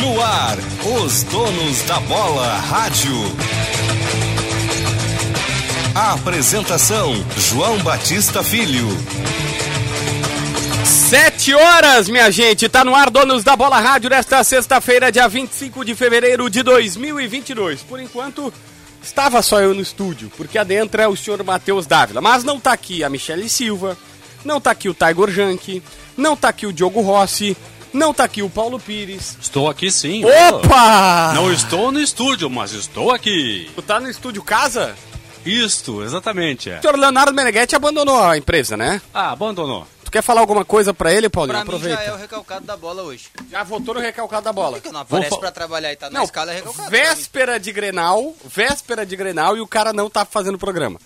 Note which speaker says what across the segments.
Speaker 1: No ar, os donos da bola rádio. Apresentação: João Batista Filho.
Speaker 2: Sete horas, minha gente, tá no ar Donos da Bola Rádio nesta sexta-feira, dia 25 de fevereiro de 2022. Por enquanto, estava só eu no estúdio, porque adentra o senhor Matheus Dávila, mas não tá aqui a Michele Silva, não tá aqui o Tiger Junk, não tá aqui o Diogo Rossi, não tá aqui o Paulo Pires.
Speaker 3: Estou aqui sim.
Speaker 2: Opa!
Speaker 3: Não estou no estúdio, mas estou aqui.
Speaker 2: Tu tá no estúdio casa?
Speaker 3: Isto, exatamente. É.
Speaker 2: O senhor Leonardo Meneghetti abandonou a empresa, né?
Speaker 3: Ah, abandonou.
Speaker 2: Tu quer falar alguma coisa pra ele, Paulinho?
Speaker 4: Pra
Speaker 2: Aproveita.
Speaker 4: mim já é o recalcado da bola hoje.
Speaker 2: Já votou no recalcado da bola.
Speaker 4: Por que não aparece
Speaker 3: fa-
Speaker 4: pra trabalhar e tá na
Speaker 2: Não,
Speaker 4: escala é recalcado.
Speaker 2: véspera de Grenal, véspera de Grenal e o cara não tá fazendo programa.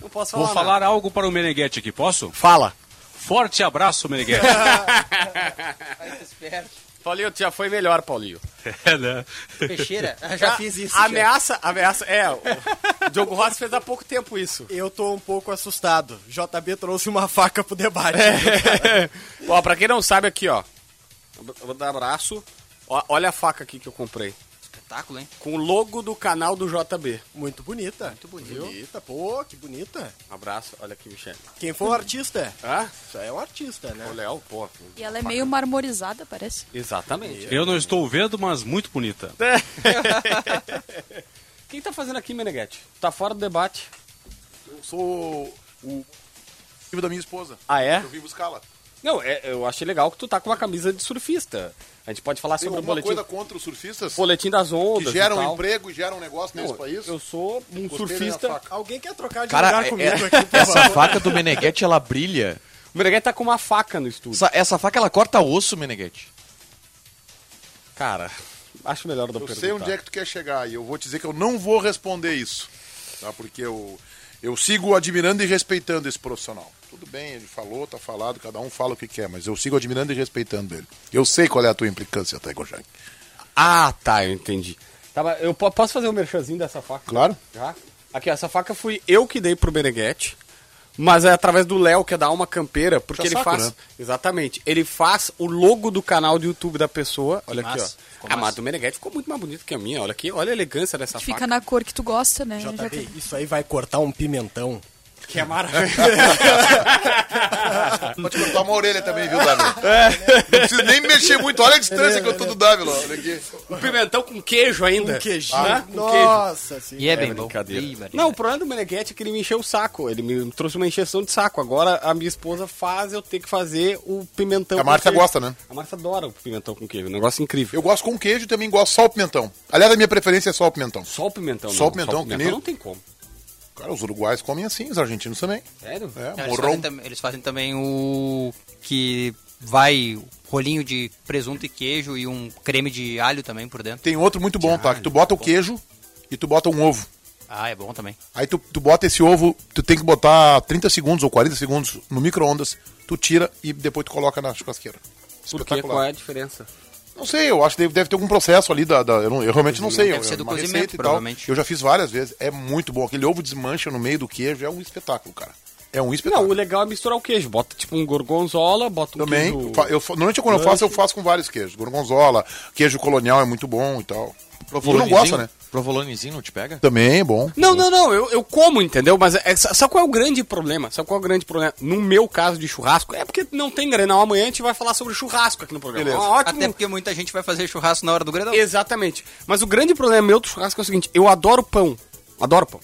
Speaker 2: Não posso
Speaker 3: Vou
Speaker 2: nada.
Speaker 3: falar algo para o Meneghetti aqui, posso?
Speaker 2: Fala.
Speaker 3: Forte abraço, Meneghetti.
Speaker 4: Ai, tô tá esperto.
Speaker 2: Paulinho, tu já foi melhor, Paulinho.
Speaker 3: É, né?
Speaker 4: Peixeira,
Speaker 2: Ah,
Speaker 4: já fiz isso. já.
Speaker 2: Ameaça, ameaça, é, o Diogo Rossi fez há pouco tempo isso.
Speaker 5: Eu tô um pouco assustado. JB trouxe uma faca pro debate.
Speaker 2: É. ó, pra quem não sabe aqui, ó, eu vou dar abraço, Ó, olha a faca aqui que eu comprei,
Speaker 4: Espetáculo, hein?
Speaker 2: com o logo do canal do JB.
Speaker 5: Muito bonita. Muito
Speaker 4: bonita.
Speaker 5: Bonita, pô, que bonita.
Speaker 2: Abraço, olha aqui, Michele.
Speaker 5: Quem for um artista,
Speaker 2: Ah,
Speaker 5: isso aí é um artista, né?
Speaker 2: o Léo, pô.
Speaker 6: E ela é meio marmorizada, parece.
Speaker 2: Exatamente.
Speaker 3: Eu não estou vendo, mas muito bonita.
Speaker 2: Quem tá fazendo aqui, Meneghetti? Tá fora do debate.
Speaker 7: Eu sou o filho da minha esposa.
Speaker 2: Ah, é?
Speaker 7: Eu vim buscá-la.
Speaker 2: Não, é- eu achei legal que tu tá com uma camisa de surfista. A gente pode falar
Speaker 7: Tem
Speaker 2: sobre o
Speaker 7: alguma
Speaker 2: boletim,
Speaker 7: coisa contra os surfistas
Speaker 2: boletim das
Speaker 7: que
Speaker 2: ondas.
Speaker 7: geram
Speaker 2: e tal.
Speaker 7: emprego e geram negócio
Speaker 2: Não,
Speaker 7: nesse país?
Speaker 2: Eu sou um
Speaker 7: Gostei da minha
Speaker 2: surfista.
Speaker 7: faca.
Speaker 5: Alguém quer trocar de
Speaker 8: Cara,
Speaker 5: lugar
Speaker 8: é-
Speaker 5: comigo
Speaker 8: é-
Speaker 5: aqui, por
Speaker 8: Essa
Speaker 5: favor?
Speaker 8: faca do Meneghetti, ela brilha.
Speaker 2: O Meneghete tá com uma faca no estúdio.
Speaker 8: Essa, essa faca, ela corta osso, Meneghetti.
Speaker 2: Cara, acho melhor não
Speaker 7: Eu
Speaker 2: perguntar.
Speaker 7: sei onde é que tu quer chegar e eu vou te dizer que eu não vou responder isso. Tá? Porque eu, eu sigo admirando e respeitando esse profissional. Tudo bem, ele falou, tá falado, cada um fala o que quer, mas eu sigo admirando e respeitando ele. Eu sei qual é a tua implicância, Tego Jang.
Speaker 2: Ah, tá, eu entendi. Tá, mas eu po- posso fazer um merchanzinho dessa faca?
Speaker 7: Claro.
Speaker 2: Já? Aqui, ó, essa faca fui eu que dei pro Meneghete. Mas é através do Léo, que é da Alma Campeira, porque
Speaker 7: Já
Speaker 2: ele
Speaker 7: saco,
Speaker 2: faz.
Speaker 7: né?
Speaker 2: Exatamente. Ele faz o logo do canal do YouTube da pessoa. Olha aqui,
Speaker 3: massa,
Speaker 2: ó.
Speaker 3: ficou
Speaker 2: A mas
Speaker 3: massa.
Speaker 2: do Meneghete ficou muito mais bonito que a minha. Olha aqui, olha a elegância dessa faca.
Speaker 6: Fica na cor que tu gosta, né?
Speaker 5: JB, isso aí vai cortar um pimentão.
Speaker 2: Que é maravilhoso.
Speaker 7: Pode cortar uma orelha também, viu, Dávila?
Speaker 2: É.
Speaker 7: Não preciso nem mexer muito, olha a distância que eu tô do Dávila. Olha aqui.
Speaker 2: Um pimentão com queijo ainda.
Speaker 5: Um queijinho.
Speaker 2: Ah, com queijo.
Speaker 5: Nossa senhora.
Speaker 4: E é bem bom. Ih,
Speaker 2: Não,
Speaker 4: Maria.
Speaker 2: o problema do Meneghetti é que ele me encheu o saco. Ele me trouxe uma encheção de saco. Agora a minha esposa faz eu ter que fazer o pimentão
Speaker 7: A
Speaker 2: com
Speaker 7: Marta
Speaker 2: queijo.
Speaker 7: gosta, né?
Speaker 2: A Marta adora o pimentão com queijo. Um negócio incrível.
Speaker 7: Eu gosto com queijo e também gosto só o pimentão. Aliás, a minha preferência é só o pimentão.
Speaker 2: Só o pimentão.
Speaker 7: Só
Speaker 2: não.
Speaker 7: o pimentão, que nem-
Speaker 2: não tem como.
Speaker 7: Cara, os uruguais comem assim, os argentinos também.
Speaker 2: Sério?
Speaker 7: É,
Speaker 4: Não, eles,
Speaker 7: morrom.
Speaker 4: fazem também, eles fazem também o que vai rolinho de presunto e queijo e um creme de alho também por dentro.
Speaker 7: Tem outro muito bom, tá? Que tu bota o queijo e tu bota um ovo.
Speaker 4: Ah, é bom também.
Speaker 7: Aí tu, tu bota esse ovo, tu tem que botar 30 segundos ou 40 segundos no micro-ondas, tu tira e depois tu coloca na churrasqueira.
Speaker 2: Por quê? Qual é a diferença?
Speaker 7: Não sei, eu acho que deve, deve ter algum processo ali da. da- eu, não- eu realmente não sei.
Speaker 4: Deve
Speaker 7: eu- é
Speaker 4: ser do
Speaker 7: uma
Speaker 4: cozimento,
Speaker 7: receita e tal.
Speaker 4: provavelmente.
Speaker 7: Eu já fiz várias vezes. É muito bom. Aquele ovo desmancha no meio do queijo é um espetáculo, cara. É um
Speaker 2: Não,
Speaker 7: espetáculo.
Speaker 2: o legal é misturar o queijo. Bota tipo um gorgonzola, bota um
Speaker 7: Também,
Speaker 2: queijo...
Speaker 7: eu fa- eu fa- normalmente quando eu faço, eu faço com vários queijos. Gorgonzola, queijo colonial é muito bom e tal. Tu não gosta, né?
Speaker 8: Provolonezinho não te pega?
Speaker 7: Também é bom.
Speaker 2: Não, não, não, eu, eu como, entendeu? Mas é, sa- sabe qual é o grande problema? Sabe qual é o grande problema? No meu caso de churrasco, é porque não tem granal. Amanhã a gente vai falar sobre churrasco aqui no programa.
Speaker 7: Beleza.
Speaker 2: Ó, Ah, Ótimo.
Speaker 4: Até porque muita gente vai fazer churrasco na hora do grelhão.
Speaker 2: Exatamente. Mas o grande problema meu do churrasco é o seguinte: eu adoro pão. Adoro pão.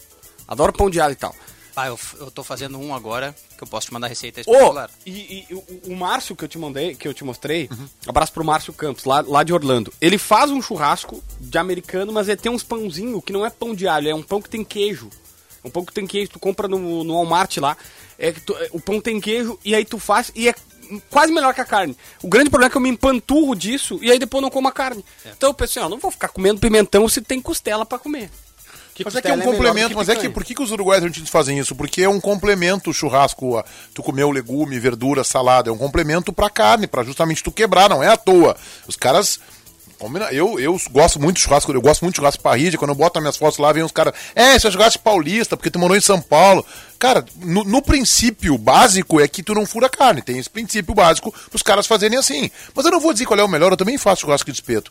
Speaker 2: Adoro pão de alho e tal.
Speaker 4: Ah, eu, f- eu tô fazendo um agora que eu posso te mandar a receita
Speaker 2: Ô,
Speaker 4: espetacular.
Speaker 2: e, e o, o Márcio que eu te mandei, que eu te mostrei, abraço pro Márcio Campos, lá, lá de Orlando. Ele faz um churrasco de americano, mas ele tem uns pãozinho que não é pão de alho, é um pão que tem queijo. É um pão que tem queijo, tu compra no, no Walmart lá. É, que tu- é, o pão tem queijo e aí tu faz e é quase melhor que a carne. O grande problema é que eu me empanturro disso e aí depois eu não como a carne. Então eu pensei, ó, não vou ficar comendo pimentão se tem costela pra comer.
Speaker 7: Mas é que é
Speaker 2: costela
Speaker 7: um
Speaker 2: melhor
Speaker 7: complemento,
Speaker 2: do
Speaker 7: mas é que
Speaker 2: picanha.
Speaker 7: por que, que os uruguaios e argentinos fazem isso? Porque é um complemento o churrasco, a- tu comeu legume, verdura, salada, é um complemento pra carne, pra justamente tu quebrar, não é à toa. Os caras combina- eu, eu gosto muito de churrasco, eu gosto muito de churrasco parrilha, quando eu boto nas minhas fotos lá, vem os caras, é, isso é churrasco paulista, porque tu morou em São Paulo. Cara, no, no princípio básico é que tu não fura carne, tem esse princípio básico pros caras fazerem assim. Mas eu não vou dizer qual é o melhor, eu também faço churrasco de espeto.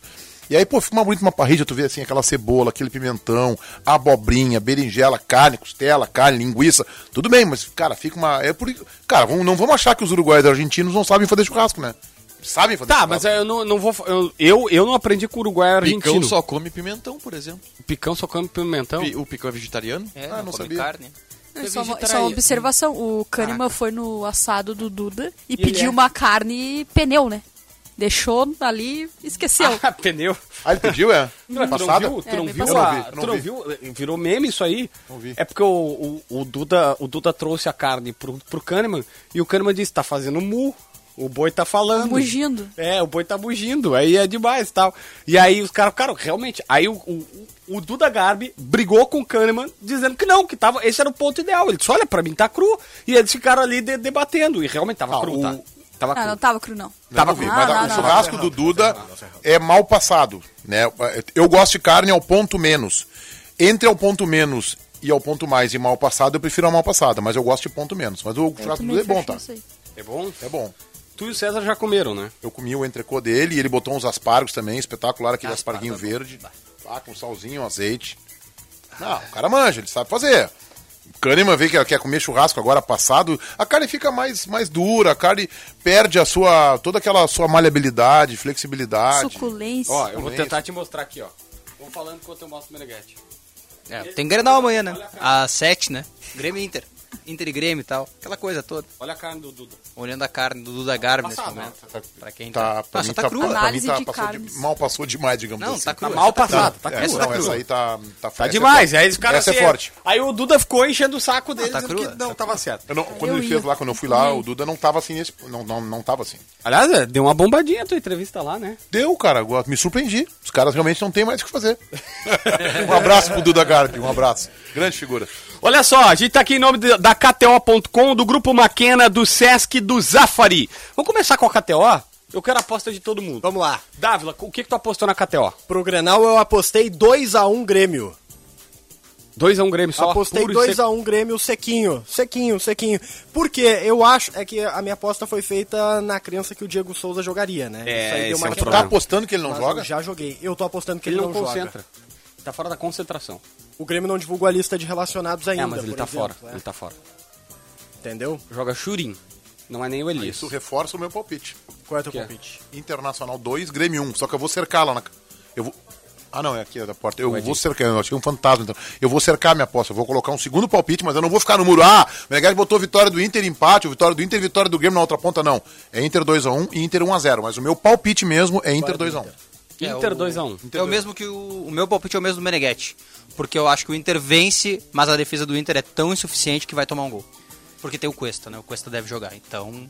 Speaker 7: E aí, pô, fica uma bonita uma parrilla, tu vê assim, aquela cebola, aquele pimentão, abobrinha, berinjela, carne, costela, carne, linguiça. Tudo bem, mas, cara, fica uma. É por... Cara, vamos- não vamos achar que os uruguaios e argentinos não sabem fazer churrasco, né? Sabem fazer
Speaker 2: Tá,
Speaker 7: churrasco.
Speaker 2: mas eu não, não vou. fa- Eu, eu, eu não aprendi com o Uruguai e
Speaker 8: Picão
Speaker 2: argentino.
Speaker 8: só come pimentão, por exemplo.
Speaker 2: Picão só come pimentão.
Speaker 8: Pi- O picão é vegetariano?
Speaker 4: É,
Speaker 7: Ah,
Speaker 4: não
Speaker 7: não
Speaker 4: come
Speaker 7: sabia.
Speaker 4: carne.
Speaker 6: Só, uma- só uma observação, o Kahneman foi no assado do Duda e, pediu uma carne pneu, né? Deixou ali e esqueceu.
Speaker 2: Ah, pneu.
Speaker 7: Ah, ele pediu, é?
Speaker 2: Não, tu não
Speaker 7: Passada?
Speaker 2: viu? Tu
Speaker 6: É,
Speaker 2: não
Speaker 6: bem
Speaker 2: viu?
Speaker 6: passada.
Speaker 2: a-
Speaker 7: Eu não vi, eu não
Speaker 2: tu não
Speaker 7: vi.
Speaker 2: viu? É, Virou meme isso aí?
Speaker 7: Não vi.
Speaker 2: É porque o, o, o Duda, o Duda trouxe a carne pro, pro Kahneman e o Kahneman disse: tá fazendo mu. O boi tá falando.
Speaker 6: Mugindo.
Speaker 2: É, o boi tá mugindo. Aí é demais e tal. E aí os caras ficaram, realmente. Aí o, o, o Duda Garbi brigou com o Kahneman dizendo que não, que tava, esse era o ponto ideal. Ele disse: olha, pra mim tá cru. E eles ficaram ali de- debatendo. E realmente tava
Speaker 7: Ah,
Speaker 2: cru,
Speaker 7: o-
Speaker 2: tá? Tava
Speaker 6: Ah,
Speaker 2: cru.
Speaker 6: não tava cru, não.
Speaker 7: Tava
Speaker 6: com-
Speaker 7: mas
Speaker 6: Ah,
Speaker 7: a-
Speaker 6: não,
Speaker 7: o
Speaker 6: não,
Speaker 7: churrasco do Duda é mal passado, né? Eu gosto de carne ao ponto menos. Entre ao ponto menos e ao ponto mais e mal passado, eu prefiro a mal passada, mas eu gosto de ponto menos. Mas o churrasco do
Speaker 6: também
Speaker 7: Duda é bom,
Speaker 6: fecho
Speaker 7: tá?
Speaker 6: isso aí.
Speaker 2: É bom?
Speaker 7: É bom.
Speaker 2: Tu e o César já comeram, né?
Speaker 7: Eu comi o entrecô dele e ele botou uns aspargos também, espetacular, aquele asparguinho verde. Tá, com salzinho, azeite. Não, o cara manja, ele sabe fazer. O Kahneman vê que quer comer churrasco agora passado, a carne fica mais, mais dura, a carne perde a sua toda aquela sua maleabilidade, flexibilidade.
Speaker 6: Suculência.
Speaker 2: Ó, eu vou
Speaker 7: Polêmica.
Speaker 2: tentar te mostrar aqui, ó. Vou falando enquanto eu mostro o Meneghete.
Speaker 4: É, tem Grenal amanhã, né? Às 7, né? Grêmio e Inter. Inter e Grêmio e tal. Aquela coisa toda.
Speaker 2: Olha a carne do Duda.
Speaker 4: Olhando a carne do Duda Garbi nesse
Speaker 2: Passado,
Speaker 4: momento. Pra quem
Speaker 7: Tá,
Speaker 4: tá.
Speaker 7: pra
Speaker 4: Nossa,
Speaker 7: mim
Speaker 4: tá,
Speaker 7: tá,
Speaker 4: crua.
Speaker 7: pra
Speaker 6: Análise
Speaker 7: mim tá
Speaker 6: de
Speaker 7: passou de-
Speaker 6: carnes.
Speaker 7: mal passou demais, digamos
Speaker 4: Não,
Speaker 7: assim.
Speaker 4: tá crua.
Speaker 2: Tá mal
Speaker 4: essa
Speaker 2: passado,
Speaker 4: crua.
Speaker 2: tá
Speaker 7: É,
Speaker 2: crua.
Speaker 7: não,
Speaker 2: tá
Speaker 7: essa
Speaker 2: crua.
Speaker 7: aí tá, tá
Speaker 2: Tá
Speaker 7: essa
Speaker 2: demais,
Speaker 7: é
Speaker 2: aí os
Speaker 7: forte.
Speaker 2: caras.
Speaker 7: Essa é
Speaker 2: assim,
Speaker 7: forte.
Speaker 2: Aí o Duda ficou enchendo o saco dele,
Speaker 4: tá
Speaker 2: dizendo
Speaker 4: crua.
Speaker 2: que não tava certo.
Speaker 7: Eu não- quando ele
Speaker 6: ia.
Speaker 7: fez lá, quando eu fui lá, o Duda não tava assim nesse. Não, não, não tava assim.
Speaker 2: Aliás, é, deu uma bombadinha a tua entrevista lá, né?
Speaker 7: Deu, cara. agora Me surpreendi. Os caras realmente não têm mais o que fazer. um abraço pro Duda Garbi, um abraço. Grande figura.
Speaker 2: Olha só, a gente tá aqui em nome de- da KTO.com, do Grupo Maquena, do Sesc, do Zafari. Vamos começar com a KTO? Eu quero a aposta de todo mundo.
Speaker 5: Vamos lá.
Speaker 2: Dávila, o que, que tu apostou na KTO?
Speaker 5: Pro Grenal eu apostei 2x1 Grêmio.
Speaker 2: 2 a 1 Grêmio só.
Speaker 5: Apostei
Speaker 2: puro e seco.
Speaker 5: 2x1 Grêmio sequinho, sequinho, sequinho. Porque eu acho é que a minha aposta foi feita na crença que o Diego Souza jogaria, né?
Speaker 2: É, esse é um
Speaker 7: Mas tu tá
Speaker 2: problema.
Speaker 7: apostando que ele não
Speaker 5: Mas
Speaker 7: joga?
Speaker 5: Eu já joguei. Eu tô apostando que
Speaker 2: Ele
Speaker 5: ele,
Speaker 2: não
Speaker 5: não,
Speaker 2: concentra.
Speaker 5: joga.
Speaker 2: Tá fora da concentração.
Speaker 5: O Grêmio não divulgou a lista de relacionados ainda.
Speaker 2: é, mas ele
Speaker 5: por
Speaker 2: tá
Speaker 5: exemplo,
Speaker 2: fora.
Speaker 5: né?
Speaker 2: Ele tá fora.
Speaker 5: Entendeu?
Speaker 2: Joga Churin. Não é nem o Elias.
Speaker 7: Isso reforça o meu palpite.
Speaker 5: Qual é o teu
Speaker 2: Que é?
Speaker 5: palpite?
Speaker 7: Internacional 2, Grêmio 1. Só que eu vou cercar lá na. Eu vou. Ah, não, é aqui é da porta. Eu vou cercar. Eu achei um fantasma, então. Eu vou cercar a minha aposta. Eu vou colocar um segundo palpite, mas eu não vou ficar no muro. Ah, o Meneghete botou vitória do Inter, empate, o vitória do Inter, vitória do Grêmio na outra ponta, não. É Inter 2x1 e Inter 1x0. Mas o meu palpite mesmo é Inter 2x1.
Speaker 2: Inter
Speaker 4: o-
Speaker 2: 2x1.
Speaker 4: É o mesmo que o, o meu palpite é o mesmo do Meneghetti. Porque eu acho que o Inter vence, mas a defesa do Inter é tão insuficiente que vai tomar um gol. Porque tem o Cuesta, né? O Cuesta deve jogar. Então.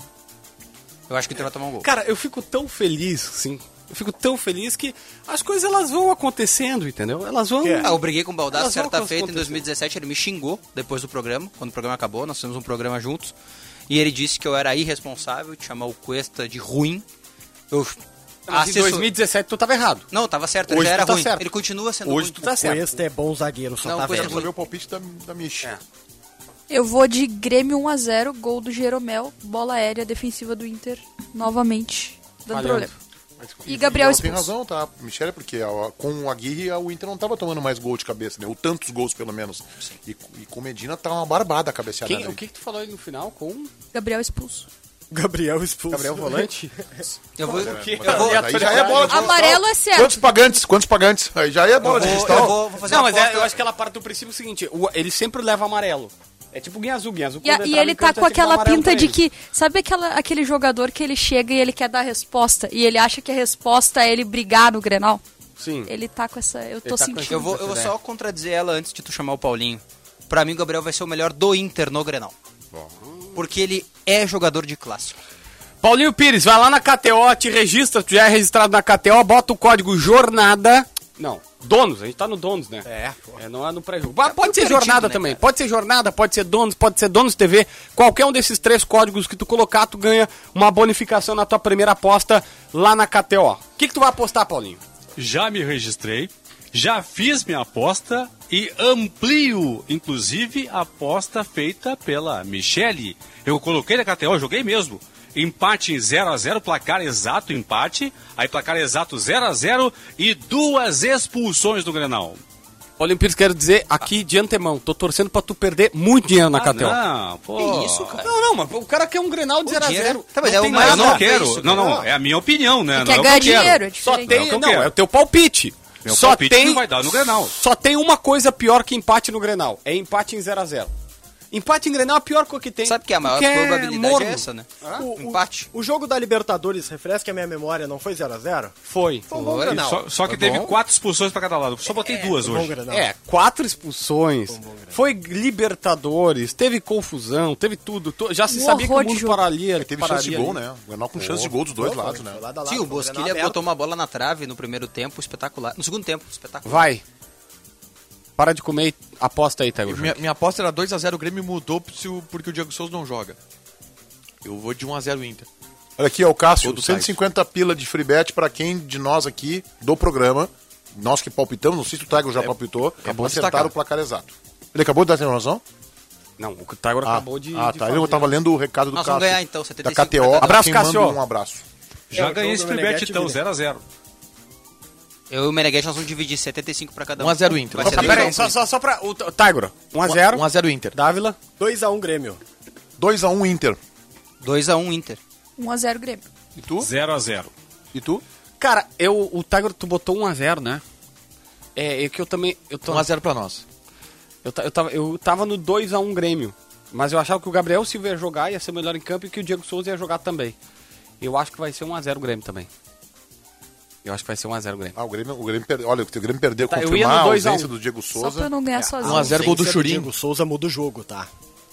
Speaker 4: Eu acho que o Inter vai tomar um gol.
Speaker 2: Cara, eu fico tão feliz, sim. Eu fico tão feliz que as coisas elas vão acontecendo, entendeu? Elas vão.
Speaker 4: Ah, eu briguei com o Baldassi
Speaker 2: Elas vão
Speaker 4: certa feita em
Speaker 2: acontecer.
Speaker 4: 2017, ele me xingou depois do programa, quando o programa acabou, nós fizemos um programa juntos, e ele disse que eu era irresponsável, de chamar o Cuesta de ruim. Eu
Speaker 2: Mas em
Speaker 4: assessor-
Speaker 2: 2017 tu tava errado.
Speaker 4: Não, tava certo, ele
Speaker 2: Hoje
Speaker 4: já
Speaker 2: tu
Speaker 4: era
Speaker 2: tá
Speaker 4: ruim.
Speaker 2: certo.
Speaker 4: Ele continua sendo
Speaker 2: Hoje
Speaker 4: ruim.
Speaker 2: tu tá certo.
Speaker 5: Cuesta é bom zagueiro, só
Speaker 4: Não,
Speaker 5: tá
Speaker 4: Cuesta
Speaker 5: vendo.
Speaker 7: Esse é o meu palpite da, da Michi.
Speaker 6: Eu vou de Grêmio 1x0, gol do Jeromel, bola aérea defensiva do Inter, novamente, dando
Speaker 2: Falhando.
Speaker 6: problema. E Gabriel
Speaker 7: ela tem
Speaker 6: expulso.
Speaker 7: razão, tá, Michele? Porque a- com o Aguirre a- o Inter não tava tomando mais gol de cabeça, né? Ou tantos gols, pelo menos. E, e com o Medina tá uma barbada a cabeçada.
Speaker 2: Quem- o
Speaker 7: dele.
Speaker 2: que, que tu falou aí no final com um
Speaker 6: Gabriel expulso.
Speaker 5: Gabriel expulso.
Speaker 2: Gabriel Volante?
Speaker 4: Eu vou,
Speaker 2: Tá
Speaker 7: Mas aí já é bola de
Speaker 6: Amarelo é
Speaker 7: cristal.
Speaker 6: certo.
Speaker 7: Quantos pagantes? Quantos pagantes? Aí já é bola de
Speaker 4: eu
Speaker 7: cristal.
Speaker 4: vou, vou fazer
Speaker 2: não,
Speaker 4: uma
Speaker 2: mas é-
Speaker 4: aposta.
Speaker 2: eu acho que ela parte do princípio seguinte: o- ele sempre leva amarelo. É tipo o Guinha Azul. Guinha Azul
Speaker 6: E, a-
Speaker 2: quando
Speaker 6: e
Speaker 2: entrar
Speaker 6: ele
Speaker 2: no
Speaker 6: tá
Speaker 2: campo,
Speaker 6: com
Speaker 2: tem que dar
Speaker 6: aquela
Speaker 2: um amarelo
Speaker 6: pinta
Speaker 2: pra
Speaker 6: de
Speaker 2: ele.
Speaker 6: que. Sabe aquela, aquele jogador que ele chega e ele quer dar a resposta e ele acha que a resposta é ele brigar no Grenal?
Speaker 2: Sim.
Speaker 6: Ele tá com essa. Eu tô
Speaker 2: tá com-
Speaker 6: sentindo.
Speaker 4: Eu vou, eu vou só contradizer ela antes de tu chamar o Paulinho. Pra mim, o Gabriel vai ser o melhor do Inter no Grenal. Porque ele é jogador de clássico.
Speaker 2: Paulinho Pires, vai lá na KTO, te registra, tu já é registrado na KTO, bota o código JORNADA. Não, donos, a gente tá no donos, né?
Speaker 5: É, pô.
Speaker 2: É, não é no pré-jogo. Mas Pode ser
Speaker 4: perdido,
Speaker 2: jornada
Speaker 4: né,
Speaker 2: também.
Speaker 4: cara?
Speaker 2: Pode ser jornada, pode ser donos, pode ser donos TV. Qualquer um desses três códigos que tu colocar, tu ganha uma bonificação na tua primeira aposta lá na KTO. O que, que tu vai apostar, Paulinho?
Speaker 3: Já me registrei, já fiz minha aposta e amplio, inclusive, a aposta feita pela Michele. Eu coloquei na KTO, eu joguei mesmo. empate 0 a 0 placar exato, empate. Aí placar exato 0 a 0 e duas expulsões do Grenal.
Speaker 2: Olha, Pires, quero dizer aqui de antemão, tô torcendo pra tu perder muito dinheiro na
Speaker 3: Ah,
Speaker 2: KTO.
Speaker 3: não, pô.
Speaker 2: Que isso, cara? Não, não, mas o cara quer um Grenal de 0x0.
Speaker 4: dinheiro é- Tá, mas
Speaker 2: não
Speaker 4: é
Speaker 2: tem
Speaker 4: o mais
Speaker 3: Eu
Speaker 2: nada.
Speaker 3: não
Speaker 4: Não,
Speaker 3: quero.
Speaker 4: é isso,
Speaker 3: não, não, é a minha opinião, né?
Speaker 6: Quer
Speaker 3: não é
Speaker 6: ganhar
Speaker 3: o que eu quero.
Speaker 6: dinheiro,
Speaker 2: Só
Speaker 6: é diferente.
Speaker 3: é o
Speaker 2: tem,
Speaker 3: que eu
Speaker 2: não,
Speaker 3: quero.
Speaker 2: é o teu palpite.
Speaker 3: Meu
Speaker 2: só
Speaker 3: palpite
Speaker 2: tem
Speaker 3: não vai dar no Grenal.
Speaker 2: Só tem uma coisa pior que empate no Grenal, é empate em 0 a 0. Empate em Grenal é a pior coisa que tem.
Speaker 4: Sabe que a maior
Speaker 2: Porque é
Speaker 4: probabilidade
Speaker 2: morno. Ah?
Speaker 4: é essa, né?
Speaker 5: O, o-
Speaker 4: Empate.
Speaker 5: O, jogo da Libertadores, refresca a minha memória, não foi 0x0?
Speaker 2: Foi.
Speaker 5: Foi um bom
Speaker 4: Foi,
Speaker 5: Grenal.
Speaker 3: Só, só que
Speaker 4: Tá
Speaker 3: teve quatro expulsões pra cada lado. Só botei duas
Speaker 5: Foi um bom
Speaker 3: hoje.
Speaker 5: Grenal.
Speaker 2: É, quatro expulsões, foi Libertadores, teve confusão, teve tudo. to- já se
Speaker 6: Um
Speaker 2: sabia que o
Speaker 6: horror de
Speaker 2: mundo
Speaker 6: jogo.
Speaker 2: pararia.
Speaker 7: Teve
Speaker 2: pararia
Speaker 7: chance de gol,
Speaker 2: ali.
Speaker 7: né? O Grenal com chance de gol dos dois lados, né?
Speaker 5: Lado a lado,
Speaker 4: Sim, o
Speaker 5: foi um
Speaker 4: Bosquilha
Speaker 5: Grenal
Speaker 4: botou uma bola na trave no primeiro tempo, espetacular. No segundo tempo, espetacular.
Speaker 2: Vai. Para de comer e aposta aí, Taylor.
Speaker 8: Minha, minha aposta era 2x0, o Grêmio mudou se o- porque o Diego Souza não joga. Eu vou de 1x0 Inter.
Speaker 7: Olha aqui, ó, o Cássio,
Speaker 8: Todo
Speaker 7: 150 pila de free bet pra quem de nós aqui do programa, nós que palpitamos, não sei se o Tiger já palpitou,
Speaker 8: bom
Speaker 7: acertaram
Speaker 8: destacar.
Speaker 7: o placar exato. Ele acabou de dar essa razão?
Speaker 2: Não, o Taylor acabou de.
Speaker 7: ah
Speaker 2: de
Speaker 7: tá.
Speaker 2: fazer.
Speaker 7: Eu tava lendo o recado do
Speaker 4: Nós
Speaker 7: Cássio.
Speaker 4: vamos ganhar, então, 75
Speaker 7: Da
Speaker 4: pra
Speaker 7: KTO.
Speaker 4: cada um.
Speaker 2: Abraço,
Speaker 7: Quem manda
Speaker 2: Cássio.
Speaker 7: Um abraço.
Speaker 3: Já
Speaker 5: É, o
Speaker 3: ganhei
Speaker 5: jogo
Speaker 3: esse
Speaker 5: do
Speaker 3: pribet,
Speaker 5: Meneghetti
Speaker 3: então,
Speaker 5: vira.
Speaker 3: 0 a 0
Speaker 4: Eu e o Meneghete, nós vamos dividir 75 pra cada um.
Speaker 8: 1 a 0 Inter.
Speaker 4: Vai
Speaker 8: Só
Speaker 4: ser um.
Speaker 2: Tá,
Speaker 8: pra-
Speaker 2: pera
Speaker 4: legal.
Speaker 2: aí, só, só, só pra. O Tiger, 1x0.
Speaker 8: 1x0 Inter.
Speaker 2: Dávila.
Speaker 5: 2x1 Grêmio.
Speaker 7: 2x1 Inter.
Speaker 4: 2x1 Inter.
Speaker 6: 1x0 Grêmio.
Speaker 7: E tu?
Speaker 3: 0 a 0
Speaker 7: E tu?
Speaker 2: Cara, eu, o Tiger, tu botou 1x0, né? É, é que eu também. Eu,
Speaker 4: Um
Speaker 2: tô,
Speaker 8: 1x0 pra nós.
Speaker 2: eu, ta- eu, tava, eu tava no 2x1 Grêmio. Mas eu achava que o Gabriel Silva ia jogar, ia ser melhor em campo e que o Diego Souza ia jogar também. Eu acho que vai ser 1x0 Grêmio também. Eu acho que vai ser 1x0 Grêmio.
Speaker 7: Ah, o Grêmio, o Grêmio perdeu. Olha, o Grêmio perdeu.
Speaker 2: Tá, eu ia
Speaker 7: confirmar
Speaker 2: no
Speaker 7: a
Speaker 2: 2 a 1.
Speaker 7: ausência do Diego
Speaker 6: Só pra
Speaker 7: Souza. É, um
Speaker 6: eu não ganhar sozinho.
Speaker 8: 1x0 gol do
Speaker 5: Ausência
Speaker 8: Churinho.
Speaker 5: Diego Souza muda o jogo, tá?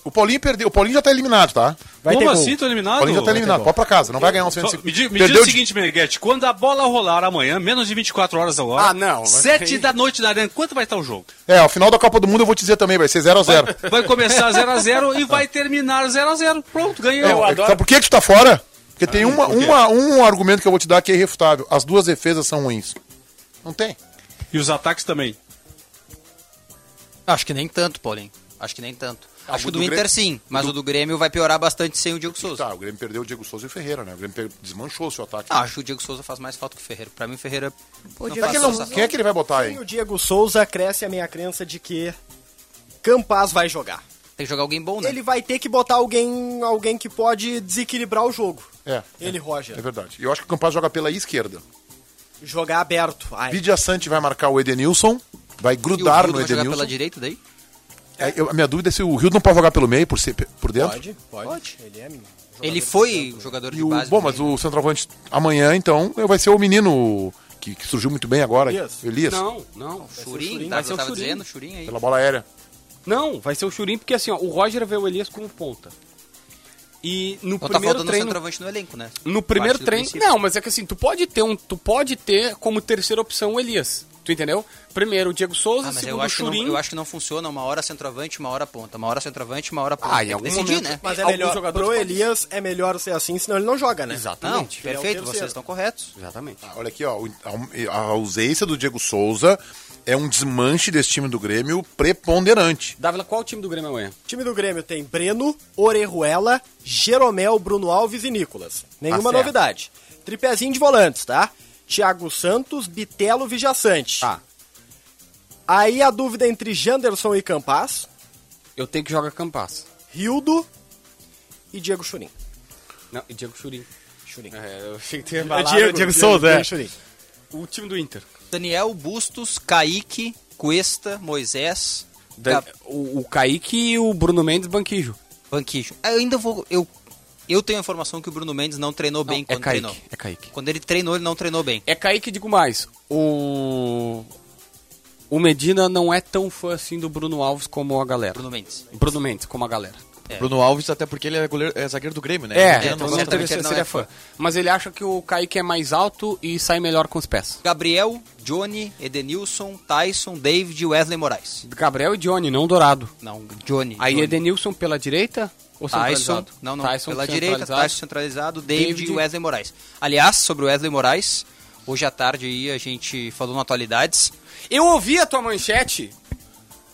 Speaker 7: O Paulinho perdeu. O Paulinho já tá eliminado, tá?
Speaker 3: Como assim, tô eliminado?
Speaker 7: O Paulinho já tá eliminado. Pode pra casa. Não vai ganhar um
Speaker 3: Só,
Speaker 7: 150.
Speaker 3: me diga, me diga
Speaker 7: Perdeu
Speaker 3: o
Speaker 7: de-
Speaker 3: seguinte, Meneghete, quando a bola rolar amanhã, menos de 24 horas agora,
Speaker 2: Ah, não, vai-
Speaker 3: 7 da noite na arena, quanto vai estar o jogo?
Speaker 7: É, ao final da Copa do Mundo eu vou te dizer também, vai ser 0x0.
Speaker 3: Vai começar 0x0 e vai terminar 0x0. Pronto, ganhei.
Speaker 7: Não, é que Sabe por que que tu tá fora? Porque tem uma,
Speaker 3: por quê?
Speaker 7: uma- um argumento que eu vou te dar que é irrefutável. As duas defesas são ruins. Não tem.
Speaker 3: E os ataques também.
Speaker 4: Acho que nem tanto, Paulinho. Acho que nem tanto.
Speaker 7: Ah,
Speaker 4: Acho que
Speaker 7: o
Speaker 4: o do,
Speaker 7: do
Speaker 4: Inter
Speaker 7: Grêmio-
Speaker 4: sim, mas o do Grêmio vai piorar bastante sem o Diego Souza.
Speaker 7: Tá, o Grêmio perdeu o Diego Souza e o Ferreira, né? O Grêmio per- desmanchou o seu ataque.
Speaker 4: Ah, acho que o Diego Souza faz mais falta que o Ferreira. Pra mim, o Ferreira.
Speaker 6: Pô,
Speaker 4: não
Speaker 6: Diego
Speaker 4: faz
Speaker 7: Quem, não-
Speaker 4: tanta
Speaker 7: quem é que ele vai botar
Speaker 5: Sem
Speaker 7: aí?
Speaker 5: o Diego Souza, cresce a minha crença de que Campaz vai jogar.
Speaker 4: falta. Tem que jogar alguém bom, né?
Speaker 5: Ele vai ter que botar alguém, alguém que pode desequilibrar o jogo.
Speaker 7: É,
Speaker 5: Ele,
Speaker 7: é
Speaker 5: Roger.
Speaker 7: verdade. Eu acho que o Campaz joga pela esquerda.
Speaker 5: Jogar aberto. Ah, é. Ai,
Speaker 7: Vidia Sante vai marcar o Edenilson, vai
Speaker 4: E o
Speaker 7: grudar
Speaker 4: Hildo
Speaker 7: no
Speaker 4: vai jogar
Speaker 7: Edenilson.
Speaker 4: pela direita daí?
Speaker 7: É, eu- a minha dúvida é se o Rio não pode jogar pelo meio, por, ser, por dentro.
Speaker 5: pode, pode, Ele é
Speaker 4: Ele foi um jogador
Speaker 7: E
Speaker 4: de
Speaker 7: o,
Speaker 4: base.
Speaker 7: bom, mas o centroavante amanhã, então, vai ser o menino que, que surgiu muito bem agora,
Speaker 5: Elias.
Speaker 7: Elias.
Speaker 2: Não, não.
Speaker 4: Churinho,
Speaker 2: vai
Speaker 4: tá,
Speaker 2: ser o
Speaker 4: tava
Speaker 2: Churinho.
Speaker 4: dizendo, Churinho aí.
Speaker 7: Pela bola aérea.
Speaker 2: Não, vai ser o Churinho, porque assim, ó, o Roger vê o Elias como ponta. E no
Speaker 4: Não tá
Speaker 2: primeiro
Speaker 4: faltando um
Speaker 2: treino.
Speaker 4: centroavante no elenco, né?
Speaker 2: No primeiro
Speaker 4: Parte do
Speaker 2: treino.
Speaker 4: princípio.
Speaker 2: Não, mas é que assim, tu pode ter um. Tu pode ter como terceira opção o Elias. Tu entendeu? Primeiro o Diego Souza,
Speaker 4: Ah, mas
Speaker 2: segundo
Speaker 4: eu
Speaker 2: o
Speaker 4: acho, que não,
Speaker 2: Churinho.
Speaker 4: eu acho que não funciona uma hora centroavante, uma hora ponta. Uma hora centroavante, uma hora ponta.
Speaker 2: Ah, em
Speaker 4: Tem que
Speaker 2: algum
Speaker 4: decidir,
Speaker 2: momento-
Speaker 4: né?
Speaker 5: Mas é
Speaker 2: Alguns
Speaker 5: melhor.
Speaker 2: jogadores
Speaker 5: Pro
Speaker 2: podem.
Speaker 5: Elias é melhor ser assim, senão ele não joga, né?
Speaker 4: Não,
Speaker 2: Exatamente.
Speaker 5: Ele é o
Speaker 4: perfeito,
Speaker 5: terceiro.
Speaker 4: vocês estão corretos.
Speaker 2: Exatamente.
Speaker 7: Ah, Olha aqui, ó, o- a, a ausência do Diego Souza é um desmanche desse time do Grêmio preponderante.
Speaker 2: Dávila, qual o time do Grêmio é? amanhã?
Speaker 5: O time do Grêmio tem Breno, Orejuela, Jeromel, Bruno Alves e Nicolas. Nenhuma
Speaker 7: Tá certo.
Speaker 5: novidade. Tripézinho de volantes, tá? Thiago Santos, Bitelo, Vijaçante.
Speaker 2: Tá.
Speaker 5: Aí a dúvida entre Janderson e Campaz,
Speaker 2: Eu tenho que jogar Campas.
Speaker 5: Rildo e Diego Churin.
Speaker 2: Não, e Diego Churinho.
Speaker 5: Churin.
Speaker 2: É, eu achei que tinha
Speaker 5: Churin.
Speaker 2: O time do Inter.
Speaker 4: Daniel Bustos, Kaique, Cuesta, Moisés,
Speaker 2: Da-
Speaker 4: Gab-
Speaker 2: o, o Kaique e o Bruno Mendes banquijo.
Speaker 4: Banquijo. Ah, Eu ainda vou. Eu, eu tenho a informação que o Bruno Mendes não treinou
Speaker 2: Não,
Speaker 4: bem
Speaker 2: é
Speaker 4: quando treinou.
Speaker 2: Kaique. É Kaique.
Speaker 4: Quando ele treinou, ele não treinou bem.
Speaker 2: É Kaique, digo mais. O. O Medina não é tão fã assim do Bruno Alves como a galera.
Speaker 4: Bruno Mendes.
Speaker 2: Bruno Mendes, como a galera.
Speaker 4: É.
Speaker 8: Bruno Alves, até porque ele é, goleiro- é zagueiro do Grêmio, né?
Speaker 2: É,
Speaker 4: É,
Speaker 2: então
Speaker 4: não,
Speaker 2: não,
Speaker 4: certamente
Speaker 2: teria-
Speaker 4: ele não
Speaker 2: seria
Speaker 4: é
Speaker 2: fã.
Speaker 4: fã.
Speaker 2: Mas ele acha que o Kaique é mais alto e sai melhor com os pés.
Speaker 4: Gabriel, Johnny, Edenilson, Tyson, David e Wesley Moraes.
Speaker 2: Gabriel e Johnny, não Dourado.
Speaker 4: Não, Johnny.
Speaker 2: Aí
Speaker 4: Johnny.
Speaker 2: Edenilson pela direita ou
Speaker 4: Tyson,
Speaker 2: centralizado?
Speaker 4: não, não,
Speaker 2: Tyson
Speaker 4: pela direita,
Speaker 2: centralizado.
Speaker 4: Tyson centralizado, David,
Speaker 2: David.
Speaker 4: e Wesley Moraes. Aliás, sobre o Wesley Moraes, hoje à tarde aí a gente falou no Atualidades,
Speaker 2: Eu ouvi a tua manchete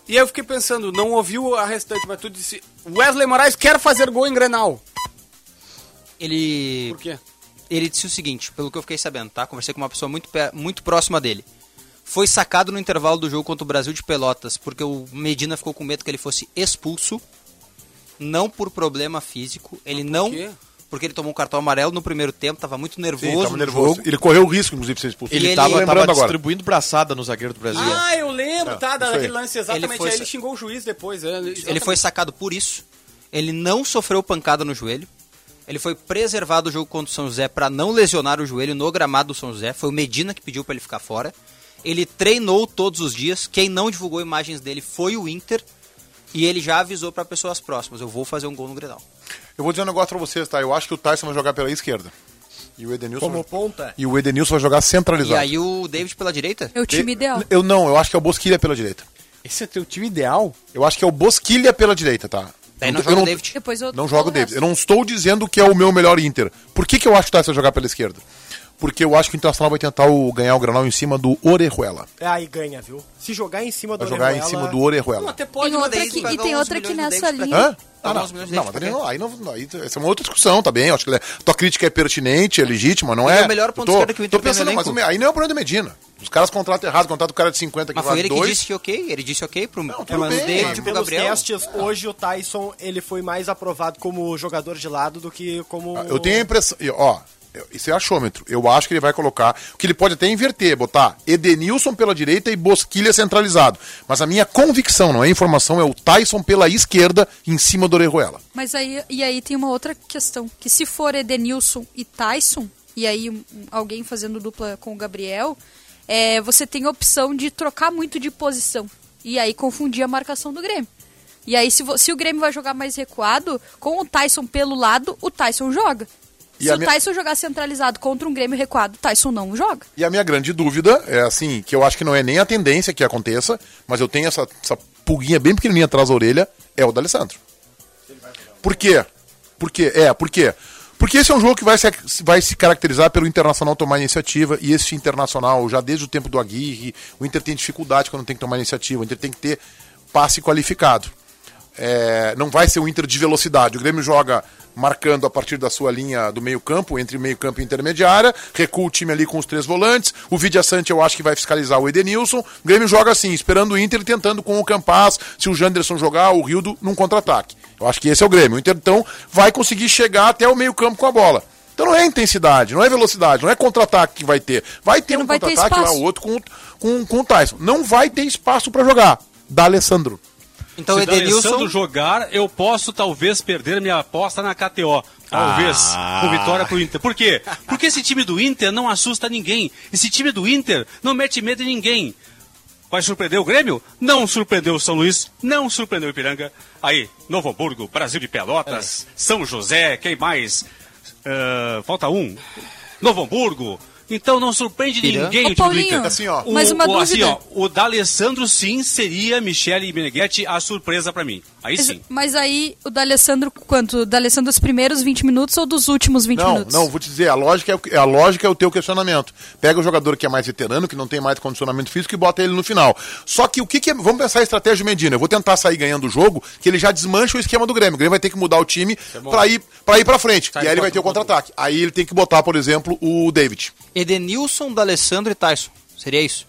Speaker 2: e eu fiquei pensando, não ouviu a restante, mas tu disse Wesley Moraes quer fazer gol em Grenal.
Speaker 4: Ele.
Speaker 2: Por quê?
Speaker 4: Ele disse o seguinte, pelo que eu fiquei sabendo, tá? Conversei com uma pessoa muito, pe- muito próxima dele. Foi sacado no intervalo do jogo contra o Brasil de Pelotas, porque o Medina ficou com medo que ele fosse expulso, não por problema físico, ele não.
Speaker 2: quê?
Speaker 4: Porque ele tomou um cartão amarelo no primeiro tempo, tava muito nervoso.
Speaker 7: Sim, tava
Speaker 4: no
Speaker 7: nervoso.
Speaker 4: jogo.
Speaker 7: Ele correu o risco, inclusive, de ser expulso.
Speaker 4: E ele
Speaker 7: tava
Speaker 4: tava
Speaker 7: lembrando agora.
Speaker 8: distribuindo braçada no zagueiro do Brasil.
Speaker 2: Ah, eu lembro, tá?
Speaker 7: isso aí.
Speaker 2: Daquele lance, exatamente.
Speaker 4: Ele foi
Speaker 2: aí
Speaker 4: sa-
Speaker 2: ele xingou o juiz depois. é,
Speaker 4: Ele foi sacado por isso. Ele não sofreu pancada no joelho. Ele foi preservado o jogo contra o São José para não lesionar o joelho no gramado do São José. Foi o Medina que pediu para ele ficar fora. Ele treinou todos os dias. Quem não divulgou imagens dele foi o Inter. E ele já avisou para pessoas próximas: eu vou fazer um gol no Grenal.
Speaker 7: Eu vou dizer um negócio pra vocês, tá? Eu acho que o Tyson vai jogar pela esquerda. E o Edenilson.
Speaker 5: Como ponta?
Speaker 7: E o Edenilson vai jogar centralizado.
Speaker 4: E aí o David pela direita?
Speaker 6: É o time ideal.
Speaker 7: Eu não, eu acho que é o Bosquilha pela direita.
Speaker 2: Esse é teu time ideal?
Speaker 7: Eu acho que é o Bosquilha pela direita, tá?
Speaker 4: Daí não
Speaker 7: eu
Speaker 4: joga o David.
Speaker 6: Depois eu
Speaker 7: Não joga o
Speaker 6: falo
Speaker 7: Davis.
Speaker 6: resto.
Speaker 7: Eu não estou dizendo que é o meu melhor Inter. Por que, que eu acho que o Tyson vai jogar pela esquerda? Porque eu acho que o Internacional vai tentar o- ganhar o Granal em cima do Orejuela.
Speaker 5: é, Aí ganha, viu? Se jogar em cima do
Speaker 7: Vai jogar em
Speaker 5: Orejuela-
Speaker 7: cima do Orejuela.
Speaker 2: Até
Speaker 6: Tem
Speaker 2: pode, mas
Speaker 6: outra
Speaker 4: daí
Speaker 6: que-
Speaker 4: pagar
Speaker 6: e tem
Speaker 4: 11
Speaker 6: outra que
Speaker 4: milhões do
Speaker 6: nessa
Speaker 4: David
Speaker 6: linha.
Speaker 4: pra-
Speaker 7: Hã?
Speaker 4: Tá
Speaker 7: Ah, não,
Speaker 4: bom, os milhões deles,
Speaker 7: não, mas
Speaker 4: por
Speaker 7: aí
Speaker 4: quê?
Speaker 7: não, aí não, aí tu- essa é uma outra discussão, tá bem? Eu acho que ele é- tua crítica é pertinente, é legítima, não
Speaker 4: Ele
Speaker 7: é?
Speaker 4: é o melhor ponto
Speaker 7: Eu tô,
Speaker 4: esquerdo que o Inter
Speaker 7: tô
Speaker 4: tem no
Speaker 7: pensando, mas
Speaker 4: elenco.
Speaker 7: aí não é o problema do Medina. Os caras contratam errado, contratam o cara de 50 que
Speaker 4: Mas foi
Speaker 7: vale
Speaker 4: ele que
Speaker 7: dois.
Speaker 4: disse que é ok. Ele disse ok pro, pro
Speaker 7: tudo bem,
Speaker 4: David
Speaker 7: mas
Speaker 4: e pro
Speaker 5: é Pelos
Speaker 4: Gabriel.
Speaker 5: testes, hoje o Tyson ele foi mais aprovado como jogador de lado do que como.
Speaker 7: Ah, Eu tenho a impressão. e, Ó, eu- isso é achômetro. Eu acho que ele vai colocar. Que ele pode até inverter, botar Edenilson pela direita e Bosquilha centralizado. Mas a minha convicção, não é informação, é o Tyson pela esquerda em cima do Orejuela.
Speaker 6: Mas aí, e aí tem uma outra questão, que se for Edenilson e Tyson, e aí um- um- alguém fazendo dupla com o Gabriel, é, você tem a opção de trocar muito de posição, e aí confundir a marcação do Grêmio. E aí se, vo- se o Grêmio vai jogar mais recuado, com o Tyson pelo lado, o Tyson joga.
Speaker 7: E
Speaker 6: se
Speaker 7: a
Speaker 6: o
Speaker 7: minha-
Speaker 6: Tyson jogar centralizado contra um Grêmio recuado, o Tyson não joga.
Speaker 7: E a minha grande dúvida é assim, que eu acho que não é nem a tendência que aconteça, mas eu tenho essa, essa pulguinha bem pequenininha atrás da orelha, é o D'Alessandro. Por quê? Por quê? É, por quê? Porque esse é um jogo que vai se, vai se caracterizar pelo Internacional tomar iniciativa, e esse Internacional, já desde o tempo do Aguirre, o Inter tem dificuldade quando tem que tomar iniciativa, o Inter tem que ter passe qualificado. É, não vai ser um Inter de velocidade. O Grêmio joga marcando a partir da sua linha do meio-campo, entre meio-campo e intermediária, recua o time ali com os três volantes. O Vidia Sante eu acho que vai fiscalizar o Edenilson. O Grêmio joga assim, esperando o Inter, tentando com o Campaz, se o Janderson jogar, o Rildo num contra-ataque. Eu acho que esse é o Grêmio. O Inter então vai conseguir chegar até o meio-campo com a bola. Então não é intensidade, não é velocidade, não é contra-ataque que vai ter. Vai ter
Speaker 6: não
Speaker 7: um
Speaker 6: vai ter
Speaker 7: contra-ataque lá,
Speaker 6: espaço.
Speaker 7: o outro com, com, com o Tyson. Não vai ter espaço pra jogar. Da Alessandro.
Speaker 4: Então
Speaker 3: Se tá
Speaker 4: Edenilson.
Speaker 3: D'Alessandro jogar, eu posso talvez perder minha aposta na KTO. Talvez.
Speaker 4: Ah.
Speaker 3: Com vitória pro Inter. Por quê? Porque esse time do Inter não assusta ninguém. Esse time do Inter não mete medo em ninguém. Vai surpreender o Grêmio? Não surpreendeu o São Luís, não surpreendeu o Ipiranga. Aí, Novo Hamburgo, Brasil de Pelotas,
Speaker 4: É.
Speaker 3: São José, quem mais? Ah, falta um. Novo Hamburgo. Então não surpreende
Speaker 4: Ipiranga.
Speaker 3: ninguém
Speaker 6: Ô,
Speaker 3: o time do
Speaker 6: Paulinho,
Speaker 3: Inter.
Speaker 7: Assim, ó.
Speaker 6: mas uma
Speaker 3: o, assim,
Speaker 6: dúvida.
Speaker 3: ó, o D'Alessandro sim seria Michele Meneghetti a surpresa pra mim. Aí
Speaker 6: Mas-
Speaker 3: sim.
Speaker 6: Mas aí o D'Alessandro, quanto? O D'Alessandro dos primeiros 20 minutos ou dos últimos 20
Speaker 7: Não,
Speaker 6: minutos?
Speaker 7: não, vou te dizer, a lógica, é, o- a lógica é o teu questionamento. Pega o jogador que é mais veterano, que não tem mais condicionamento físico e bota ele no final. Só que o que, que é, vamos pensar a estratégia do Medina. Eu vou tentar sair ganhando o jogo, que ele já desmancha o esquema do Grêmio. O Grêmio vai ter que mudar o time pra ir para ir para frente. e aí ele vai ter o contra-ataque. Aí ele tem que botar, por exemplo, o David.
Speaker 4: Edenilson, D'Alessandro e Tyson. Seria isso?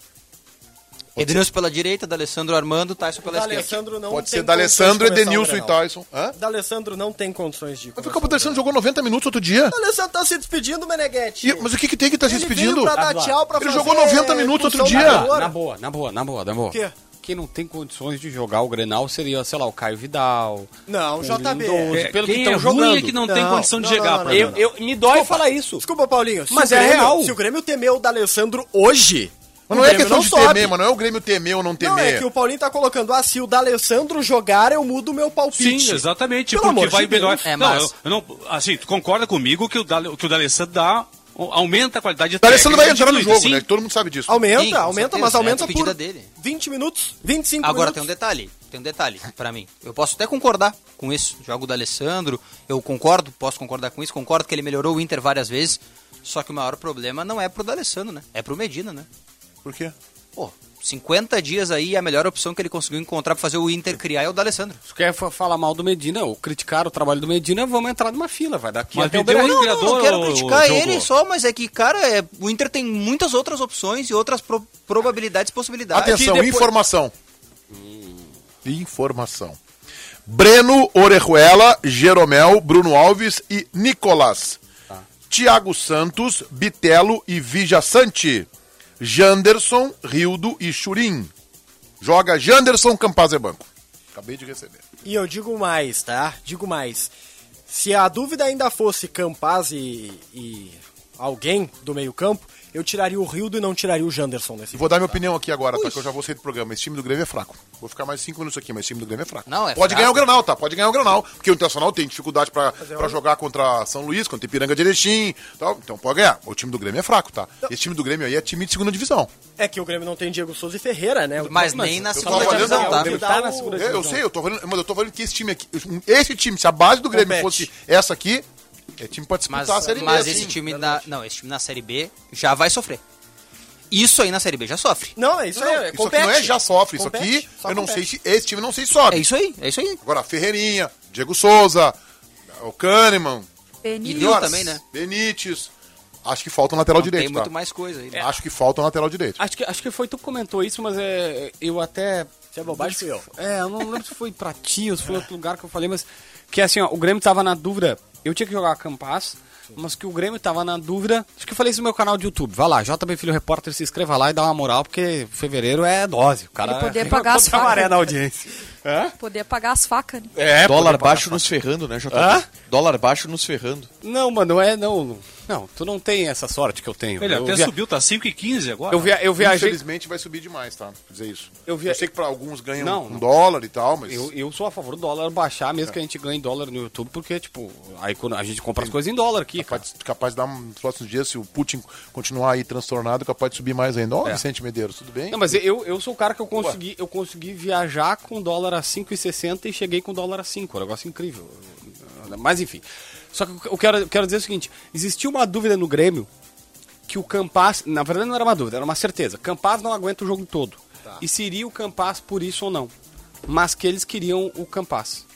Speaker 4: Edenilson pela direita, D'Alessandro armando, Tyson pela esquerda.
Speaker 5: D'Alessandro não
Speaker 7: Pode
Speaker 5: tem
Speaker 7: ser D'Alessandro,
Speaker 5: condições de começar
Speaker 7: Edenilson
Speaker 5: o
Speaker 7: e
Speaker 5: Grenal.
Speaker 7: Tyson. Hã?
Speaker 5: D'Alessandro não tem condições de.
Speaker 7: Mas
Speaker 5: começar
Speaker 7: o
Speaker 5: o
Speaker 7: D'Alessandro jogou 90 minutos outro dia.
Speaker 5: Grenal. D'Alessandro tá se despedindo, Meneghetti.
Speaker 7: assim, E- mas o que, que tem que tá se
Speaker 5: Ele
Speaker 7: despedindo?
Speaker 5: veio pra dar tchau, pra
Speaker 7: Ele
Speaker 5: fazer
Speaker 7: jogou 90 minutos outro
Speaker 5: expulsão
Speaker 7: dia.
Speaker 5: da Cor.
Speaker 2: Na boa, na boa, na boa, na boa.
Speaker 5: Quê?
Speaker 2: Quem não tem condições de jogar o Grenal seria, sei lá, o Caio Vidal.
Speaker 5: Não, JB.
Speaker 2: Lindoso,
Speaker 3: É,
Speaker 2: pelo
Speaker 3: quem
Speaker 2: que
Speaker 3: é
Speaker 2: estão
Speaker 3: ruim
Speaker 2: jogando.
Speaker 3: é que não, tem
Speaker 5: Não,
Speaker 3: condição de
Speaker 5: não,
Speaker 3: chegar.
Speaker 5: não, não,
Speaker 3: pra
Speaker 5: não,
Speaker 3: mim.
Speaker 5: não.
Speaker 2: Eu, me dói falar isso.
Speaker 5: Desculpa, Paulinho. se
Speaker 2: Mas
Speaker 5: o
Speaker 2: é
Speaker 5: Grêmio-
Speaker 2: real.
Speaker 5: Se o Grêmio temeu o D'Alessandro hoje.
Speaker 7: Mas
Speaker 5: o
Speaker 7: não é
Speaker 5: Grêmio
Speaker 7: questão
Speaker 5: não
Speaker 7: de
Speaker 5: sobe.
Speaker 7: temer, mano. Não é o Grêmio temer ou não temer.
Speaker 5: Não, é que o Paulinho tá colocando, ah, se o D'Alessandro jogar, eu mudo o meu palpite.
Speaker 3: Sim, exatamente,
Speaker 5: Pelo
Speaker 3: porque
Speaker 5: amor
Speaker 3: vai
Speaker 5: de Deus.
Speaker 3: melhor.
Speaker 4: É,
Speaker 3: não,
Speaker 4: mas-
Speaker 3: eu- eu não- assim, tu concorda comigo que o Dale- que o D'Alessandro dá aumenta a qualidade
Speaker 7: O Alessandro vai
Speaker 3: técnica,
Speaker 7: entrar no
Speaker 3: diminui,
Speaker 7: jogo,
Speaker 3: É, sim.
Speaker 7: né? Todo mundo sabe disso.
Speaker 5: Aumenta,
Speaker 4: Sim, com
Speaker 5: aumenta,
Speaker 4: certeza,
Speaker 5: mas
Speaker 4: é a
Speaker 5: aumenta por
Speaker 4: despedida dele.
Speaker 5: 20 minutos, 25
Speaker 4: Agora tem um
Speaker 5: minutos.
Speaker 4: detalhe, tem um detalhe pra mim. Eu posso até concordar com isso. Jogo do Alessandro, eu concordo, posso concordar com isso, concordo que ele melhorou o Inter várias vezes. Só que o maior problema não é pro D'Alessandro, né? É pro Medina, né?
Speaker 7: Por quê?
Speaker 4: Pô, 50 dias aí, é a melhor opção que ele conseguiu encontrar pra fazer o Inter criar é o D'Alessandro.
Speaker 2: Se quer fa- falar mal do Medina ou criticar o trabalho do Medina, vamos entrar numa fila, vai daqui
Speaker 3: Mas
Speaker 2: até o
Speaker 3: me deu
Speaker 2: Beira-Rio.
Speaker 3: um- criador,
Speaker 4: quero
Speaker 3: ô,
Speaker 4: criticar
Speaker 3: Diogo.
Speaker 4: ele só, mas é que, cara, é- o Inter tem muitas outras opções e outras pro- probabilidades e possibilidades.
Speaker 7: Atenção,
Speaker 4: E depois-
Speaker 7: informação. Informação. Breno Orejuela, Jeromel, Bruno Alves e Nicolas. Tiago Santos, Bitelo e Vijaçante. Janderson, Rildo e Churim. Joga Janderson Campazebanco. Acabei de receber.
Speaker 5: E eu digo mais, tá? Digo mais. Se a dúvida ainda fosse Campaz e, e alguém do meio-campo, eu tiraria o Rildo e não tiraria o Janderson nesse
Speaker 7: E vou dar minha opinião aqui agora, tá? Que eu já vou sair do programa. Esse time do Grêmio é fraco. Vou ficar mais cinco minutos aqui, mas esse time do Grêmio é fraco.
Speaker 4: Não, é
Speaker 7: Pode
Speaker 4: fraco.
Speaker 7: ganhar o Granal, tá? Pode ganhar o Granal. Porque o Internacional tem dificuldade pra,
Speaker 5: é
Speaker 7: pra jogar contra São Luís, contra Ipiranga de Erechim tal. Então pode ganhar. O time do Grêmio é fraco, tá? Esse time do Grêmio aí é time de segunda divisão.
Speaker 5: É que o Grêmio não tem Diego Souza e Ferreira, né? O-
Speaker 4: Mas nem na
Speaker 5: eu
Speaker 4: segunda
Speaker 5: tava olhando,
Speaker 4: divisão, tá?
Speaker 5: o Grêmio tá na segunda
Speaker 7: É,
Speaker 5: divisão.
Speaker 7: eu sei, eu tô falando, mas eu tô falando que esse time aqui, esse time, se a base do Grêmio
Speaker 5: Compete.
Speaker 7: fosse essa aqui, é time pra disputar
Speaker 4: Mas,
Speaker 7: a Série B,
Speaker 4: mas
Speaker 7: assim.
Speaker 4: esse time na, não, esse time na Série B já vai sofrer. Isso aí na Série B já sofre.
Speaker 5: Não, é isso aí.
Speaker 7: Isso aqui não é já sofre, isso aqui, eu não sei se esse time não sei se sobe.
Speaker 4: É isso aí, é isso aí.
Speaker 7: Agora, Ferreirinha, Diego Souza, o Kahneman,
Speaker 4: E
Speaker 6: Benítez.
Speaker 4: deu
Speaker 7: Melhoras.
Speaker 4: também, né?
Speaker 7: Benítez. Acho que falta um lateral
Speaker 4: Não,
Speaker 7: direito.
Speaker 4: tem muito
Speaker 7: tá?
Speaker 4: mais coisa aí. né?
Speaker 7: Acho que falta um lateral direito.
Speaker 5: Ah,
Speaker 2: Acho que, acho que foi tu que comentou isso, mas é, eu até.
Speaker 5: Se é bobagem, fui eu.
Speaker 2: É, eu não lembro se foi pra ti ou se foi outro lugar que eu falei, mas. Que assim, ó, o Grêmio tava na dúvida. Eu tinha que jogar a Campas, mas que o Grêmio tava na dúvida. Acho que eu falei isso no meu canal de YouTube. Vai lá, JB Filho Repórter, se inscreva lá e dá uma moral, porque fevereiro é dose. O cara
Speaker 6: Ele poder pagar as
Speaker 2: Cabaré
Speaker 6: facas.
Speaker 2: na audiência.
Speaker 6: Poder pagar as facas, né?
Speaker 2: É,
Speaker 8: Dólar baixo nos ferrando, né, JB?
Speaker 2: Hã?
Speaker 8: Dólar baixo nos ferrando.
Speaker 2: Não, mano, é não. Não, tu não tem essa sorte que eu tenho.
Speaker 3: Ele
Speaker 2: eu
Speaker 3: até
Speaker 2: via-
Speaker 3: subiu, tá 5 e 15 agora.
Speaker 2: Eu, via, eu viajei.
Speaker 7: Infelizmente vai subir demais, tá? Vou dizer isso.
Speaker 2: Eu
Speaker 7: Eu,
Speaker 2: vi-
Speaker 7: sei que pra alguns ganham
Speaker 2: Não,
Speaker 7: um
Speaker 2: não.
Speaker 7: dólar e tal, mas.
Speaker 2: Eu, eu sou a favor do dólar baixar, mesmo
Speaker 4: É.
Speaker 2: que a gente ganhe dólar no YouTube, porque, tipo, aí quando a gente compra as coisas em dólar aqui. cara.
Speaker 7: Capaz, capaz de dar um- nos próximos dias, se o Putin continuar aí transtornado, capaz de subir mais ainda. Ó, Vicente Medeiros, tudo bem?
Speaker 2: Não, mas eu, eu sou o cara que eu consegui, eu consegui viajar com dólar a 5,60 e cheguei com dólar a 5. Um negócio incrível. Mas enfim. Só que eu quero, eu quero dizer é o seguinte: existia uma dúvida no Grêmio que o Campaz. Na verdade, não era uma dúvida, era uma certeza. Campaz não aguenta o jogo todo.
Speaker 4: Tá.
Speaker 2: E seria o Campaz por isso ou não. Mas que eles queriam o Campaz.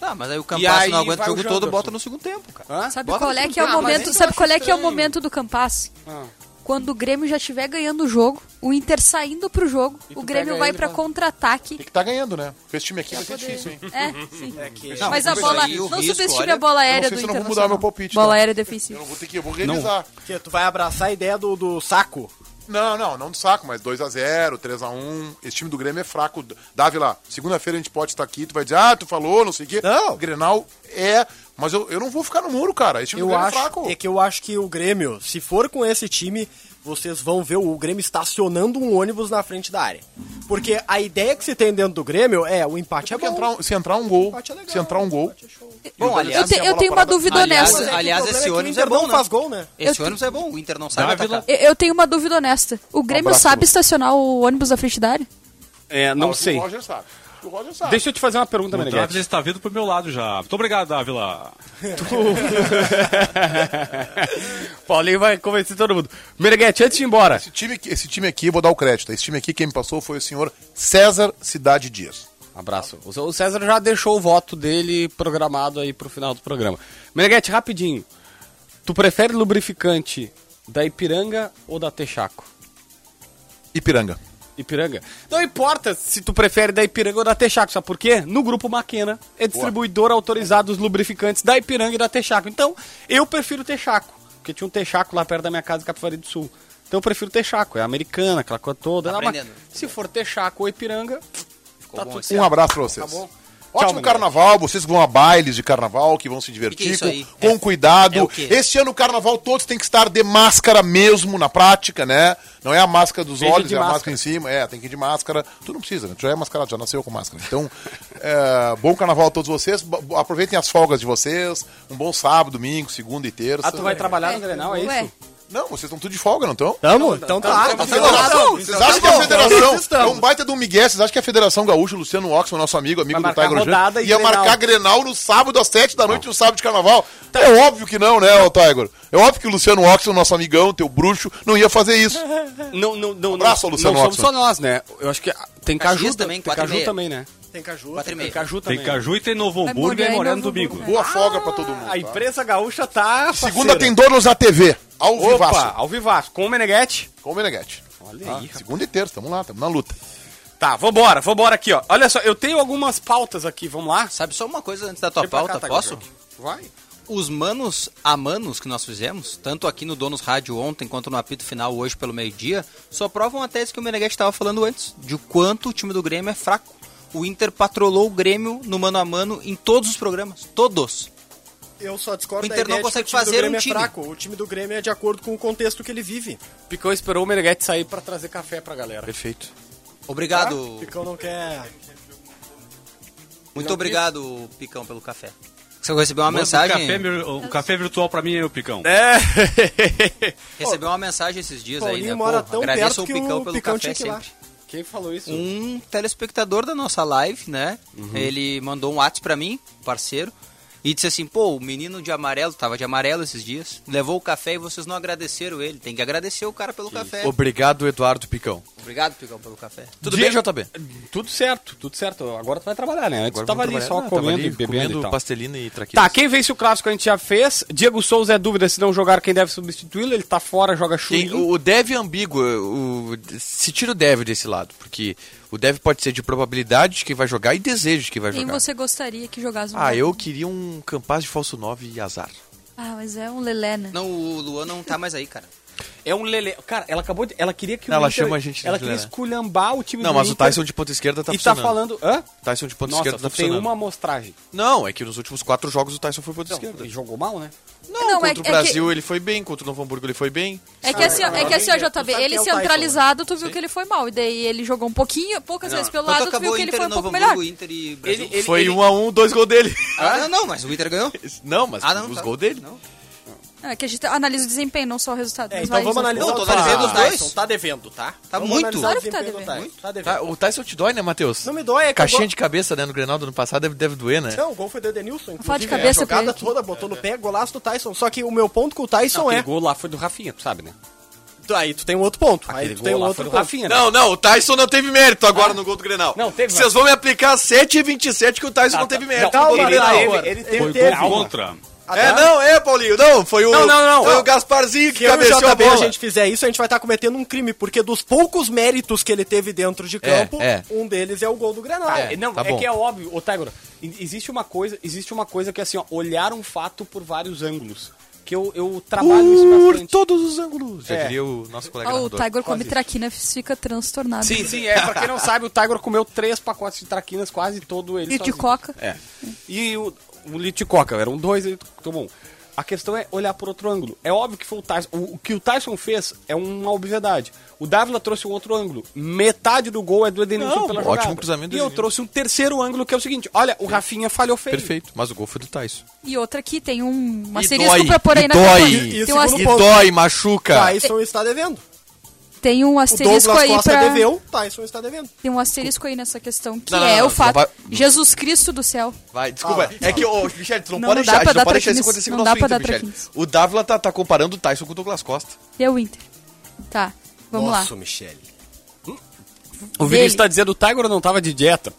Speaker 4: Tá, mas aí o
Speaker 2: E
Speaker 4: Campas
Speaker 2: aí
Speaker 4: não aguenta o
Speaker 2: vai o
Speaker 4: jogo todo,
Speaker 2: Janderson.
Speaker 4: bota no segundo tempo, cara.
Speaker 6: Sabe
Speaker 4: Bota
Speaker 6: qual
Speaker 4: no
Speaker 6: é que é
Speaker 4: time.
Speaker 6: o
Speaker 4: Ah, mas
Speaker 6: momento?
Speaker 4: eu
Speaker 6: Sabe
Speaker 4: acho
Speaker 6: qual é que é o
Speaker 4: estranho.
Speaker 6: momento do Campas?
Speaker 2: Ah.
Speaker 6: Quando o Grêmio já estiver ganhando o jogo, o Inter saindo pro jogo,
Speaker 2: E tu
Speaker 6: o Grêmio
Speaker 2: pega
Speaker 6: vai
Speaker 2: ele,
Speaker 6: pra
Speaker 2: vai.
Speaker 6: contra-ataque.
Speaker 7: Tem que estar ganhando, né? Porque esse time aqui vai ser
Speaker 6: poder-
Speaker 7: difícil, hein?
Speaker 6: É, sim.
Speaker 4: Não,
Speaker 6: Mas a
Speaker 4: isso
Speaker 6: bola.
Speaker 4: aí, o
Speaker 6: Não
Speaker 4: risco,
Speaker 6: subestime
Speaker 4: olha,
Speaker 6: a bola
Speaker 7: Eu não
Speaker 6: aérea
Speaker 7: sei se
Speaker 6: do
Speaker 7: eu
Speaker 6: Inter.
Speaker 7: não vou mudar meu palpite.
Speaker 6: Bola
Speaker 7: tá?
Speaker 6: aérea
Speaker 7: Eu
Speaker 6: defensiva.
Speaker 7: não vou ter que, eu vou revisar.
Speaker 5: Porque tu vai abraçar a ideia do, do saco.
Speaker 7: Não, não, não do saco, mas 2x0, 3x1. Esse time do Grêmio é fraco. Davi lá, segunda-feira a gente pode estar aqui, tu vai dizer, ah, tu falou, não sei o quê.
Speaker 5: Não.
Speaker 7: Grenal é. Mas eu, eu não vou ficar no muro, cara. Esse time do
Speaker 5: Eu
Speaker 7: Grêmio
Speaker 5: acho,
Speaker 7: é fraco.
Speaker 5: é que eu acho que o Grêmio, se for com esse time, vocês vão ver o Grêmio estacionando um ônibus na frente da área. Porque a ideia que se tem dentro do Grêmio é o empate é
Speaker 7: Porque
Speaker 5: bom.
Speaker 7: entrar um- se entrar um gol.
Speaker 5: empate é legal,
Speaker 7: se entrar um gol.
Speaker 5: empate é show.
Speaker 4: Bom,
Speaker 6: Eu,
Speaker 4: aliás,
Speaker 6: te-
Speaker 7: a
Speaker 6: eu
Speaker 7: bola
Speaker 6: tenho uma
Speaker 7: parada-
Speaker 6: dúvida
Speaker 4: Aliás,
Speaker 6: honesta.
Speaker 4: aliás,
Speaker 5: O problema
Speaker 4: esse
Speaker 5: é que o
Speaker 4: ônibus
Speaker 5: Inter
Speaker 4: é bom,
Speaker 5: não
Speaker 4: né?
Speaker 5: faz gol, né?
Speaker 4: Esse
Speaker 6: Eu-
Speaker 4: ônibus é bom, o Inter não sabe
Speaker 3: Dávila.
Speaker 4: atacar.
Speaker 6: Eu- Eu tenho uma dúvida honesta. O Grêmio
Speaker 7: abraço,
Speaker 6: sabe
Speaker 7: Lu.
Speaker 6: estacionar o ônibus da frente da área?
Speaker 2: É, não
Speaker 7: Ah,
Speaker 2: sei.
Speaker 7: O Roger sabe. O Roger sabe.
Speaker 2: Deixa eu te fazer uma
Speaker 3: O
Speaker 2: pergunta,
Speaker 3: Dávila
Speaker 2: Meneghete.
Speaker 3: está tá vindo pro meu lado já. Muito obrigado, Dávila.
Speaker 2: Paulinho vai convencer todo mundo. Meneghete, antes de ir embora.
Speaker 7: Esse time, aqui- esse time aqui, vou dar o crédito. tá? Esse time aqui, quem me passou foi o senhor César Cidade Dias.
Speaker 2: Abraço. O o César já deixou o voto dele programado aí pro final do programa. Meneghete, rapidinho. Tu prefere lubrificante da Ipiranga ou da Texaco?
Speaker 7: Ipiranga.
Speaker 2: Ipiranga? Não importa se tu prefere da Ipiranga ou da Texaco, sabe por quê? No grupo Maquena é distribuidor autorizado dos lubrificantes da Ipiranga e da Texaco. Então, eu prefiro Texaco, porque tinha um Texaco lá perto da minha casa em Capivari do Sul. Então eu prefiro Texaco, é americana, aquela coisa toda.
Speaker 4: Tá
Speaker 2: Não, mas
Speaker 4: aprendendo.
Speaker 2: se for Texaco ou Ipiranga, tá
Speaker 4: bom
Speaker 2: tudo
Speaker 4: esse
Speaker 7: Um abraço pra vocês. Ótimo
Speaker 2: Tchau,
Speaker 7: carnaval, vocês que vão a bailes de carnaval, que vão se
Speaker 4: Que que é
Speaker 7: divertir
Speaker 4: isso aí?
Speaker 7: com, com cuidado.
Speaker 4: é o quê?
Speaker 7: Este ano o carnaval todos tem que estar de máscara mesmo na prática, né? Não é a máscara dos
Speaker 2: Tem que ir
Speaker 7: olhos,
Speaker 2: de
Speaker 7: é a máscara.
Speaker 2: máscara.
Speaker 7: em cima, é, tem que ir de máscara. Tu não precisa, né? Tu já é mascarado, já nasceu com máscara. Então, é, bom carnaval a todos vocês, Bo- bo- aproveitem as folgas de vocês, um bom sábado, domingo, segunda e terça.
Speaker 2: Ah, tu vai trabalhar no Grenal, é isso?
Speaker 6: Ué,
Speaker 7: Não, vocês estão tudo de folga, não estão?
Speaker 5: Tamo?
Speaker 4: né?
Speaker 5: Então tá.
Speaker 7: Não, não, Vocês acham que a
Speaker 5: bom, então
Speaker 7: federação. É
Speaker 5: estamos.
Speaker 7: um baita do Miguel, vocês acham que a Federação Gaúcha, o Luciano Oxman, nosso amigo, amigo
Speaker 2: Vai
Speaker 7: do
Speaker 2: marcar
Speaker 7: Tiger
Speaker 2: rodada
Speaker 7: Júnior,
Speaker 2: e
Speaker 7: ia
Speaker 2: Grenal.
Speaker 7: marcar Grenal no sábado às 7 da noite, no sábado de carnaval.
Speaker 2: Tá.
Speaker 7: É óbvio que não, né, ô Tiger? É óbvio que o Luciano Oxman, nosso amigão, teu bruxo, não ia fazer isso.
Speaker 4: É.
Speaker 2: Não, não,
Speaker 4: Um
Speaker 2: não,
Speaker 7: Abraço,
Speaker 2: não,
Speaker 7: Luciano
Speaker 2: não somos
Speaker 7: Oxman.
Speaker 2: só nós, né? Eu acho que ah, tem Caju
Speaker 4: Caxias também,
Speaker 2: também, tem
Speaker 4: quatro e
Speaker 2: Caju
Speaker 4: meia.
Speaker 2: também, né?
Speaker 5: Tem caju.
Speaker 4: Quatro e
Speaker 2: Tem
Speaker 4: meia.
Speaker 2: Caju também.
Speaker 3: Tem Caju e tem Novo Hamburgo e
Speaker 6: Morbihan
Speaker 3: aí
Speaker 6: e
Speaker 3: Moreno
Speaker 6: Novo
Speaker 3: domingo.
Speaker 6: Hamburgo,
Speaker 7: Boa folga pra todo mundo.
Speaker 2: A
Speaker 7: Tá?
Speaker 2: imprensa gaúcha tá.
Speaker 7: Segunda tem
Speaker 2: parceira.
Speaker 7: donos na TV, ao
Speaker 2: Opa,
Speaker 7: vivaço.
Speaker 2: ao vivaço, com o Meneghetti.
Speaker 7: Com o Meneghete. Tá?
Speaker 2: Olha aí,
Speaker 7: Segunda e terça, tamo lá, tamo na luta.
Speaker 2: Tá, vambora, vambora aqui, ó. Olha só, eu tenho algumas pautas aqui, vamos lá?
Speaker 4: Sabe só uma coisa antes da tua
Speaker 2: Vem pra cá,
Speaker 4: pauta,
Speaker 5: tá,
Speaker 2: Tiger
Speaker 4: posso?
Speaker 2: Joe. Vai.
Speaker 4: Os manos a manos que nós fizemos, tanto aqui no Donos Rádio ontem quanto no apito final hoje pelo meio-dia, só provam a tese que o Meneghetti estava falando antes, de o quanto o time do Grêmio é fraco. O Inter patrolou o Grêmio no mano a mano em todos os programas, todos.
Speaker 5: Eu só discordo
Speaker 4: O
Speaker 5: da
Speaker 4: Inter não
Speaker 5: ideia de que
Speaker 4: consegue
Speaker 5: o time do
Speaker 4: fazer
Speaker 5: Grêmio
Speaker 4: um time.
Speaker 5: É fraco. O time do Grêmio é de acordo com o contexto que ele vive.
Speaker 2: Picão esperou o Meneghetti sair pra trazer café pra galera.
Speaker 7: Perfeito.
Speaker 4: Obrigado,
Speaker 5: O Picão não quer...
Speaker 4: muito obrigado, Picão, pelo café. Você recebeu uma
Speaker 3: Manda um
Speaker 4: mensagem,
Speaker 3: café vir- Um café virtual pra mim aí, o Picão.
Speaker 2: É!
Speaker 4: recebeu uma mensagem esses dias aí, né?
Speaker 5: Paulinho mora
Speaker 4: Pô,
Speaker 5: tão
Speaker 4: agradeço
Speaker 5: perto
Speaker 4: ao
Speaker 5: que o
Speaker 4: Picão pelo
Speaker 5: Picão
Speaker 4: café
Speaker 5: tinha que ir lá.
Speaker 4: sempre.
Speaker 2: Quem falou isso?
Speaker 4: um telespectador da nossa live, né?
Speaker 8: Uhum.
Speaker 4: Ele mandou um WhatsApp pra mim, parceiro, e disse assim: pô, o menino de amarelo, tava de amarelo esses dias, levou o café e vocês não agradeceram ele. Tem que agradecer o cara pelo
Speaker 2: É.
Speaker 4: café.
Speaker 8: Obrigado, Eduardo Picão.
Speaker 4: Obrigado, Picão, pelo café.
Speaker 8: Tudo
Speaker 2: Dia-
Speaker 8: bem, JB?
Speaker 2: Tudo certo, tudo certo. Agora tu vai trabalhar, né? Antes
Speaker 8: Agora
Speaker 2: tu tava ali
Speaker 8: vamos
Speaker 2: só
Speaker 8: trabalhar. Ah, tava
Speaker 2: comendo
Speaker 8: ali
Speaker 2: e bebendo e tal.
Speaker 8: pastelina e traquinas.
Speaker 2: Tá, quem vence o clássico a gente já fez. Diego Souza é dúvida se não jogar quem deve substituí-lo. Ele tá fora, joga
Speaker 8: Tem-
Speaker 2: chute.
Speaker 8: o deve é ambíguo. o- se tira o deve desse lado, porque o deve pode ser de probabilidade de quem vai jogar e desejo de quem vai
Speaker 6: Quem
Speaker 8: jogar.
Speaker 6: você gostaria que jogasse no
Speaker 8: Ah,
Speaker 6: gol?
Speaker 8: eu queria um Campaz de falso 9 e azar.
Speaker 6: Ah, mas é um lelé, né?
Speaker 4: Não, o Luan não tá mais aí, cara.
Speaker 2: É um lele. Cara, ela acabou de. Ela queria que
Speaker 8: Ela chama a gente de
Speaker 2: Ela queria
Speaker 8: lelé.
Speaker 2: esculhambar o time
Speaker 8: Não,
Speaker 2: do
Speaker 8: mas o
Speaker 2: Inter
Speaker 8: Tyson de ponta esquerda tá
Speaker 2: Uhum. E tá
Speaker 8: funcionando.
Speaker 2: falando. Hã?
Speaker 8: Tyson de ponta
Speaker 2: Nossa,
Speaker 8: esquerda tá
Speaker 2: tu tem
Speaker 8: funcionando.
Speaker 2: uma amostragem.
Speaker 8: Não, é que nos últimos quatro jogos o Tyson foi ponta
Speaker 2: Não,
Speaker 8: esquerda.
Speaker 2: ele jogou mal, né?
Speaker 8: Não,
Speaker 6: Não, é-
Speaker 8: contra
Speaker 6: é
Speaker 8: o
Speaker 6: que-
Speaker 8: Brasil ele foi bem, contra o Novo Hamburgo ele foi bem.
Speaker 6: É que assim, ó, é que assim, ó,
Speaker 5: Tu sabe
Speaker 6: JB,
Speaker 5: quem
Speaker 6: ele
Speaker 5: é o
Speaker 6: centralizado, tu viu que ele foi mal. E daí ele jogou um pouquinho, poucas vezes pelo
Speaker 4: Quanto
Speaker 6: lado, tu viu que ele foi um pouco melhor.
Speaker 4: Hamburgo, Então Inter e Brasil.
Speaker 8: foi um a um, dois gols dele.
Speaker 4: Ah, não, não, mas o Inter ganhou.
Speaker 8: Não, mas
Speaker 4: Ah, não,
Speaker 8: os
Speaker 4: tá.
Speaker 8: gols dele.
Speaker 4: Não.
Speaker 6: É que a gente analisa o desempenho, não só o resultado.
Speaker 5: É,
Speaker 6: mas
Speaker 5: então
Speaker 6: vai
Speaker 5: vamos
Speaker 6: analisar.
Speaker 5: analisar
Speaker 4: Não, tô
Speaker 5: o desempenho
Speaker 4: analisando
Speaker 5: do
Speaker 4: os dois.
Speaker 5: Tyson. Tá devendo, tá?
Speaker 4: Tá
Speaker 5: Vamos
Speaker 4: muito.
Speaker 5: analisar o
Speaker 6: Claro que tá
Speaker 5: desempenho do
Speaker 6: devendo.
Speaker 5: Tyson. Tá devendo.
Speaker 8: Tá, o Tyson te dói, né, Matheus?
Speaker 5: Não me dói, é que eu
Speaker 8: Caixinha
Speaker 5: go-
Speaker 8: de cabeça, né, no Grenal do ano passado deve, deve doer, né?
Speaker 5: Não, o gol foi do Edenilson.
Speaker 6: Fala de
Speaker 5: inclusive, É,
Speaker 6: cabeça
Speaker 5: a
Speaker 6: pra
Speaker 5: jogada
Speaker 6: ele.
Speaker 5: toda, botou no pé, golaço do Tyson. Só que o meu ponto com o Tyson
Speaker 2: Aquele
Speaker 5: é...
Speaker 2: gol lá foi do Rafinha, tu sabe, né?
Speaker 5: Aí tu tem um outro ponto.
Speaker 2: Aquele
Speaker 5: aí tu
Speaker 2: gol
Speaker 5: tem um
Speaker 2: lá foi
Speaker 5: outro
Speaker 2: do
Speaker 5: ponto.
Speaker 2: Rafinha, né?
Speaker 8: Não, não, o Tyson não teve mérito agora no gol do Grenal.
Speaker 2: Não, teve,
Speaker 8: Vocês
Speaker 2: mas-
Speaker 8: vão me aplicar 7 e 27 que o Tyson não tá teve mérito. no gol do
Speaker 5: Calma,
Speaker 8: Grenal.
Speaker 5: tá. não, ele, ele teve...
Speaker 3: Foi
Speaker 5: teve-
Speaker 3: gol contra.
Speaker 8: É, não, é, Paulinho, não, foi o...
Speaker 2: Ah, tá? Não, não, não,
Speaker 8: Foi
Speaker 2: não.
Speaker 8: o Gasparzinho que
Speaker 5: Se eu e
Speaker 8: cabeceou
Speaker 5: o
Speaker 8: a
Speaker 5: JB a,
Speaker 8: bola.
Speaker 5: gente fizer isso, a gente vai estar cometendo um crime, porque dos poucos méritos que ele teve dentro de campo,
Speaker 8: é.
Speaker 5: um deles é o gol do Granal.
Speaker 2: Ah, não,
Speaker 8: tá
Speaker 2: é
Speaker 8: bom.
Speaker 2: que é óbvio, ô Tagora, e- existe uma coisa, existe uma coisa que é assim, ó, olhar um fato por vários ângulos. Que eu, eu trabalho isso
Speaker 8: Por
Speaker 2: bastante.
Speaker 8: todos os ângulos. Já
Speaker 2: É.
Speaker 8: diria o nosso colega
Speaker 6: Ah, o
Speaker 8: narrador.
Speaker 6: Tiger come traquina fica transtornado.
Speaker 2: Sim, sim, é. Pra quem não sabe, o Tiger comeu três pacotes de traquinas, quase todo ele.
Speaker 6: E de
Speaker 2: sozinho.
Speaker 6: coca.
Speaker 2: É. E o, o litro de coca, eram dois, ele tomou um. A questão é olhar por outro ângulo. É óbvio que foi o Tyson. O, o que o Tyson fez é uma obviedade. O Dávila trouxe um outro ângulo. Metade do gol é do Edenilson
Speaker 8: Não,
Speaker 2: pela
Speaker 8: ótimo
Speaker 2: jogada.
Speaker 8: cruzamento
Speaker 2: E
Speaker 8: do
Speaker 2: eu
Speaker 8: Edenilson.
Speaker 2: trouxe um terceiro ângulo que é o seguinte: olha, o Rafinha falhou feio.
Speaker 8: Perfeito, mas o gol foi do Tyson.
Speaker 6: E outra aqui, tem um, uma
Speaker 8: E
Speaker 6: asterisco
Speaker 8: dói,
Speaker 6: pra pôr
Speaker 8: e
Speaker 6: aí na
Speaker 8: dói.
Speaker 6: campanha.
Speaker 5: E o
Speaker 6: Tem um, as-
Speaker 5: segundo
Speaker 8: E
Speaker 5: ponto.
Speaker 8: dói, machuca.
Speaker 5: Tyson está devendo.
Speaker 6: tem um
Speaker 5: O
Speaker 6: asterisco
Speaker 5: Douglas
Speaker 6: aí
Speaker 5: Costa
Speaker 6: pra...
Speaker 5: deveu, Tyson está devendo.
Speaker 6: Tem um asterisco aí nessa questão, que
Speaker 8: Não, não,
Speaker 6: é
Speaker 8: não,
Speaker 6: o
Speaker 8: não
Speaker 6: fato...
Speaker 8: vai-
Speaker 6: Jesus Cristo do céu.
Speaker 8: Vai, desculpa.
Speaker 5: Fala.
Speaker 8: é que, ô, Michel, tu não,
Speaker 6: Não,
Speaker 8: pode
Speaker 6: não dá
Speaker 8: deixar,
Speaker 6: pra
Speaker 8: tu não
Speaker 6: dar
Speaker 8: pode deixar esse
Speaker 6: traquinice.
Speaker 8: 55
Speaker 6: Não
Speaker 8: nosso
Speaker 6: dá pra
Speaker 8: Inter,
Speaker 6: dar
Speaker 8: Michel.
Speaker 6: traquinice.
Speaker 8: O Dávila tá, tá comparando o Tyson com o Douglas Costa.
Speaker 6: E é o Inter. Tá, vamos
Speaker 5: Nossa,
Speaker 6: lá.
Speaker 5: Michele.
Speaker 2: O
Speaker 6: Vinícius
Speaker 2: Vinícius
Speaker 6: Ele.
Speaker 2: tá
Speaker 6: tá
Speaker 2: dizendo o Tiger não tava de dieta.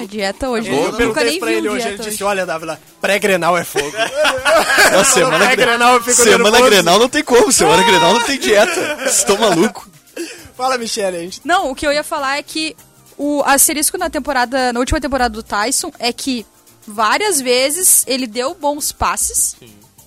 Speaker 6: A dieta hoje,
Speaker 5: Eu,
Speaker 6: eu nunca
Speaker 5: perguntei
Speaker 6: nem
Speaker 5: pra
Speaker 6: vi
Speaker 5: ele
Speaker 6: um
Speaker 5: hoje,
Speaker 6: dieta
Speaker 5: ele
Speaker 6: hoje.
Speaker 5: disse, olha, Dávila, pré-Grenal é fogo.
Speaker 8: Na semana
Speaker 5: Gre-
Speaker 8: é Grenal, eu fico
Speaker 5: Semana
Speaker 8: nervoso. Ah!
Speaker 5: Grenal
Speaker 8: não tem como, semana Grenal não tem dieta. Vocês estão maluco?
Speaker 5: Fala, Michele, a gente...
Speaker 6: Não, o que eu ia falar é que o asterisco na temporada, na última temporada do Tyson é que várias vezes ele deu bons passes,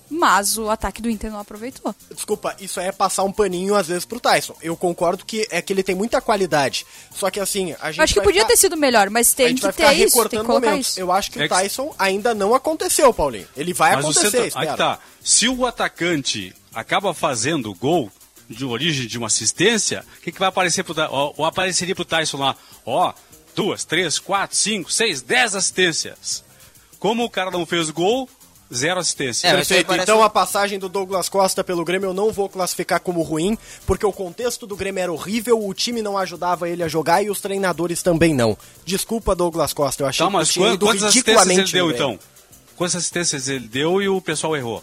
Speaker 6: mas o ataque do Inter não aproveitou.
Speaker 5: Desculpa, isso aí é passar um paninho às vezes pro Tyson. Eu concordo que é que ele tem muita qualidade. Só que assim, a gente
Speaker 6: Eu acho que
Speaker 5: vai
Speaker 6: podia
Speaker 5: ficar-
Speaker 6: ter sido melhor, mas
Speaker 5: a
Speaker 6: tem
Speaker 5: gente
Speaker 6: que
Speaker 5: vai ficar
Speaker 6: ter isso, tem
Speaker 5: recortando
Speaker 6: que colocar
Speaker 5: momentos.
Speaker 6: isso.
Speaker 5: Eu acho que
Speaker 3: É
Speaker 5: o
Speaker 3: que-
Speaker 5: Tyson ainda não aconteceu, Paulinho. Ele vai
Speaker 3: Mas o
Speaker 5: É acontecer,
Speaker 3: centro-
Speaker 5: espera.
Speaker 3: Aí que tá. Se o atacante acaba fazendo o gol de origem de uma assistência, o que, que vai aparecer pro Ta- ó, ou apareceria pro Tyson lá? Ó, duas, três, quatro, cinco, seis, dez assistências. Como o cara não fez gol, zero assistência.
Speaker 4: É, mas
Speaker 5: Perfeito.
Speaker 4: isso aí parece
Speaker 5: Então
Speaker 4: um-
Speaker 5: a passagem do Douglas Costa pelo Grêmio eu não vou classificar como ruim, porque o contexto do Grêmio era horrível, o time não ajudava ele a jogar e os treinadores também não. Desculpa, Douglas Costa, eu achei
Speaker 3: Tá, mas
Speaker 5: que tinha
Speaker 3: quan-
Speaker 5: ido
Speaker 3: quantas assistências ele deu,
Speaker 5: no Grêmio.
Speaker 3: então? Quantas assistências ele deu e o pessoal errou?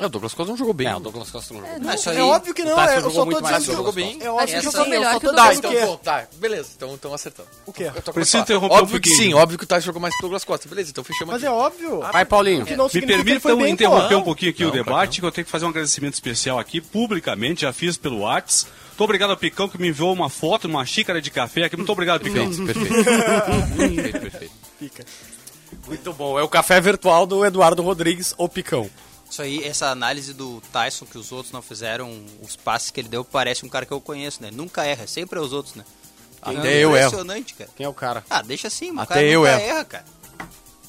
Speaker 8: É, o Douglas Costa não jogou bem.
Speaker 9: É, o Douglas Costa não jogou.
Speaker 4: Não, isso Tá aí...
Speaker 5: É óbvio que não,
Speaker 9: Tássio
Speaker 5: é, eu
Speaker 9: jogou
Speaker 5: só tô
Speaker 9: muito mais,
Speaker 5: dizendo que
Speaker 8: jogou bem.
Speaker 5: Eu acho
Speaker 4: Essa
Speaker 5: que
Speaker 4: sim,
Speaker 5: jogou
Speaker 4: eu
Speaker 6: só
Speaker 5: melhor que
Speaker 6: tô dizendo
Speaker 5: o
Speaker 8: Tá,
Speaker 5: Douglas
Speaker 8: então, bom, tá, beleza, então estão acertando.
Speaker 5: O quê?
Speaker 8: Eu tô com
Speaker 3: Preciso
Speaker 8: a falar.
Speaker 3: interromper um
Speaker 8: Óbvio que
Speaker 3: pouquinho.
Speaker 8: sim, óbvio que o Tássio jogou mais que o Douglas Costa. Beleza, então fechamos
Speaker 5: Mas
Speaker 8: aqui.
Speaker 5: é óbvio.
Speaker 2: Vai, Paulinho.
Speaker 5: que não
Speaker 3: Me
Speaker 5: significa que ele foi
Speaker 3: permitam
Speaker 5: bem, pô.
Speaker 3: interromper um
Speaker 5: Não.
Speaker 3: pouquinho aqui o debate, que eu tenho que fazer um agradecimento especial aqui, publicamente, já fiz pelo Whats. Muito obrigado ao Picão que me enviou uma foto, uma xícara de café aqui. Muito obrigado, Picão.
Speaker 8: Perfeito. perfeito, perfeito.
Speaker 9: Muito bom. É o café virtual do Eduardo Rodrigues, o Picão.
Speaker 4: Isso aí, essa análise do Tyson que os outros não fizeram, os passes que ele deu, parece um cara que eu conheço, né? Nunca erra, sempre é os outros, né?
Speaker 8: Até eu erro.
Speaker 4: Impressionante, cara.
Speaker 2: Quem é o cara?
Speaker 4: Ah, deixa assim, mano. o
Speaker 8: Até
Speaker 4: cara
Speaker 8: eu
Speaker 4: nunca
Speaker 8: erro.
Speaker 4: erra, cara.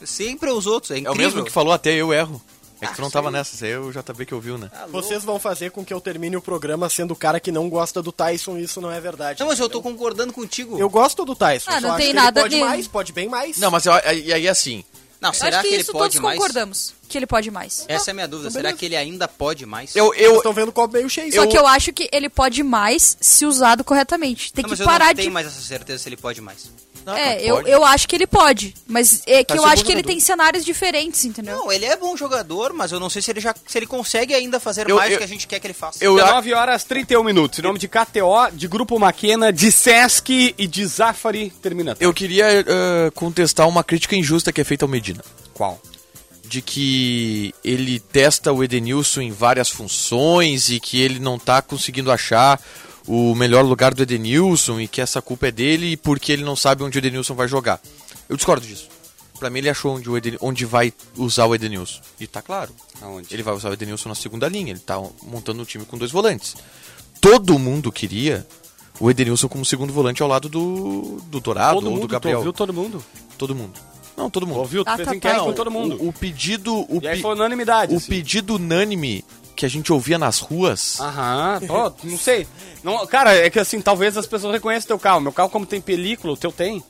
Speaker 4: Sempre é os outros, é
Speaker 8: É
Speaker 4: incrível.
Speaker 8: o mesmo que falou até eu erro. É que tu não
Speaker 4: Ah,
Speaker 8: tava
Speaker 4: sim.
Speaker 8: nessa, isso aí é o JB que ouviu, né?
Speaker 5: Vocês vão fazer com que eu termine o programa sendo o cara que não gosta do Tyson, isso não é verdade.
Speaker 4: Não, mas eu tô concordando contigo.
Speaker 5: Eu gosto do Tyson,
Speaker 6: Ah,
Speaker 5: só
Speaker 6: não
Speaker 5: acho
Speaker 6: tem
Speaker 5: que
Speaker 6: nada
Speaker 5: ele pode
Speaker 6: de-
Speaker 5: mais, pode bem mais.
Speaker 8: tipo- Não, mas eu, e aí assim,
Speaker 4: Não,
Speaker 6: Eu
Speaker 4: será
Speaker 6: acho que,
Speaker 4: ele
Speaker 6: isso
Speaker 4: pode
Speaker 6: todos
Speaker 4: mais?
Speaker 6: concordamos. Que ele pode mais.
Speaker 4: Essa é a minha dúvida. Será que ele ainda pode mais?
Speaker 8: eu,
Speaker 5: Vocês
Speaker 8: eu,
Speaker 5: estão vendo o copo meio cheio.
Speaker 6: Só que eu acho que ele pode mais se usado corretamente. Tem
Speaker 4: não, mas
Speaker 6: que
Speaker 4: eu não
Speaker 6: parar
Speaker 4: tenho
Speaker 6: de.
Speaker 4: mais essa certeza se ele pode mais.
Speaker 8: Não, cara,
Speaker 6: É, eu,
Speaker 8: pode.
Speaker 6: eu acho que ele pode. Mas é que
Speaker 8: Tá,
Speaker 6: eu
Speaker 8: segundo
Speaker 6: acho que ele
Speaker 8: Dudu.
Speaker 6: tem cenários diferentes, entendeu?
Speaker 4: Não, ele é bom jogador, mas eu não sei se ele já se ele consegue ainda fazer
Speaker 8: Eu-
Speaker 4: mais do
Speaker 8: eu-
Speaker 4: que a gente quer que ele faça.
Speaker 8: eu-
Speaker 2: 9 horas 31 minutos. Em nome de KTO, de Grupo Maquena, de Sesc e de Zafari. Termina.
Speaker 8: Eu queria eh, contestar uma crítica injusta que é feita ao Medina. Qual? De que ele testa o Edenilson em várias funções e que ele não tá conseguindo achar o melhor lugar do Edenilson e que essa culpa é dele porque ele não sabe onde o Edenilson vai jogar. Eu discordo disso. Pra mim ele achou onde, o Eden- onde vai usar o Edenilson. E tá claro.
Speaker 2: Aonde?
Speaker 8: Ele vai usar o Edenilson na segunda linha. Ele tá montando um time com dois volantes. Todo mundo queria o Edenilson como segundo volante ao lado do, do Dourado
Speaker 2: todo
Speaker 8: ou
Speaker 2: mundo,
Speaker 8: do
Speaker 2: tu
Speaker 8: Gabriel.
Speaker 2: ouviu todo mundo?
Speaker 8: Todo mundo. Não, todo mundo.
Speaker 2: Ouviu? Tu
Speaker 6: Ah,
Speaker 2: fez
Speaker 6: tá,
Speaker 2: enquete
Speaker 6: tá.
Speaker 2: com todo mundo.
Speaker 8: O, o pedido. O,
Speaker 2: E aí
Speaker 8: pe-
Speaker 2: foi unanimidade.
Speaker 8: o
Speaker 2: assim.
Speaker 8: pedido unânime que a gente ouvia nas ruas.
Speaker 2: Aham, ó, não sei. Não, cara, é que assim, talvez as pessoas reconheçam teu carro. Meu carro, como tem película, o teu tem.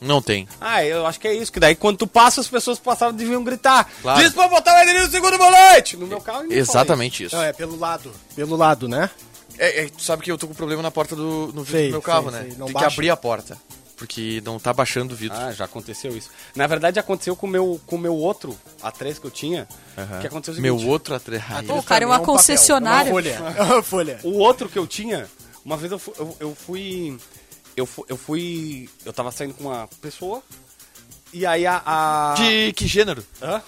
Speaker 8: Não tem.
Speaker 2: Ah, eu acho que é isso. Que daí quando tu passa, as pessoas passavam e deviam gritar.
Speaker 8: Claro.
Speaker 2: Diz pra botar o Edenilson no segundo volante! No meu carro, ninguém fala
Speaker 8: Exatamente isso.
Speaker 5: Não, é pelo lado. Pelo lado, né?
Speaker 8: É, é, tu sabe que eu tô com problema na porta do no vidro
Speaker 5: Sei,
Speaker 8: do meu
Speaker 5: sei,
Speaker 8: carro,
Speaker 5: sei.
Speaker 8: né?
Speaker 5: Não
Speaker 8: tem
Speaker 5: baixa.
Speaker 8: que abrir a porta. Porque não tá baixando o vidro.
Speaker 2: Ah, já aconteceu isso. Na verdade, aconteceu com o meu, com o meu outro A3 que eu tinha. Que aconteceu o
Speaker 8: meu
Speaker 2: seguinte.
Speaker 8: outro atrás.
Speaker 5: Ah,
Speaker 6: Pô, o cara é
Speaker 5: um
Speaker 6: uma concessionária.
Speaker 5: Folha. É uma folha.
Speaker 2: O outro que eu tinha, uma vez eu fu- eu- eu fui. Eu, fu- eu fui. Eu tava saindo com uma pessoa. E aí a. a...
Speaker 8: De que gênero?
Speaker 2: Hã?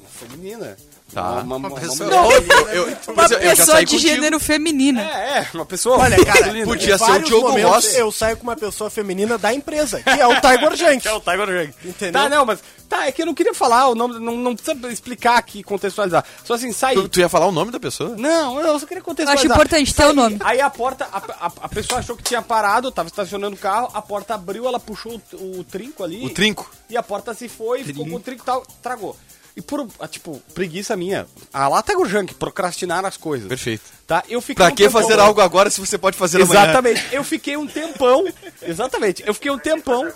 Speaker 2: Uma feminina.
Speaker 8: Tá.
Speaker 2: Uma, uma, uma
Speaker 8: pessoa-
Speaker 2: mulher.
Speaker 8: Eu,
Speaker 6: Uma
Speaker 8: mas eu- eu já
Speaker 6: pessoa
Speaker 8: saí
Speaker 6: de
Speaker 8: contigo.
Speaker 6: gênero feminina.
Speaker 2: É, é, uma pessoa.
Speaker 5: Olha, cara,
Speaker 2: masculina.
Speaker 8: podia- ser o
Speaker 5: vários
Speaker 8: Diogo
Speaker 5: momentos
Speaker 8: Rossi.
Speaker 5: Eu saio com uma pessoa feminina da empresa, que é o Tiger Junk.
Speaker 2: É o Tiger Junk.
Speaker 5: Entendeu?
Speaker 2: Tá, não, mas. Tá, é que eu não queria falar o nome. Não, não precisa explicar aqui, contextualizar. Só assim, sair.
Speaker 8: Tu, tu ia falar o nome da pessoa?
Speaker 2: Não, eu só queria
Speaker 6: Eu
Speaker 2: contextualizar.
Speaker 6: acho importante ter é o nome.
Speaker 2: Aí a porta, a, a- a pessoa achou que tinha parado, tava estacionando o carro, a porta abriu, ela puxou o, o trinco ali.
Speaker 8: O trinco?
Speaker 2: E a porta se foi, ficou com o trinco e tal, tragou. E por, ah, tipo, preguiça minha, a lata é o junk, procrastinar as coisas.
Speaker 8: Perfeito.
Speaker 2: Tá? Eu fiquei
Speaker 8: Pra
Speaker 2: um
Speaker 8: que
Speaker 2: tempão-
Speaker 8: fazer algo agora se você pode fazer amanhã?
Speaker 2: Exatamente. Eu fiquei um tempão. Exatamente. Eu fiquei um tempão.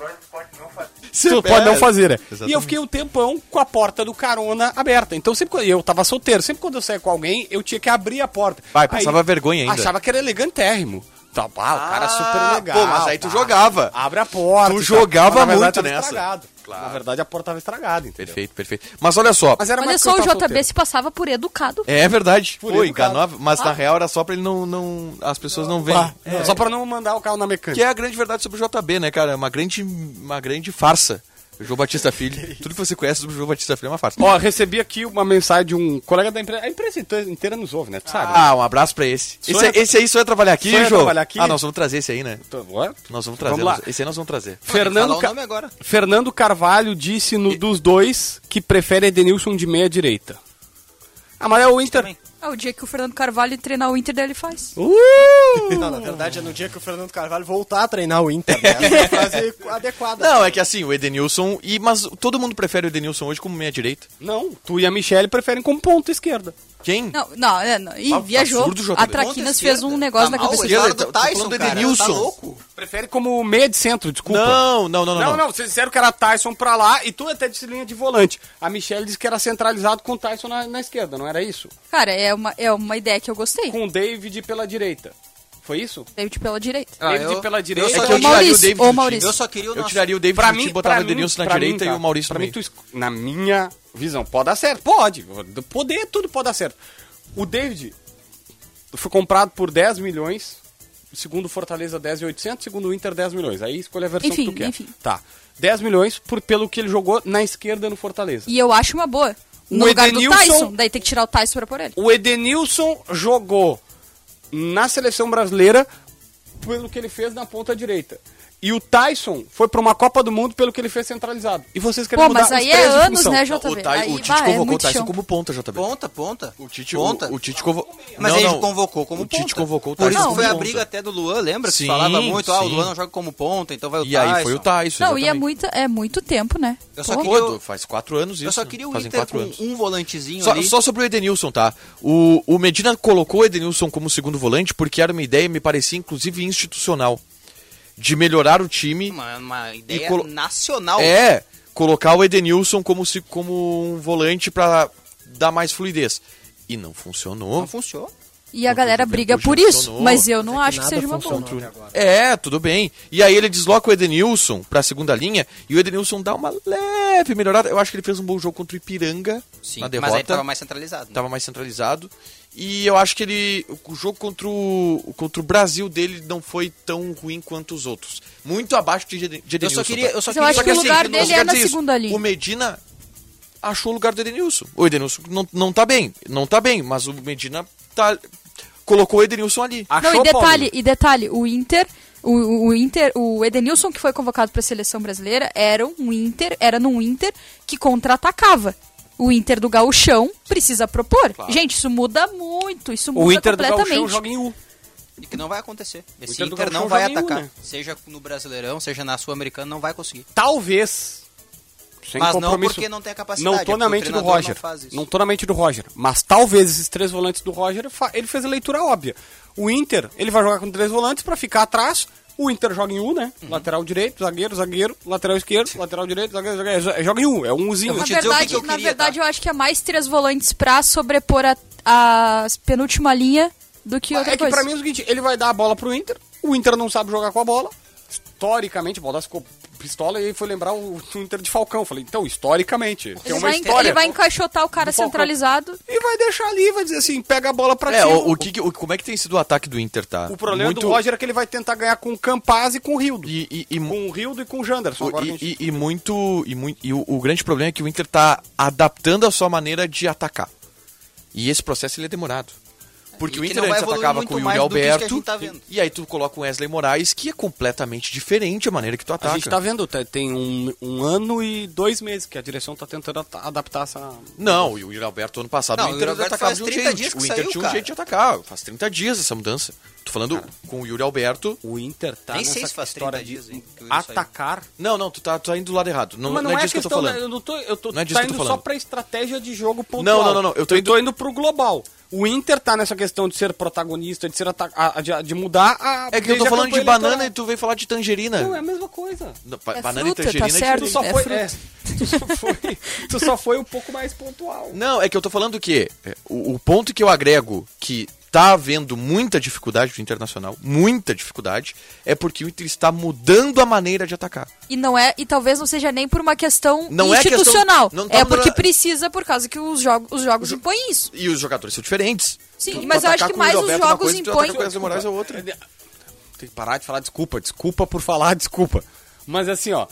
Speaker 2: Você
Speaker 8: Você
Speaker 2: pode não
Speaker 8: perde.
Speaker 2: fazer, né? E eu
Speaker 8: Exatamente.
Speaker 2: fiquei um tempão com a porta do carona aberta. Então sempre quando eu tava solteiro, sempre quando eu saía com alguém, eu tinha que abrir a porta.
Speaker 8: Vai, passava vergonha ainda.
Speaker 2: Achava que era elegantérrimo. Tá, pá, o cara é super
Speaker 8: Ah,
Speaker 2: legal.
Speaker 8: pô, mas aí tu
Speaker 2: pá.
Speaker 8: jogava.
Speaker 2: Abre a porta.
Speaker 8: Tu
Speaker 2: e tal.
Speaker 8: jogava
Speaker 2: Mas, na verdade,
Speaker 8: muito
Speaker 2: tava
Speaker 8: nessa.
Speaker 2: Estragado. Na verdade, a porta tava estragada, entendeu?
Speaker 8: Perfeito, perfeito. Mas olha só.
Speaker 2: Mas era
Speaker 6: Olha
Speaker 2: mais porque eu
Speaker 6: só, o
Speaker 2: tava
Speaker 6: JB
Speaker 2: solteiro.
Speaker 6: se passava por educado.
Speaker 8: É verdade.
Speaker 2: Por
Speaker 8: Foi,
Speaker 2: isso, cara.
Speaker 8: enganava, mas
Speaker 7: Ah.
Speaker 8: na real era só pra ele não. não as pessoas não verem.
Speaker 2: Pá, É. Só pra não mandar o carro na
Speaker 8: Que
Speaker 2: mecânica.
Speaker 8: é a grande verdade sobre o JB, né, cara? É uma grande, uma grande farsa. O João Batista Filho. Tudo que você conhece sobre o João Batista Filho é uma farsa.
Speaker 2: Ó, recebi aqui uma mensagem de um colega da empresa. A empresa inte- inteira nos ouve, né? Tu sabe? né?
Speaker 8: Ah, um abraço pra esse.
Speaker 2: Sou
Speaker 8: Esse, é,
Speaker 2: eu-
Speaker 8: esse aí só ia trabalhar aqui,
Speaker 2: Só ia
Speaker 8: João?
Speaker 2: trabalhar aqui?
Speaker 8: Ah, nós vamos trazer esse aí, né?
Speaker 2: Tô- ué?
Speaker 8: Nós vamos trazer.
Speaker 2: Vamos lá.
Speaker 8: nós- Esse aí nós vamos trazer.
Speaker 2: Fernando,
Speaker 4: falar o
Speaker 2: Ca-
Speaker 4: nome agora.
Speaker 2: Fernando Carvalho disse no dos dois que prefere Edenilson de meia direita. Ah, mas é o Inter.
Speaker 4: também.
Speaker 6: É Ah, o dia que o Fernando Carvalho treinar o Inter dele faz.
Speaker 2: Uh!
Speaker 5: Não, na verdade é no dia que o Fernando Carvalho voltar a treinar o Inter. Né? Essa é a frase adequada.
Speaker 8: Não, é que assim, o Edenilson. E, mas todo mundo prefere o Edenilson hoje como meia direita.
Speaker 2: Não, tu e a Michelle preferem como ponta esquerda.
Speaker 8: Quem?
Speaker 6: Não, não, é, não. Ih,
Speaker 8: Tá
Speaker 6: viajou.
Speaker 8: absurdo, JB.
Speaker 6: a Traquinas fez
Speaker 4: é.
Speaker 6: um negócio na cabeça.
Speaker 8: esquerda,
Speaker 4: Esquerda,
Speaker 8: tá-
Speaker 4: do
Speaker 8: tá
Speaker 4: Tyson,
Speaker 8: falando do
Speaker 4: cara,
Speaker 8: Edenilson.
Speaker 4: Tá louco.
Speaker 2: Prefere como meia de centro, desculpa.
Speaker 8: Não, não, não, não.
Speaker 2: Não, não, vocês disseram que era Tyson pra lá e tu até disse linha de volante. A Michelle disse que era centralizado com o Tyson na, na esquerda, não era isso?
Speaker 6: Cara, é uma, é uma ideia que eu gostei.
Speaker 2: Com o David pela direita. Foi isso?
Speaker 6: David pela direita.
Speaker 4: Ah,
Speaker 2: David
Speaker 4: eu-
Speaker 2: pela
Speaker 4: eu
Speaker 2: direita.
Speaker 4: só
Speaker 8: É que eu
Speaker 6: Ô,
Speaker 4: queria-
Speaker 8: tiraria o
Speaker 6: Maurício,
Speaker 8: David.
Speaker 6: ô,
Speaker 8: do time.
Speaker 6: Maurício.
Speaker 4: Eu só queria o
Speaker 8: Eu
Speaker 4: nosso...
Speaker 8: tiraria o David
Speaker 2: Pra
Speaker 8: do
Speaker 2: mim,
Speaker 8: time, botava
Speaker 2: pra
Speaker 8: o Edenilson
Speaker 2: mim-
Speaker 8: na
Speaker 2: pra mim,
Speaker 8: direita e
Speaker 2: tá.
Speaker 8: o Maurício
Speaker 2: pra
Speaker 8: no
Speaker 2: mim,
Speaker 8: meio.
Speaker 2: tu, es- na minha visão, pode dar certo? Pode. Poder, tudo pode dar certo. O David foi comprado por 10 milhões, segundo o Fortaleza 10,800, segundo o Inter 10 milhões. Aí escolha a versão
Speaker 6: Enfim,
Speaker 2: que tu quer.
Speaker 6: enfim.
Speaker 2: Tá. 10 milhões por, pelo que ele jogou na esquerda no Fortaleza.
Speaker 6: E eu acho uma boa. No
Speaker 2: O
Speaker 6: lugar
Speaker 2: Edenilson-
Speaker 6: do Tyson, daí tem que tirar o Tyson pra pôr ele.
Speaker 2: O Edenilson jogou na seleção brasileira pelo que ele fez na ponta direita. E o Tyson foi pra uma Copa do Mundo pelo que ele fez centralizado. E vocês querem
Speaker 6: Pô,
Speaker 2: mudar
Speaker 6: mas
Speaker 2: os
Speaker 6: aí
Speaker 2: três
Speaker 6: é
Speaker 2: de
Speaker 6: anos,
Speaker 2: função.
Speaker 6: né,
Speaker 8: O,
Speaker 6: JV?
Speaker 8: Ty-
Speaker 6: Aí,
Speaker 8: o Tite
Speaker 6: bah, é
Speaker 8: convocou o
Speaker 6: muito
Speaker 8: Tyson
Speaker 6: chão.
Speaker 8: como ponta, JB.
Speaker 4: Ponta, ponta.
Speaker 8: O Tite,
Speaker 4: Ponta.
Speaker 8: o, o Tite convocou.
Speaker 4: Mas ele convocou como
Speaker 8: O Tite
Speaker 4: ponta.
Speaker 8: convocou o
Speaker 4: Por
Speaker 8: Tyson
Speaker 4: isso
Speaker 6: como
Speaker 4: foi a
Speaker 8: ponta.
Speaker 4: briga até do Luan, lembra?
Speaker 8: Sim,
Speaker 4: que falava muito, ah, o
Speaker 8: sim.
Speaker 4: Luan não joga como ponta, então vai o
Speaker 8: E
Speaker 4: Tyson.
Speaker 8: aí foi o Tyson.
Speaker 6: Não, e é
Speaker 8: exatamente.
Speaker 6: muito, é muito tempo, né?
Speaker 4: Eu só
Speaker 6: Pô.
Speaker 4: queria-
Speaker 8: Pô, Faz quatro anos isso.
Speaker 4: Eu só
Speaker 8: né?
Speaker 4: queria o
Speaker 8: Fazem
Speaker 4: Inter
Speaker 8: quatro
Speaker 4: com
Speaker 8: anos.
Speaker 4: um volantezinho
Speaker 8: Só,
Speaker 4: ali.
Speaker 8: só sobre o Edenilson, tá? O, o Medina colocou o Edenilson como segundo volante porque era uma ideia, me parecia, inclusive, institucional. De melhorar o time.
Speaker 4: Uma, uma ideia
Speaker 8: colo-
Speaker 4: nacional.
Speaker 8: É, colocar o Edenilson como, se, como um volante pra dar mais fluidez. E não funcionou.
Speaker 4: Não funcionou.
Speaker 6: E a galera
Speaker 8: Juventude
Speaker 6: briga por isso,
Speaker 8: funcionou.
Speaker 6: mas eu não
Speaker 5: Mas é que
Speaker 6: acho que
Speaker 5: nada
Speaker 6: seja uma boa.
Speaker 5: funcionou até agora.
Speaker 8: É, tudo bem. E aí ele desloca o Edenilson pra segunda linha e o Edenilson dá uma leve melhorada. Eu acho que ele fez um bom jogo contra o Ipiranga
Speaker 4: Sim,
Speaker 8: na
Speaker 4: mas
Speaker 8: derrota.
Speaker 4: aí tava mais centralizado. né?
Speaker 8: Tava mais centralizado. E eu acho que ele. O jogo contra o, contra o Brasil dele não foi tão ruim quanto os outros. Muito abaixo de, Eden- de
Speaker 4: eu
Speaker 8: Edenilson.
Speaker 4: só queria...
Speaker 8: tá?
Speaker 4: Eu só
Speaker 6: Mas
Speaker 4: queria...
Speaker 6: eu acho que o
Speaker 8: assim,
Speaker 6: lugar
Speaker 8: eu
Speaker 6: dele
Speaker 8: só
Speaker 6: é
Speaker 8: quero
Speaker 6: na
Speaker 8: dizer
Speaker 6: segunda linha.
Speaker 8: O Medina achou o lugar do Edenilson. O Edenilson não, não tá bem. Não tá bem, mas o Medina tá. Colocou o Edenilson ali.
Speaker 2: Achou,
Speaker 6: Não, e detalhe,
Speaker 2: Paulinho?
Speaker 6: e detalhe, o Inter, o- o, o Inter, o Edenilson que foi convocado para a seleção brasileira era um Inter, era num Inter que contra-atacava. O Inter do Gauchão precisa propor. Gente, isso muda muito, isso muda
Speaker 2: O Inter do
Speaker 6: completamente.
Speaker 2: Galchão joga em U.
Speaker 4: E que não vai acontecer. Esse
Speaker 2: Inter
Speaker 4: Inter,
Speaker 2: do
Speaker 4: não
Speaker 2: Galchão
Speaker 4: vai
Speaker 2: joga
Speaker 4: atacar.
Speaker 2: nenhum, né?
Speaker 4: Seja no Brasileirão, seja na Sul-Americana, não vai conseguir.
Speaker 2: Talvez. Sem
Speaker 4: Mas não
Speaker 2: compromisso.
Speaker 4: porque não tem a capacidade,
Speaker 2: Não tô
Speaker 4: é
Speaker 2: na
Speaker 4: porque o
Speaker 2: mente do
Speaker 4: treinador não
Speaker 2: Roger.
Speaker 4: faz isso.
Speaker 2: Não, tô na mente do Roger. Mas talvez esses três volantes do Roger, fa- ele fez a leitura óbvia. O Inter, ele vai jogar com três volantes pra ficar atrás. O Inter joga em U, né?
Speaker 4: Uhum.
Speaker 2: Lateral direito, zagueiro, zagueiro, lateral esquerdo, lateral direito, zagueiro, zagueiro. Joga em U, é um Uzinho.
Speaker 4: Eu
Speaker 6: Na
Speaker 4: vou te dizer o que
Speaker 6: verdade,
Speaker 4: que eu
Speaker 6: na
Speaker 4: queria,
Speaker 6: verdade
Speaker 4: tá?
Speaker 6: eu acho que é mais três volantes pra sobrepor a, a penúltima linha do que outra
Speaker 2: É que
Speaker 6: coisa.
Speaker 2: pra mim é o seguinte, ele vai dar a bola pro Inter, o Inter não sabe jogar com a bola. Historicamente, o Baldassi ficou pistola e aí foi lembrar o, o Inter de Falcão. Eu Falei, então, historicamente, tem
Speaker 6: ele,
Speaker 2: uma
Speaker 6: vai,
Speaker 2: história.
Speaker 6: ele vai encaixotar o cara
Speaker 2: do Falcão.
Speaker 6: centralizado.
Speaker 2: E vai deixar ali, vai dizer assim, pega a bola pra
Speaker 8: É,
Speaker 2: ti.
Speaker 8: o, o que, que- o- como é que tem sido o ataque do Inter, tá?
Speaker 2: O problema do Roger é que ele vai tentar ganhar com o Campaz e com o Rildo.
Speaker 8: E, e- e mu-
Speaker 2: Com o Rildo e com o Janderson.
Speaker 8: o-
Speaker 2: agora
Speaker 4: um
Speaker 2: que a
Speaker 8: e-
Speaker 2: gente-
Speaker 8: e- e muito. E, mui- e o, o grande problema é que o Inter tá adaptando a sua maneira de atacar. E esse processo ele é demorado. Porque
Speaker 4: E
Speaker 8: o
Speaker 4: que
Speaker 8: Inter
Speaker 4: não vai
Speaker 8: antes
Speaker 4: evoluir
Speaker 8: atacava
Speaker 4: muito
Speaker 8: com o Yuri
Speaker 4: mais do que isso que a
Speaker 8: Alberto.
Speaker 4: gente tá vendo.
Speaker 8: e aí tu coloca o Wesley Moraes, que é completamente diferente a maneira que tu
Speaker 2: A
Speaker 8: ataca.
Speaker 2: gente tá vendo, tá- tem um, um ano e dois meses que a direção tá tentando at- adaptar essa...
Speaker 8: Não, e o Yuri Alberto ano passado
Speaker 4: Não,
Speaker 8: o
Speaker 4: o
Speaker 8: Inter
Speaker 4: Yuri Alberto
Speaker 8: atacava
Speaker 4: faz
Speaker 8: de um
Speaker 4: 30
Speaker 8: jeito.
Speaker 4: dias que
Speaker 8: o Inter
Speaker 4: saiu,
Speaker 8: tinha um
Speaker 4: cara.
Speaker 8: jeito de atacar. Faz 30 dias essa mudança. Tô falando com o Yuri Alberto.
Speaker 2: O Inter tá
Speaker 4: Nem
Speaker 2: nessa
Speaker 4: sei se faz 30
Speaker 2: história
Speaker 4: dias,
Speaker 2: de
Speaker 4: hein, que o Yuri saiu.
Speaker 2: atacar...
Speaker 8: Não, não, tu tá, tu tá indo do lado errado. Não,
Speaker 2: Mas
Speaker 8: não é disso que eu tô falando.
Speaker 2: da- né? Eu não tô, eu tô,
Speaker 8: Não é disso
Speaker 2: tá
Speaker 8: que eu tô
Speaker 2: indo só
Speaker 8: falando.
Speaker 2: pra estratégia de jogo pontual.
Speaker 8: Não, não, não, não, eu tô indo- é
Speaker 2: pro global. O Inter tá nessa questão de ser protagonista, de ser ata- a- a- de, de mudar a
Speaker 8: É que eu tô
Speaker 2: desde a
Speaker 8: falando de
Speaker 2: campanha
Speaker 8: banana
Speaker 4: tá
Speaker 2: eleitoral.
Speaker 8: e tu veio falar de tangerina.
Speaker 2: Não, é a mesma coisa.
Speaker 8: Não, pa-
Speaker 6: É
Speaker 8: banana
Speaker 6: fruta,
Speaker 8: e
Speaker 6: tá
Speaker 8: tangerina é
Speaker 6: certo.
Speaker 2: Tu
Speaker 8: diferente.
Speaker 2: só
Speaker 6: É
Speaker 2: foi,
Speaker 6: fruta.
Speaker 2: é, tu só foi, tu só foi um pouco mais pontual.
Speaker 8: Não, é que eu tô falando que é, o, o ponto que eu agrego que tá havendo muita dificuldade do Internacional, muita dificuldade, é porque o Inter está mudando a maneira de atacar.
Speaker 6: E não é, e talvez não seja nem por uma questão
Speaker 8: Não é questão-
Speaker 6: institucional. É,
Speaker 8: não tá
Speaker 6: porque
Speaker 8: falando-
Speaker 6: precisa, por causa que os jogos, os jogos impõem isso.
Speaker 8: E os jogadores são diferentes.
Speaker 6: Sim,
Speaker 8: Tu
Speaker 6: mas eu
Speaker 8: atacar
Speaker 6: acho que
Speaker 8: com o Yuri
Speaker 6: mais os
Speaker 8: Alberto é uma
Speaker 6: jogos
Speaker 8: coisa e tu
Speaker 6: impõem.
Speaker 8: atacar com o Wesley Moraes é outra.
Speaker 2: Tem que parar de falar desculpa, desculpa por falar desculpa. Mas assim, ó,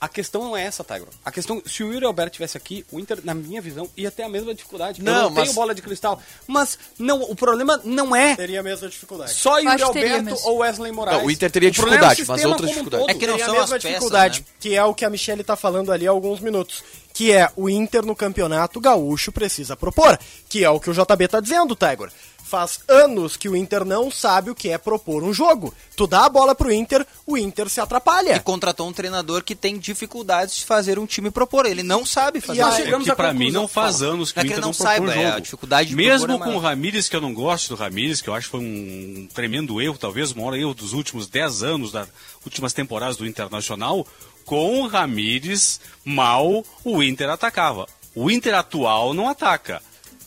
Speaker 2: a questão não é essa, Tigro. A questão, se o Yuri Alberto tivesse aqui, o Inter, na minha visão, ia ter a mesma dificuldade.
Speaker 8: Não,
Speaker 2: eu não
Speaker 8: mas-
Speaker 2: tenho bola de cristal. Mas não, o problema não é
Speaker 5: Teria a mesma dificuldade.
Speaker 2: Só Yuri
Speaker 6: acho que teria
Speaker 2: Alberto
Speaker 6: mesmo.
Speaker 2: ou Wesley Moraes.
Speaker 8: Não, o Inter teria
Speaker 2: problema é o
Speaker 8: dificuldade, mas
Speaker 2: sistema
Speaker 8: outras
Speaker 2: como um
Speaker 8: dificuldades.
Speaker 2: todo.
Speaker 4: É que não
Speaker 5: Teria
Speaker 4: são
Speaker 5: a
Speaker 4: as
Speaker 5: mesma
Speaker 4: peças,
Speaker 5: dificuldade,
Speaker 4: né?
Speaker 5: que é o que a Michelle tá falando ali há alguns minutos, que é o Inter no campeonato gaúcho precisa propor, que é o que o JB tá dizendo, Tiger. Faz anos que o Inter não sabe o que é propor um jogo. Tu dá a bola pro Inter, o Inter se
Speaker 4: E
Speaker 5: atrapalha.
Speaker 4: contratou um treinador que tem dificuldades de fazer um time propor. Ele não sabe fazer
Speaker 5: E
Speaker 4: um
Speaker 5: aí-
Speaker 4: time.
Speaker 3: É que pra mim não faz anos que
Speaker 4: Não
Speaker 3: o
Speaker 4: é que
Speaker 3: Inter
Speaker 4: ele não
Speaker 3: não, propõe um
Speaker 4: saiba, é
Speaker 3: jogo.
Speaker 4: a dificuldade de propor é
Speaker 3: Mesmo
Speaker 4: maior.
Speaker 3: com o Ramires, que eu não gosto do Ramires, que eu acho que foi um tremendo erro, talvez o maior erro dos últimos 10 anos, das últimas temporadas do Internacional, com o Ramires, mal o Inter atacava. O Inter atual não ataca.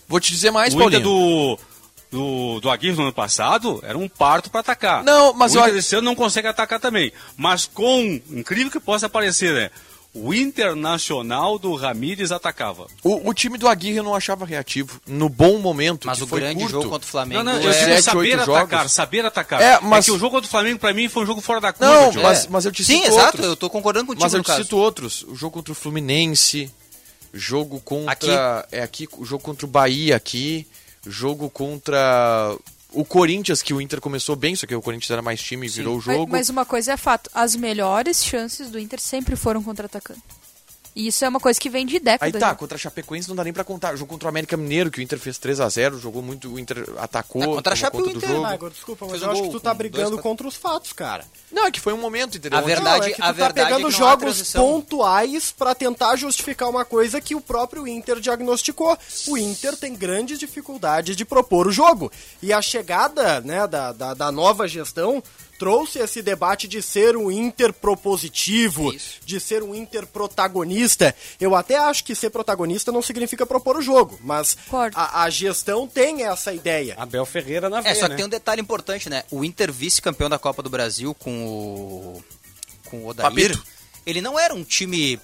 Speaker 8: Vou te dizer mais,
Speaker 3: o Inter
Speaker 8: Paulinho.
Speaker 3: do, do, do Aguirre no ano passado era um parto para atacar.
Speaker 8: Não, mas
Speaker 3: o
Speaker 8: eu
Speaker 3: Inter
Speaker 8: acho-
Speaker 3: desse ano não consegue atacar também. Mas com, incrível que possa parecer, né? O Internacional do Ramires atacava.
Speaker 8: O, o time do Aguirre eu não achava reativo. No bom momento,
Speaker 4: Mas
Speaker 8: que
Speaker 4: o
Speaker 8: foi
Speaker 4: grande
Speaker 8: curto,
Speaker 4: jogo contra o Flamengo
Speaker 3: Não, não,
Speaker 8: é
Speaker 3: eu digo
Speaker 8: sete,
Speaker 3: saber
Speaker 8: oito
Speaker 3: atacar,
Speaker 8: jogos.
Speaker 3: saber atacar.
Speaker 8: É, mas-
Speaker 3: que o jogo do Flamengo, pra mim, foi um jogo fora da curva.
Speaker 8: Não,
Speaker 3: Diogo.
Speaker 8: mas, mas eu te
Speaker 4: é. Sim,
Speaker 8: cito
Speaker 4: exato,
Speaker 8: outros.
Speaker 4: eu tô concordando contigo
Speaker 8: Mas eu
Speaker 4: no
Speaker 8: te
Speaker 4: caso.
Speaker 8: cito outros. O jogo contra o Fluminense, jogo contra... É aqui, o jogo contra o Bahia aqui, jogo contra o Corinthians, que o Inter começou bem, só que o Corinthians era mais time e virou o
Speaker 6: Mas-
Speaker 8: jogo.
Speaker 6: Mas uma coisa é fato, as melhores chances do Inter sempre foram contra atacante. E isso é uma coisa que vem de décadas.
Speaker 8: Aí tá,
Speaker 6: né?
Speaker 8: contra a Chapecoense não dá nem pra contar. Jogo contra o América Mineiro, que o Inter fez 3 a 0 jogou muito, o Inter atacou,
Speaker 4: Mas Ah, contra a
Speaker 8: tomou
Speaker 4: Chape, o
Speaker 8: conta do
Speaker 4: Inter-
Speaker 8: jogo.
Speaker 5: Michael, desculpa, mas
Speaker 4: Fez
Speaker 5: eu
Speaker 4: um
Speaker 5: acho
Speaker 4: gol
Speaker 5: que tu tá
Speaker 4: com dois,
Speaker 5: brigando
Speaker 4: quatro.
Speaker 5: contra os fatos, cara.
Speaker 8: Não, é que foi um momento, entendeu?
Speaker 4: A
Speaker 8: Onde-
Speaker 4: verdade-
Speaker 5: não, é que tu
Speaker 4: a
Speaker 5: tá
Speaker 4: verdade é
Speaker 5: pegando
Speaker 4: que não há
Speaker 5: jogos
Speaker 4: transição.
Speaker 5: pontuais pra tentar justificar uma coisa que o próprio Inter diagnosticou. O Inter tem grandes dificuldades de propor o jogo. E a chegada né, da, da, da nova gestão trouxe esse debate de ser um Inter propositivo,
Speaker 4: Isso.
Speaker 5: de ser um Inter protagonista. Eu até acho que ser protagonista não significa propor o jogo, mas
Speaker 6: Concordo.
Speaker 5: a, a gestão tem essa ideia.
Speaker 2: Abel Ferreira na
Speaker 4: É,
Speaker 2: veia,
Speaker 4: só que
Speaker 2: né?
Speaker 4: tem um detalhe importante, né? O Inter vice-campeão da Copa do Brasil com o com o Odair,
Speaker 8: Papito.
Speaker 4: ele não era um time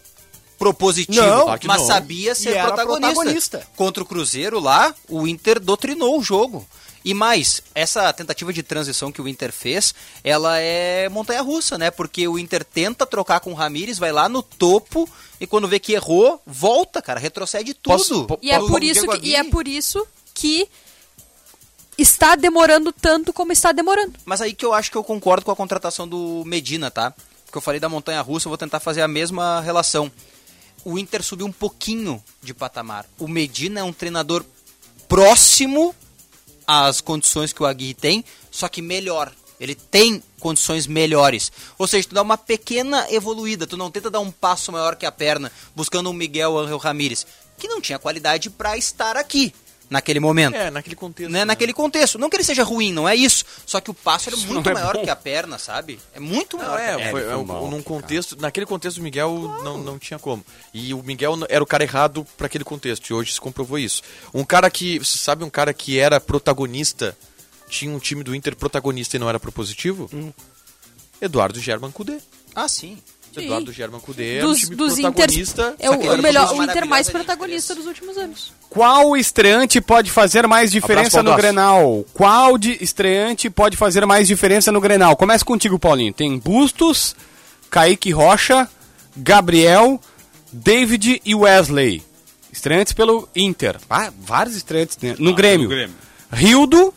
Speaker 4: propositivo,
Speaker 5: Não,
Speaker 6: Ah,
Speaker 8: claro que
Speaker 4: mas
Speaker 8: não.
Speaker 4: sabia ser
Speaker 5: E era
Speaker 4: protagonista.
Speaker 5: protagonista.
Speaker 4: Contra o Cruzeiro lá, o Inter doutrinou o jogo. E mais, essa tentativa de transição que o Inter fez, ela é montanha-russa, né? Porque o Inter tenta trocar com o Ramires, vai lá no topo e quando vê que errou, volta, cara, retrocede tudo.
Speaker 8: Posso- po-
Speaker 6: E é,
Speaker 4: Paulo
Speaker 6: por isso
Speaker 4: Diego
Speaker 6: que, e é
Speaker 4: Aguirre.
Speaker 6: por isso que está demorando tanto como está demorando.
Speaker 4: Mas aí que eu acho que eu concordo com a contratação do Medina, tá? Porque eu falei da montanha russa, eu vou tentar fazer a mesma relação. O Inter subiu um pouquinho de patamar. O Medina é um treinador próximo às condições que o Aguirre tem, só que melhor. Ele tem condições melhores. Ou seja, tu dá uma pequena evoluída, tu não tenta dar um passo maior que a perna, buscando um Miguel Angel Ramírez, que não tinha qualidade pra estar aqui naquele momento
Speaker 8: É, naquele contexto.
Speaker 4: né, naquele contexto. Não que ele seja ruim, não é isso. Só que o passo era muito
Speaker 2: não é
Speaker 4: maior
Speaker 2: bom.
Speaker 4: que a perna, sabe? É muito
Speaker 8: Não,
Speaker 4: maior. que a
Speaker 8: é,
Speaker 4: perna.
Speaker 8: foi, é, um- num contexto, naquele contexto o Miguel não, não tinha como. E o Miguel n- era o cara errado pra aquele contexto, e hoje se comprovou isso. Um cara que, você sabe um cara que era protagonista, tinha um time do Inter protagonista e não era propositivo? Eduardo German Cudê.
Speaker 4: Ah, sim.
Speaker 8: Eduardo German Cudê era um
Speaker 6: dos
Speaker 8: time
Speaker 6: dos Inter,
Speaker 8: protagonista.
Speaker 6: é o,
Speaker 8: só que um
Speaker 6: o
Speaker 8: era
Speaker 6: melhor,
Speaker 4: protagonista
Speaker 6: o Inter mais
Speaker 4: maravilhosa de
Speaker 8: né?
Speaker 6: protagonista
Speaker 4: interesse.
Speaker 6: dos últimos anos.
Speaker 2: Qual estreante pode fazer mais diferença
Speaker 8: Abraço,
Speaker 2: no
Speaker 8: Baldasso.
Speaker 2: Grenal? Qual de estreante pode fazer mais diferença no Grenal? Começa contigo, Paulinho. Tem Bustos, Kaique Rocha, Gabriel, David e Wesley. Estreantes pelo Inter. Ah, vários estreantes
Speaker 8: Ah,
Speaker 2: né? no, Grêmio.
Speaker 3: pelo Grêmio.
Speaker 2: Rildo,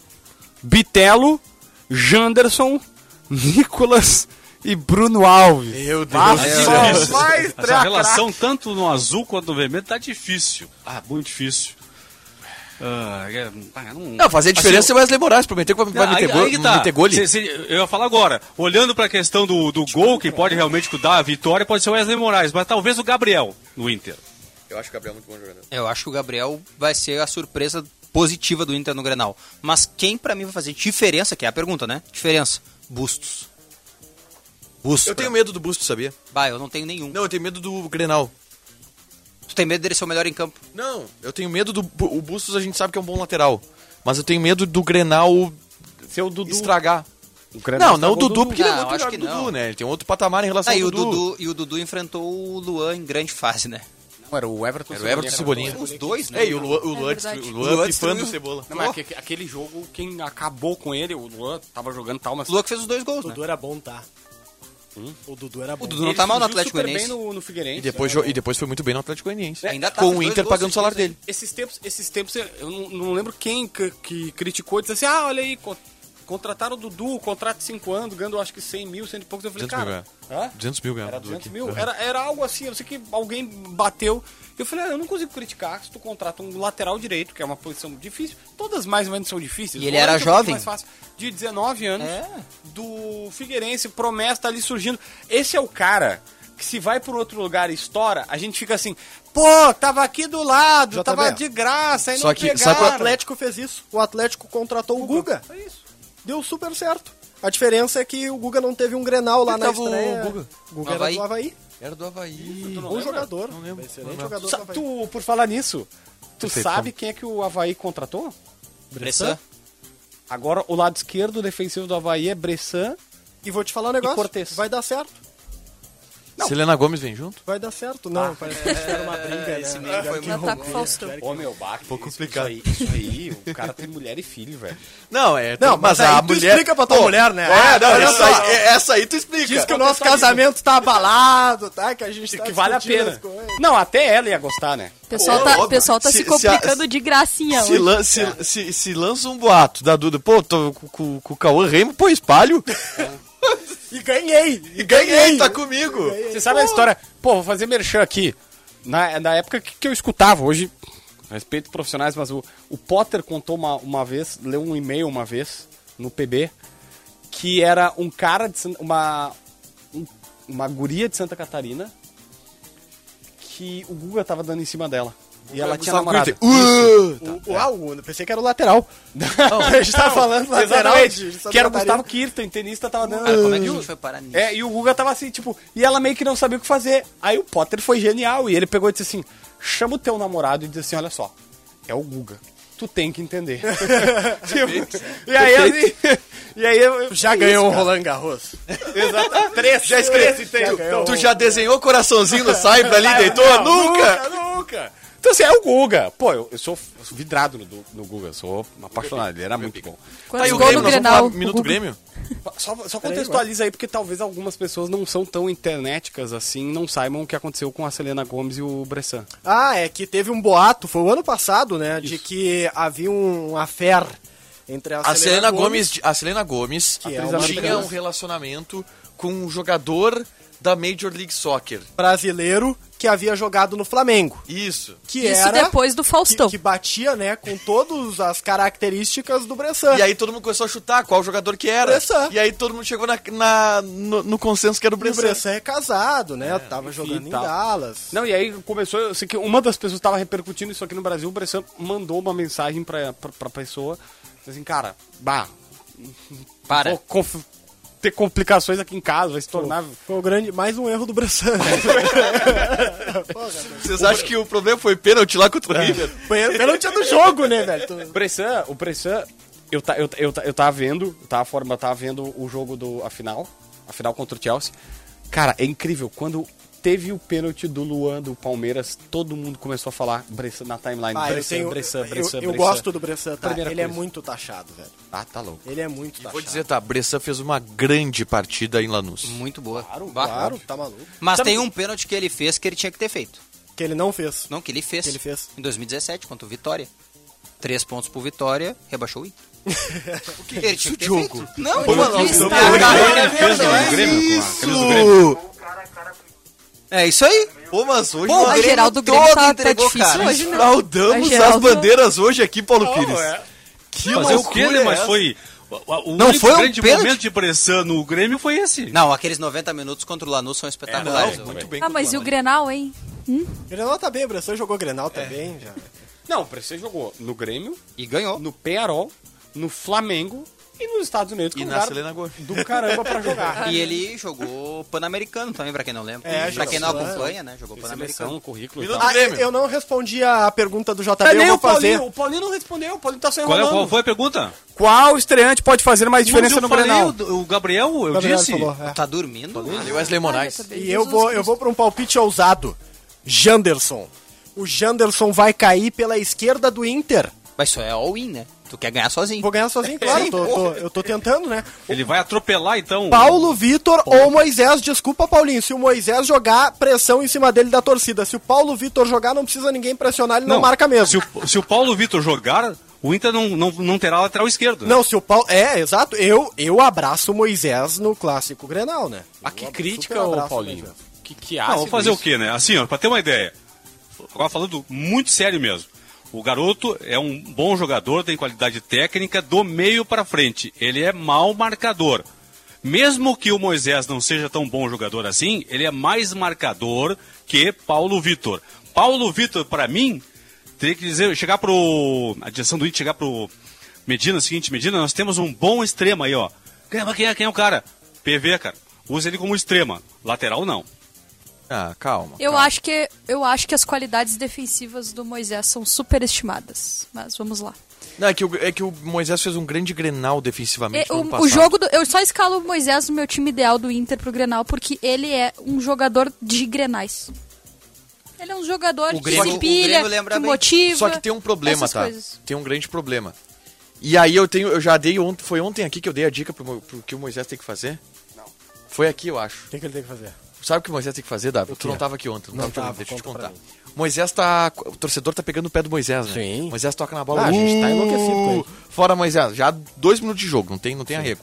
Speaker 2: Bitelo, Janderson, Nicolas e Bruno Alves. Meu Deus.
Speaker 3: É, Essa relação, tanto no azul quanto no vermelho, tá difícil. Ah, muito difícil. Ah, é, ah,
Speaker 8: Não, fazer a diferença é o Wesley Moraes, prometeu que vai, vai
Speaker 3: Não,
Speaker 8: meter,
Speaker 3: aí-
Speaker 8: gol,
Speaker 3: aí que tá.
Speaker 8: meter gole.
Speaker 3: Cê- cê- eu ia falar agora. Olhando pra questão do, do gol, que pode realmente dar a vitória, pode ser o Wesley Moraes, mas talvez o Gabriel no Inter.
Speaker 8: Eu acho que o Gabriel é muito bom jogador.
Speaker 4: Eu acho que o Gabriel vai ser a surpresa positiva do Inter no Grenal. Mas quem pra mim vai fazer diferença, que é a pergunta, né? Diferença. Bustos. Bustos.
Speaker 8: Eu tenho medo do Busto, sabia?
Speaker 4: Bah, eu não tenho nenhum.
Speaker 8: Não, eu tenho medo do Grenal.
Speaker 4: Tu tem medo dele ser o melhor em campo?
Speaker 8: Não, eu tenho medo do. O Bustos a gente sabe que é um bom lateral. Mas eu tenho medo do Grenal
Speaker 2: Seu Dudu.
Speaker 8: estragar.
Speaker 2: O Grenal
Speaker 8: Não, não o
Speaker 2: estragou
Speaker 8: Dudu, porque ele é
Speaker 4: Não,
Speaker 8: muito
Speaker 4: acho
Speaker 8: melhor que
Speaker 4: que
Speaker 8: o Dudu,
Speaker 4: não.
Speaker 8: né? Ele tem outro patamar em relação
Speaker 4: Ah, e
Speaker 8: ao
Speaker 4: o
Speaker 8: Dudu.
Speaker 4: Dudu, e o Dudu enfrentou o Luan em grande fase, né?
Speaker 2: Não, era o Everton.
Speaker 8: Era o Everton Cebolinha.
Speaker 4: Os dois, né?
Speaker 8: É, e é o Luan, o Luan,
Speaker 6: É verdade.
Speaker 8: o
Speaker 4: O
Speaker 8: Luan,
Speaker 4: Luan
Speaker 8: pifando
Speaker 4: destruiu.
Speaker 8: o Cebola.
Speaker 2: Não, mas aque- aquele jogo, quem acabou com ele, o Luan tava jogando tal, mas.
Speaker 4: O Luan que fez os dois gols,
Speaker 5: O
Speaker 4: né?
Speaker 5: Dudu era bom, tá? O Dudu era bom.
Speaker 4: Hum? Dudu não tá mal no Atlético
Speaker 2: bem
Speaker 4: Goianiense.
Speaker 2: no, no Figueirense.
Speaker 8: E depois, jo- é e depois foi muito bem no Atlético Goianiense.
Speaker 4: Ainda tá,
Speaker 8: Com
Speaker 4: fez
Speaker 8: o
Speaker 4: dois
Speaker 8: Inter
Speaker 4: gols,
Speaker 8: pagando o salário dele.
Speaker 2: Esses tempos, esses tempos eu não, não lembro quem que, que criticou, disse assim, ah, olha aí, co- Contrataram o Dudu, contrato de 5 anos, ganhando acho que 100 mil, 100 e poucos. Eu falei,
Speaker 8: 200 mil
Speaker 2: cara.
Speaker 4: é.
Speaker 2: hã?
Speaker 8: 200 mil né? ganhava
Speaker 2: Era
Speaker 8: do
Speaker 2: 200
Speaker 8: aqui.
Speaker 2: mil?
Speaker 8: Aham.
Speaker 2: Era, era algo assim, eu sei que alguém bateu. Eu falei, ah, eu não consigo criticar se tu contrata um lateral direito, que é uma posição difícil. Todas mais ou menos são difíceis.
Speaker 4: E ele
Speaker 2: O volante é
Speaker 4: era
Speaker 2: um pouco
Speaker 4: jovem?
Speaker 2: mais fácil. De 19 anos,
Speaker 4: É.
Speaker 2: do Figueirense, promessa, tá ali surgindo. Esse é o cara que se vai por outro lugar e estoura, a gente fica assim, pô, tava aqui do lado,
Speaker 5: JB.
Speaker 2: tava de graça, aí
Speaker 8: Só
Speaker 2: não
Speaker 8: que-
Speaker 2: pegaram.
Speaker 4: é
Speaker 8: sabe
Speaker 5: O Atlético fez isso. O Atlético contratou o Guga.
Speaker 2: É isso.
Speaker 5: Deu super certo. A diferença é que o Guga não teve um Grenal lá
Speaker 8: Onde
Speaker 5: na
Speaker 8: tava o
Speaker 5: estreia.
Speaker 8: Guga?
Speaker 5: Guga
Speaker 4: No
Speaker 5: era
Speaker 4: Havaí?
Speaker 5: do Havaí.
Speaker 8: Era do Havaí.
Speaker 5: Bom jogador. Excelente jogador
Speaker 2: Sa-
Speaker 5: do Havaí.
Speaker 2: tu, por falar nisso, tu
Speaker 8: Perfeito,
Speaker 2: sabe
Speaker 8: vamos.
Speaker 2: quem é que o Havaí contratou?
Speaker 4: Bressan?
Speaker 2: Agora, o lado esquerdo defensivo do Havaí é Bressan.
Speaker 5: E vou te falar um negócio.
Speaker 2: Cortez.
Speaker 5: Vai dar certo.
Speaker 8: Selena Gomes vem junto?
Speaker 5: Vai dar certo. Não,
Speaker 2: Ah, é,
Speaker 5: parece que era uma briga,
Speaker 4: Esse
Speaker 5: né?
Speaker 4: meio foi muito
Speaker 6: Ela tá com o Faustão.
Speaker 2: Ô, meu, Bach, pouco
Speaker 8: complicado.
Speaker 2: Isso aí, o cara tem mulher e filho, velho.
Speaker 8: Não, é.
Speaker 5: Não, mas aí tá- tu explica pra tua mulher, né? Ah, olha só.
Speaker 8: aí, essa aí tu explica.
Speaker 5: Diz que o nosso casamento tá abalado, tá? Que a gente tá
Speaker 2: que vale a
Speaker 5: discutindo
Speaker 2: pena.
Speaker 5: as coisas.
Speaker 2: Não, até ela ia gostar, né?
Speaker 6: O pessoal,
Speaker 8: Ô,
Speaker 6: tá,
Speaker 8: É óbvio.
Speaker 6: pessoal tá
Speaker 8: Se-
Speaker 6: se,
Speaker 8: se a-
Speaker 6: complicando de gracinha
Speaker 8: Se,
Speaker 6: hoje.
Speaker 8: lan- se- se- se lança um boato da Duda, pô, tô com- com com o Cauã Remo, pô, espalho.
Speaker 5: E ganhei!
Speaker 8: E ganhei, tá comigo.
Speaker 2: Você sabe a história? Pô, vou fazer merchan aqui. Na, na época que, que eu escutava, hoje, respeito profissionais, mas o, o Potter contou uma, uma vez, leu um e-mail uma vez, no PB, que era um cara de. San- Uma, um- uma guria de Santa Catarina que o Guga tava dando em cima dela. E ela tinha namorado.
Speaker 8: Uh,
Speaker 5: O- Uau, eu pensei que era o lateral. a gente tava falando lateral. de
Speaker 2: Exatamente.
Speaker 5: Santa
Speaker 2: Que era o
Speaker 5: Catarina.
Speaker 2: Gustavo Kirten, tenista, tava dando.
Speaker 4: Cara, como
Speaker 8: Hum.
Speaker 4: é que a gente foi parar nisso?
Speaker 2: É, e o Guga tava assim, tipo, e ela meio que não sabia o que fazer. Aí o Potter foi genial e ele pegou e disse assim: chama o teu namorado e diz assim: olha só, é o Guga. Tu tem que entender. Tipo, e aí, assim, e aí eu- eu-
Speaker 5: Já
Speaker 2: que
Speaker 5: ganhou o
Speaker 2: isso, cara?
Speaker 5: Roland Garros.
Speaker 2: Exato. Três, já
Speaker 8: escrevi. Tu já desenhou o coraçãozinho no saiba ali, deitou? Nunca!
Speaker 2: Nunca, nunca. Então assim, é o Guga. Pô, eu, eu sou eu sou vidrado no, Du- no Guga, eu sou
Speaker 4: é
Speaker 2: apaixonado, ele era muito bom.
Speaker 6: Quando
Speaker 8: Aí o
Speaker 6: gol
Speaker 8: tá Grêmio,
Speaker 6: no Grenal,
Speaker 8: nós vamos falar
Speaker 6: o
Speaker 8: Minuto
Speaker 6: Guga-
Speaker 8: Grêmio?
Speaker 2: Só, só contextualiza aí, porque talvez algumas pessoas não são tão internéticas assim, não saibam o que aconteceu com a Selena Gomes e o Bressan.
Speaker 5: Ah, é que teve um boato, foi o ano passado, né? De que havia um affair entre a,
Speaker 8: A Selena Gomes, a Selena Gomes
Speaker 5: é
Speaker 8: atriz
Speaker 5: uma
Speaker 8: tinha
Speaker 5: americana.
Speaker 8: um relacionamento com um jogador da Major League Soccer.
Speaker 5: brasileiro que havia jogado no Flamengo.
Speaker 8: Isso.
Speaker 5: Que
Speaker 6: Isso
Speaker 5: era
Speaker 6: depois do
Speaker 5: que,
Speaker 6: Faustão.
Speaker 5: que batia, né, com todas as características do Bressan.
Speaker 8: E aí todo mundo começou a chutar qual jogador que era.
Speaker 5: Bressan.
Speaker 8: E aí todo mundo chegou na, na- no, no consenso que era
Speaker 5: o
Speaker 8: o Bressan.
Speaker 5: Bressan é casado, né? Tava jogando em
Speaker 2: tal.
Speaker 5: Dallas.
Speaker 2: Não, e aí começou, eu sei que uma das pessoas estava repercutindo isso aqui no Brasil, o Bressan mandou uma mensagem pra, pra, pra pessoa, disse assim, cara, bah,
Speaker 4: Para.
Speaker 2: vou conf- ter complicações aqui em casa, vai se tornar...
Speaker 5: Foi o grande, mais um erro do Bressan.
Speaker 8: Vocês acham que o problema foi pênalti lá contra o River?
Speaker 5: Pênalti é do jogo, né, velho? Tu-
Speaker 2: O Bressan, o Bressan, eu, tá, eu, tá- eu, tá- eu tava vendo, eu tava, fora, mas eu tava vendo o jogo do, a final, a final contra o Chelsea. Cara, é incrível, quando teve o pênalti do Luan, do Palmeiras, todo mundo começou a falar Bressan na timeline,
Speaker 5: Ah, eu,
Speaker 2: Bressan,
Speaker 5: tenho,
Speaker 2: Bressan,
Speaker 5: eu-
Speaker 2: Bressan,
Speaker 5: eu,
Speaker 2: Bressan.
Speaker 5: gosto do Bressan, tá? Ele
Speaker 2: Primeira
Speaker 5: é
Speaker 2: coisa.
Speaker 5: muito taxado, velho.
Speaker 2: Ah, tá louco.
Speaker 5: Ele é muito taxado.
Speaker 8: Vou dizer, tá, Bressan fez uma grande partida em Lanús.
Speaker 4: Muito boa. Claro,
Speaker 5: Claro, tá maluco.
Speaker 4: Mas tem um pênalti que ele fez que ele tinha que ter feito.
Speaker 5: Que ele não fez.
Speaker 4: Não, que ele fez.
Speaker 5: Que ele fez.
Speaker 4: Em 2017, contra o Vitória. Três pontos pro Vitória, rebaixou o Inter. o que ele tinha que ter feito? Não, mano.
Speaker 3: Tá, né?
Speaker 4: É isso aí.
Speaker 8: Pô, mas hoje
Speaker 4: Pô,
Speaker 8: o
Speaker 4: a
Speaker 8: Grêmio
Speaker 6: Geraldo Grêmio
Speaker 8: todo
Speaker 6: tá- tá
Speaker 8: entregou,
Speaker 6: difícil
Speaker 8: cara.
Speaker 6: hoje, né? A
Speaker 8: Fraudamos as
Speaker 6: Geraldo-
Speaker 8: bandeiras hoje aqui, Paulo Pires. Que
Speaker 3: Fazer o quê,
Speaker 8: loucura
Speaker 3: né?
Speaker 8: é
Speaker 3: Mas
Speaker 8: essa?
Speaker 3: foi. o- o- O
Speaker 4: Não
Speaker 3: único
Speaker 4: foi um
Speaker 3: grande
Speaker 4: pênalti?
Speaker 3: momento de pressão no Grêmio foi esse.
Speaker 4: Não, aqueles 90 minutos contra o Lanús são espetaculares.
Speaker 8: É, Muito bem.
Speaker 6: Ah, mas e o Grenal, hein?
Speaker 5: Grenal tá bem, o Bressan jogou Grenal também, já.
Speaker 2: Não, o Bressan jogou no Grêmio,
Speaker 4: e ganhou.
Speaker 2: no Penarol, no Flamengo e nos Estados Unidos, que é
Speaker 8: E
Speaker 2: um
Speaker 8: na
Speaker 2: lugar
Speaker 8: Selena Gomes.
Speaker 2: do caramba pra jogar.
Speaker 4: E ele jogou Pan-Americano também, pra quem não lembra.
Speaker 5: É,
Speaker 4: pra quem não
Speaker 5: jogou,
Speaker 4: acompanha, né? Jogou Pan-Americano.
Speaker 2: Seleção, currículo e
Speaker 3: Então,
Speaker 8: Minuto
Speaker 2: tal.
Speaker 5: Ah,
Speaker 8: Grêmio.
Speaker 5: eu não respondi a pergunta do JB,
Speaker 2: É
Speaker 5: eu
Speaker 2: nem
Speaker 5: vou
Speaker 2: o
Speaker 5: fazer.
Speaker 2: Paulinho, o Paulinho não respondeu, o Paulinho tá saindo
Speaker 3: Qual, é- qual foi a pergunta?
Speaker 2: Qual estreante pode fazer mais diferença
Speaker 3: Mas
Speaker 2: no
Speaker 3: eu falei,
Speaker 2: Grenal?
Speaker 3: O, o Gabriel, eu
Speaker 5: Gabriel
Speaker 3: disse.
Speaker 5: falou, é.
Speaker 4: Tá dormindo?
Speaker 8: E Wesley Moraes.
Speaker 5: E eu vou, eu vou pra um palpite ousado. Janderson. O Janderson vai cair pela esquerda do Inter.
Speaker 4: Mas isso é all-in, né? Tu quer ganhar sozinho.
Speaker 5: Vou ganhar sozinho, claro. tô- tô- eu tô tentando, né?
Speaker 3: Ele vai atropelar então.
Speaker 5: Paulo Vitor ou Moisés, desculpa, Paulinho. Se o Moisés jogar, pressão em cima dele da torcida. Se o Paulo Vitor jogar, não precisa ninguém pressionar, ele não, marca mesmo.
Speaker 3: Se o, se o Paulo Vitor jogar, o o Inter não, não, não terá lateral esquerdo. né?
Speaker 5: Não, se o Paulo. É, exato. Eu, eu abraço o Moisés no clássico Grenal, né?
Speaker 2: Ah, que
Speaker 5: Eu
Speaker 2: crítica,
Speaker 5: super abraço
Speaker 2: ô
Speaker 5: o
Speaker 2: Paulinho.
Speaker 5: Moisés.
Speaker 2: Que, que
Speaker 3: Não,
Speaker 2: ácido
Speaker 3: vou fazer
Speaker 2: isso.
Speaker 3: o quê, né? Assim, ó, pra ter uma ideia. Agora falando muito sério mesmo. O garoto é um bom jogador, tem qualidade técnica do meio pra frente. Ele é mau marcador. Mesmo que o Moisés não seja tão bom jogador assim, ele é mais marcador que Paulo Vitor. Paulo Vitor, pra mim, teria que dizer, chegar pro. A direção do Inter chegar pro Medina, é o seguinte, Medina, nós temos um bom extremo aí, ó. Quem é, quem é, quem é o cara? PV, cara. Usa ele como extrema. Lateral não.
Speaker 8: Ah,
Speaker 5: Tá.
Speaker 8: calma.
Speaker 6: Eu acho, que, eu acho que as qualidades defensivas do Moisés são superestimadas. Mas vamos lá.
Speaker 8: Não, é, que o, é que o Moisés fez um grande grenal defensivamente.
Speaker 6: E-
Speaker 8: no
Speaker 6: É, o-
Speaker 8: ano
Speaker 6: o
Speaker 8: passado.
Speaker 6: jogo do- eu só escalo o Moisés no meu time ideal do Inter pro Grenal porque ele é um jogador de Grenais. Ele é um jogador
Speaker 4: O
Speaker 6: que
Speaker 4: Grêmio-
Speaker 6: se
Speaker 4: o
Speaker 6: pilha,
Speaker 4: Grêmio lembra
Speaker 6: que
Speaker 4: bem.
Speaker 6: motiva.
Speaker 8: Só que tem um problema,
Speaker 6: essas
Speaker 8: tá?
Speaker 6: coisas.
Speaker 8: Tem um grande problema. E aí eu tenho, eu já dei ontem, foi ontem aqui que eu dei a dica pro, Mo- pro que o Moisés tem que fazer? Não. Foi aqui, eu acho.
Speaker 5: O que, que ele tem que fazer?
Speaker 8: Sabe o que o Moisés tem que fazer, Davi? Tu não tava aqui ontem, não, tava, te ouvindo, deixa eu te contar. Moisés tá. O torcedor tá pegando o pé do Moisés, né?
Speaker 5: Sim.
Speaker 8: Moisés toca na bola. Uh,
Speaker 5: Ah, a gente tá enlouquecido com ele.
Speaker 8: Fora Moisés, já dois minutos de jogo, não tem, não tem arrego.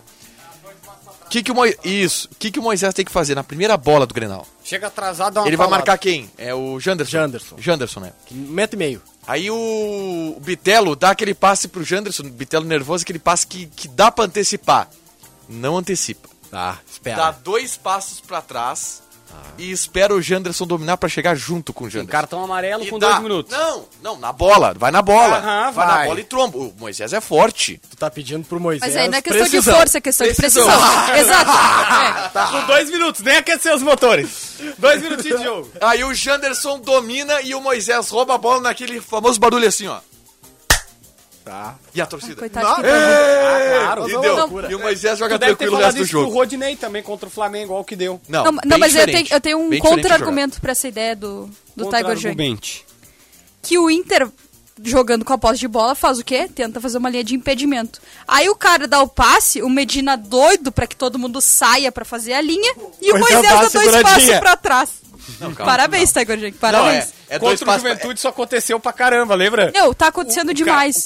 Speaker 8: Que que o Mo... Isso. O que, que o Moisés tem que fazer na primeira bola do Grenal?
Speaker 5: Chega atrasado, dá uma
Speaker 8: Ele vai
Speaker 5: paulada.
Speaker 8: marcar quem? É o Janderson.
Speaker 5: Janderson.
Speaker 8: Janderson, né?
Speaker 5: Meta e meio.
Speaker 8: Aí o, o Bitelo dá aquele passe pro Janderson, Bitelo nervoso, aquele passe que, que dá pra antecipar. Não antecipa.
Speaker 5: Tá, espera.
Speaker 8: Dá dois passos pra trás e espera o Janderson dominar pra chegar junto com o Janderson.
Speaker 2: Cartão amarelo
Speaker 8: E
Speaker 2: com
Speaker 8: dá-
Speaker 2: dois minutos.
Speaker 8: Não, não, na bola, vai na bola.
Speaker 2: Aham,
Speaker 8: vai. na
Speaker 2: vai.
Speaker 8: bola e tromba. O Moisés é forte.
Speaker 5: Tu tá pedindo pro Moisés.
Speaker 6: Mas aí não é questão
Speaker 5: precisão.
Speaker 6: de força, é questão
Speaker 8: Precisão.
Speaker 6: de precisão. Exato. É.
Speaker 2: Com dois minutos, nem aquecer os motores. Dois minutinhos de jogo.
Speaker 8: Aí o Janderson domina e o Moisés rouba a bola naquele famoso barulho assim, ó. Tá. E a torcida.
Speaker 6: Coitado que
Speaker 2: É,
Speaker 5: Claro,
Speaker 8: E
Speaker 5: não,
Speaker 8: deu.
Speaker 6: loucura.
Speaker 8: E o Moisés joga
Speaker 2: Tu deve ter
Speaker 8: tranquilo o resto
Speaker 2: falado
Speaker 8: do
Speaker 2: isso pro
Speaker 8: jogo.
Speaker 2: Rodinei também contra o Flamengo, olha o que deu.
Speaker 8: Não,
Speaker 6: Não,
Speaker 8: bem
Speaker 6: mas eu tenho,
Speaker 8: diferente.
Speaker 6: eu tenho um
Speaker 8: Bem diferente de
Speaker 6: contra-argumento pra essa ideia do, do Tiger Junk.
Speaker 2: Contra-argumente.
Speaker 6: Que o Inter, jogando com a posse de bola, faz o quê? Tenta fazer uma linha de impedimento. Aí o cara dá o passe, o Medina doido pra que todo mundo saia pra fazer a linha, e o
Speaker 5: Pois é,
Speaker 6: Moisés
Speaker 5: dá
Speaker 6: dá dois
Speaker 5: seguradinha.
Speaker 6: passos pra trás.
Speaker 8: calma,
Speaker 6: parabéns, Tiger Junk,
Speaker 8: jogar. Não,
Speaker 6: parabéns.
Speaker 8: é, é dois
Speaker 2: Contra o
Speaker 8: passos.
Speaker 2: Juventude isso aconteceu pra caramba, lembra?
Speaker 6: Não, tá acontecendo
Speaker 2: O
Speaker 6: demais.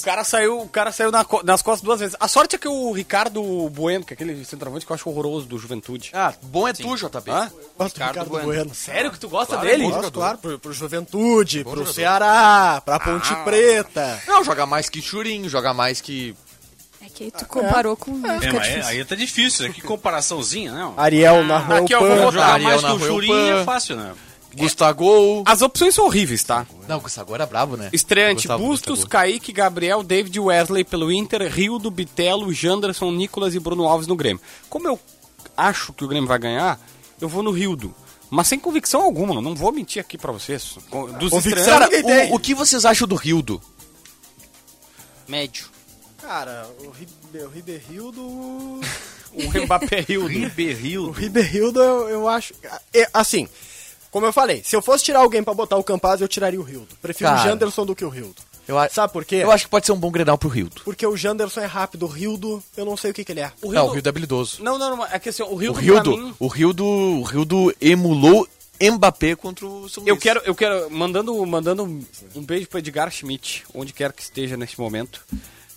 Speaker 2: Cara, o cara saiu, o cara saiu na co- nas costas duas vezes. A sorte é que o Ricardo Bueno, que é aquele centroavante que eu acho horroroso do Juventude.
Speaker 8: Ah, bom é tu, JB.
Speaker 2: Hã?
Speaker 5: Gosto do Ricardo
Speaker 4: Bueno.
Speaker 5: Bueno.
Speaker 2: Sério que tu gosta
Speaker 8: Claro,
Speaker 2: dele?
Speaker 8: bom
Speaker 5: Gosto,
Speaker 8: jogador.
Speaker 5: claro, pro, pro Juventude, pro Ceará, pra Ponte Preta.
Speaker 8: Não, joga mais que Churinho, joga mais que.
Speaker 6: É que aí tu comparou com o
Speaker 3: É,
Speaker 6: fica
Speaker 3: mas é-
Speaker 6: difícil.
Speaker 3: aí tá difícil, é que comparaçãozinha, né?
Speaker 5: Ariel na rua.
Speaker 2: aqui eu vou votar.
Speaker 3: Jogar
Speaker 8: Ariel
Speaker 3: mais que
Speaker 8: na
Speaker 3: o
Speaker 8: Rua
Speaker 3: Jurinho
Speaker 8: Pan.
Speaker 3: é fácil, né?
Speaker 8: Gustavo.
Speaker 2: As opções são horríveis, tá?
Speaker 8: Não, Gustavo era brabo, né?
Speaker 2: Estreante,
Speaker 8: Gustavo,
Speaker 2: Bustos,
Speaker 8: Gustavo.
Speaker 2: Kaique, Gabriel, David Wesley pelo Inter, Rio do Bitelo, Janderson, Nicolas e Bruno Alves no Grêmio. Como eu acho que o Grêmio vai ganhar, eu vou no Rildo. Mas sem convicção alguma, não vou mentir aqui pra vocês. Com- Dos
Speaker 5: Convicção
Speaker 2: estreantes-
Speaker 5: ninguém tem.
Speaker 8: O, o que vocês acham do Rildo?
Speaker 4: Médio.
Speaker 5: Cara, o, Ribe, o Riberildo.
Speaker 2: o Mbappé Rildo.
Speaker 5: O
Speaker 3: Ribeiril.
Speaker 5: Riberildo, eu, eu acho. é, assim, como eu falei, se eu fosse tirar alguém pra botar o Campaz, eu tiraria o Rildo. Prefiro
Speaker 8: Cara.
Speaker 5: o Janderson do que o Rildo.
Speaker 8: Eu a-
Speaker 5: Sabe por
Speaker 2: É.
Speaker 5: quê?
Speaker 8: Eu acho que pode ser um bom grenal pro Rildo.
Speaker 5: Porque o Janderson é rápido, o Rildo, eu não sei o que, que ele é.
Speaker 2: O
Speaker 8: Não, o
Speaker 2: Rildo...
Speaker 8: Rildo é habilidoso.
Speaker 2: Não, não, não, é que assim, o
Speaker 8: O
Speaker 2: Rildo, pra mim...
Speaker 8: Rildo, o Rildo, o Rildo emulou Mbappé contra o São
Speaker 2: Eu
Speaker 8: Luís.
Speaker 2: quero, eu quero, mandando, mandando um- um beijo pro Edgar Schmidt, onde quer que esteja neste momento.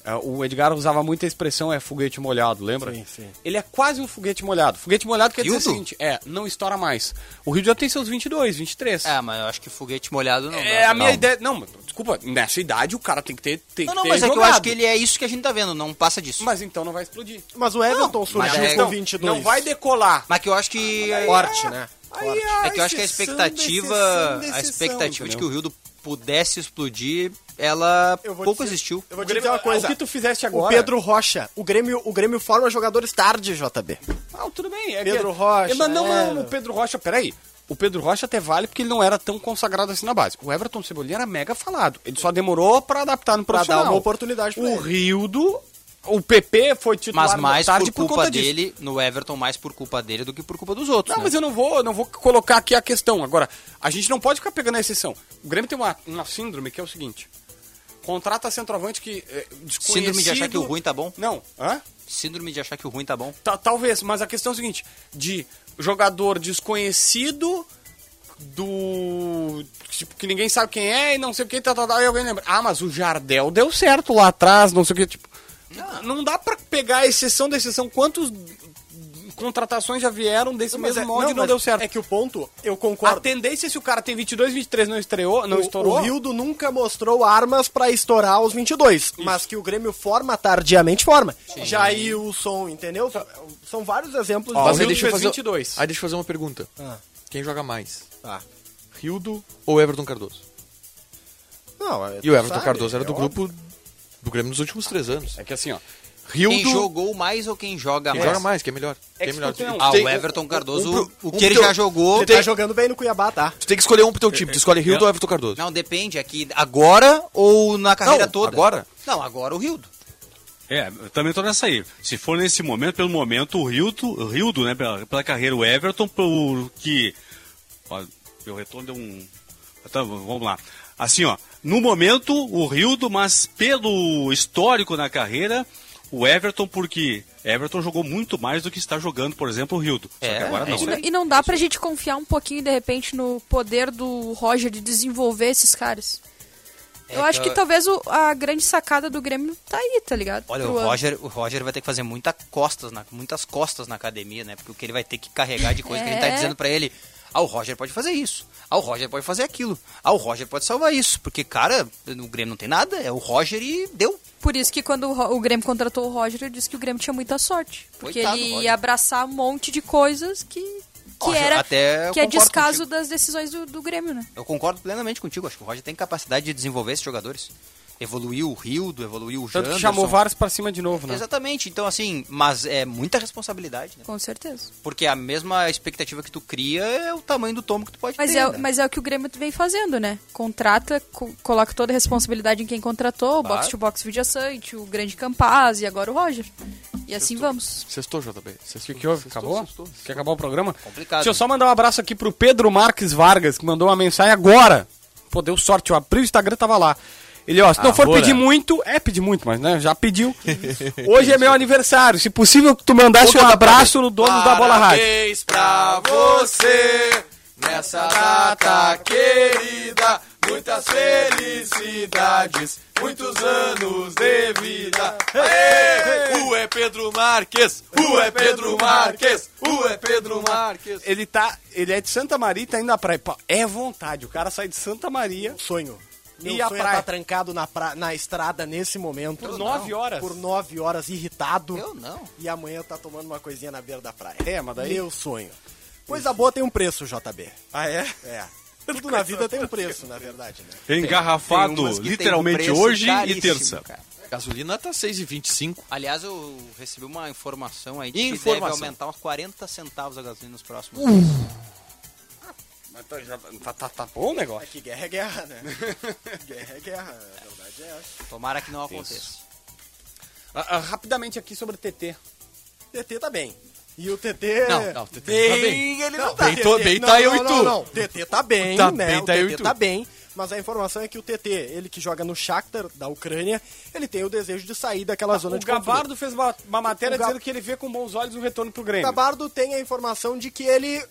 Speaker 2: Ah, o Edgar usava muito a expressão é foguete molhado, lembra?
Speaker 5: Sim, sim.
Speaker 2: Ele é quase um foguete molhado. Foguete molhado quer dizer o
Speaker 4: Rildo?
Speaker 2: seguinte, é, não estoura mais. O Rio já tem seus 22, 23.
Speaker 4: É, mas eu acho que foguete molhado não.
Speaker 2: É,
Speaker 4: né?
Speaker 2: a minha
Speaker 4: Não.
Speaker 2: ideia, não, mas, desculpa, nessa idade o cara tem que ter, tem
Speaker 4: Não,
Speaker 2: que
Speaker 4: não,
Speaker 2: ter
Speaker 4: mas é que eu
Speaker 2: jogado.
Speaker 4: acho que ele é isso que a gente tá vendo, não passa disso.
Speaker 2: Mas então não vai explodir.
Speaker 5: Mas o Everton
Speaker 4: mas
Speaker 5: surgiu
Speaker 4: é-
Speaker 5: com 22.
Speaker 2: Não vai decolar.
Speaker 4: Mas que eu acho
Speaker 2: Ah,
Speaker 4: que.
Speaker 5: Forte, né?
Speaker 2: Aí
Speaker 5: Forte.
Speaker 4: É que eu acho que a
Speaker 2: exceção da
Speaker 4: expectativa.
Speaker 2: exceção da
Speaker 4: a
Speaker 2: exceção,
Speaker 4: expectativa de
Speaker 2: entendeu?
Speaker 4: que o Rildo pudesse explodir, ela
Speaker 5: Eu vou
Speaker 4: pouco
Speaker 5: dizer-
Speaker 4: existiu.
Speaker 5: Eu vou
Speaker 2: O
Speaker 5: te
Speaker 2: Grêmio-
Speaker 5: dizer uma coisa.
Speaker 2: Então, O que tu fizeste
Speaker 5: O
Speaker 2: agora?
Speaker 5: Pedro Rocha. O Grêmio, o Grêmio forma jogadores tarde, JB.
Speaker 2: Ah, tudo bem. É
Speaker 5: Pedro
Speaker 2: que-
Speaker 5: Rocha,
Speaker 2: É, Mas não,
Speaker 5: né?
Speaker 2: não, o Pedro Rocha, peraí. O Pedro Rocha até vale porque ele não era tão consagrado assim na base. O Everton Cebolinha era mega falado. Ele só demorou pra adaptar no
Speaker 5: Pra
Speaker 2: profissional.
Speaker 5: dar uma oportunidade pra
Speaker 2: O
Speaker 5: ele.
Speaker 2: Rildo, o PP foi titular
Speaker 4: Mas mais
Speaker 2: tarde
Speaker 4: por culpa
Speaker 2: conta disso.
Speaker 4: dele, no Everton, mais por culpa dele do que por culpa dos outros.
Speaker 2: Não,
Speaker 4: né?
Speaker 2: mas eu não vou, não vou colocar aqui a questão. Agora, a gente não pode ficar pegando a exceção. O Grêmio tem uma, uma síndrome que é o seguinte. Contrata centroavante que é, desconhecido...
Speaker 4: Síndrome de achar que o ruim tá bom?
Speaker 2: Não. Hã?
Speaker 4: Síndrome de achar que o ruim tá bom.
Speaker 2: Ta- talvez, mas a questão é o seguinte: de jogador desconhecido do. Tipo, que ninguém sabe quem é e não sei o que, tal, tal, tal, e alguém lembra. Ah, mas o Jardel deu certo lá atrás, não sei o que. Tipo,
Speaker 5: Ah.
Speaker 2: não, dá pra pegar exceção da exceção quantos contratações já vieram desse
Speaker 5: Mas
Speaker 2: mesmo
Speaker 5: é-
Speaker 2: molde e não
Speaker 5: mas
Speaker 2: deu certo.
Speaker 5: É que o ponto, eu
Speaker 2: A
Speaker 5: concordo.
Speaker 2: tendência é se o cara tem 22, 23 não estreou, não
Speaker 5: o,
Speaker 2: estourou.
Speaker 5: o Rildo nunca mostrou armas pra estourar aos 22, mas que o Grêmio forma tardiamente forma. Jailson, entendeu?
Speaker 2: Tá.
Speaker 5: São- São vários exemplos
Speaker 8: Ó,
Speaker 5: de-
Speaker 8: mas aí
Speaker 2: Rildo
Speaker 8: deixa eu
Speaker 2: fez
Speaker 8: fazer...
Speaker 2: 22.
Speaker 8: Aí deixa eu fazer uma pergunta.
Speaker 5: Ah.
Speaker 8: Quem joga mais?
Speaker 5: Ah.
Speaker 8: Rildo ou Everton Cardoso?
Speaker 5: Não, é-
Speaker 8: E o Everton
Speaker 5: sabe,
Speaker 8: Cardoso era
Speaker 5: é
Speaker 8: do
Speaker 5: óbvio.
Speaker 8: grupo do Grêmio nos últimos três anos.
Speaker 2: É que assim, ó.
Speaker 8: Rildo
Speaker 4: Quem jogou mais ou quem joga
Speaker 8: Quem
Speaker 4: mais?
Speaker 8: joga mais, quem é melhor.
Speaker 2: É
Speaker 8: Quem é
Speaker 2: que
Speaker 8: melhor.
Speaker 2: tu tem um-
Speaker 4: Ah,
Speaker 8: Tem-
Speaker 4: o Everton Cardoso,
Speaker 8: um pro-
Speaker 4: o
Speaker 8: um
Speaker 4: que ele
Speaker 8: pro-
Speaker 4: já jogou...
Speaker 5: Ele tá jogando bem no Cuiabá, tá?
Speaker 8: Tu tem que escolher um pro teu time. Tu escolhe Rildo ou Everton Cardoso.
Speaker 4: Não, depende, é que agora ou na carreira
Speaker 8: Não,
Speaker 4: toda?
Speaker 8: agora.
Speaker 4: Não, agora o Rildo.
Speaker 3: É, eu também tô nessa aí. Se for nesse momento, pelo momento, o Rildo, o Rildo né, pela, pela carreira, o Everton, pelo que... Ó, meu retorno deu um... Tá, vamos lá. Assim, ó, no momento, o Rildo, mas pelo histórico na carreira, o Everton, porque Everton jogou muito mais do que está jogando, por exemplo, o Rildo. Só
Speaker 4: É,
Speaker 3: que agora
Speaker 4: é
Speaker 3: não,
Speaker 4: isso
Speaker 3: né?
Speaker 6: E não dá pra gente confiar um pouquinho, de repente, no poder do Roger de desenvolver esses caras. eu
Speaker 4: que
Speaker 6: acho que,
Speaker 4: eu-
Speaker 6: talvez o- a grande sacada do Grêmio tá aí, tá ligado?
Speaker 4: Olha,
Speaker 6: Pro
Speaker 4: o
Speaker 6: ano.
Speaker 4: Roger, o Roger vai ter que fazer muita costas na, muitas costas na academia, né? Porque ele vai ter que carregar de coisa que a gente tá
Speaker 6: É.
Speaker 4: dizendo pra ele. Ah, o Roger pode fazer isso. Ah, o Roger pode fazer aquilo. Ah, o Roger pode salvar isso. Porque, cara, o Grêmio não tem nada. É o Roger e deu.
Speaker 6: Por isso que quando o, Ro- o Grêmio contratou o Roger, eu disse que o Grêmio tinha muita sorte. Porque
Speaker 4: Coitado do
Speaker 6: ele
Speaker 4: Roger.
Speaker 6: ia abraçar um monte de coisas que, que
Speaker 4: Roger,
Speaker 6: era
Speaker 4: até eu
Speaker 6: que é
Speaker 4: concordo
Speaker 6: descaso
Speaker 4: contigo.
Speaker 6: das decisões do, do Grêmio, né?
Speaker 4: Eu concordo plenamente contigo. Acho que o Roger tem capacidade de desenvolver esses jogadores. Evoluiu o Rildo, evoluiu o
Speaker 2: Tanto
Speaker 4: Janderson.
Speaker 2: que chamou vários pra cima de novo, né?
Speaker 4: Exatamente. Então, assim, mas é muita responsabilidade, né?
Speaker 6: Com certeza.
Speaker 4: Porque a mesma expectativa que tu cria é o tamanho do tomo que tu pode
Speaker 6: Mas
Speaker 4: ter.
Speaker 6: é,
Speaker 4: né?
Speaker 6: mas é o que o Grêmio vem fazendo, né? Contrata, co- coloca toda a responsabilidade em quem contratou,
Speaker 4: Claro.
Speaker 6: box to box Vidia Sante, o Grande Campaz e agora o Roger. E assim vamos.
Speaker 8: Sextou, JB. Sextou.
Speaker 2: O que houve? Acabou? Quer acabar o programa?
Speaker 4: Complicado.
Speaker 2: Deixa eu só mandar um abraço aqui pro Pedro Marques Vargas, que mandou uma mensagem agora. Pô, deu sorte, eu abri o Instagram tava lá. Ele, ó, se não for
Speaker 8: Arrora.
Speaker 2: pedir muito, é pedir muito, mas né, já pediu. Hoje é meu aniversário. Se possível, que tu mandasse um abraço no dono da Bola Rádio.
Speaker 8: Parabéns pra você nessa data querida. Muitas felicidades, muitos anos de vida. Ué, Pedro Marques,
Speaker 3: é
Speaker 8: ué, Pedro Marques, ué, Pedro Marques.
Speaker 2: Ele tá, ele é de Santa Maria e tá indo na praia. Pá, é vontade, o cara sai de Santa Maria.
Speaker 5: Um Sonho. Meu
Speaker 2: E a
Speaker 5: sonho é
Speaker 2: praia?
Speaker 5: tá trancado na, pra- na estrada nesse momento.
Speaker 2: Por nove horas?
Speaker 5: Por nove horas, irritado.
Speaker 4: Eu não.
Speaker 5: E amanhã tá tomando uma coisinha na beira da praia.
Speaker 2: É, mas daí-
Speaker 5: Meu sonho. Coisa boa tem um preço, JB.
Speaker 2: Ah, é?
Speaker 5: É. Tudo na vida tem um preço, na verdade, né?
Speaker 3: Engarrafado,
Speaker 4: Tem umas que tem um
Speaker 3: literalmente
Speaker 4: preço
Speaker 3: hoje e
Speaker 4: caríssimo,
Speaker 3: terça.
Speaker 4: cara.
Speaker 8: Gasolina tá 6,25.
Speaker 4: Aliás, eu recebi uma informação Uh! aí de que deve
Speaker 8: Informação.
Speaker 4: aumentar uns 40 centavos a gasolina nos próximos
Speaker 2: Tá, tá, tá bom o negócio.
Speaker 5: Que guerra é guerra, né? guerra é guerra, a verdade é essa.
Speaker 4: Tomara que não aconteça.
Speaker 2: Ah, ah, rapidamente aqui sobre o TT.
Speaker 5: TT tá bem. E o TT...
Speaker 8: Não, não, o TT
Speaker 5: bem,
Speaker 8: tá bem.
Speaker 5: ele não,
Speaker 8: Não,
Speaker 5: tá
Speaker 8: bem tô- bem
Speaker 5: não,
Speaker 8: tá
Speaker 5: não,
Speaker 8: eu e
Speaker 5: não,
Speaker 8: tu.
Speaker 5: Não, TT tá bem,
Speaker 8: Tá
Speaker 5: né?
Speaker 8: bem
Speaker 5: o
Speaker 8: tá eu e
Speaker 5: TT
Speaker 8: tu.
Speaker 5: tá bem, mas a informação é que o TT, ele que joga no Shakhtar da Ucrânia, ele tem o desejo de sair daquela zona
Speaker 2: O
Speaker 5: de conflito.
Speaker 2: Gabardo fez uma, uma matéria
Speaker 5: O Ga-
Speaker 2: dizendo que ele vê com bons olhos o retorno pro
Speaker 5: O
Speaker 2: Grêmio.
Speaker 5: Gabardo tem a informação de que ele.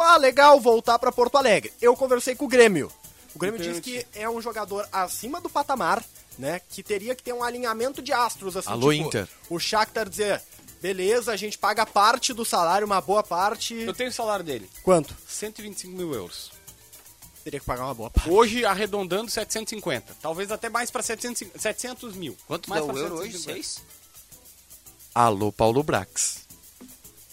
Speaker 5: Ah, legal, voltar pra Porto Alegre. Eu conversei com o Grêmio. O Grêmio diz que é um jogador acima do patamar, né? Que teria que ter um alinhamento de astros, assim.
Speaker 8: Alô, Inter.
Speaker 5: O Shakhtar dizer, beleza, a gente paga parte do salário, uma boa parte.
Speaker 2: Eu tenho o salário dele,
Speaker 5: Quanto?
Speaker 2: 125 mil euros.
Speaker 5: Teria que pagar uma boa parte.
Speaker 2: Hoje, arredondando, 750. Talvez até mais pra 700, 700 mil.
Speaker 4: Quanto
Speaker 2: mais
Speaker 4: dá o
Speaker 2: pra
Speaker 4: euro hoje?
Speaker 2: 750.
Speaker 4: Seis?
Speaker 8: Alô, Paulo Brax.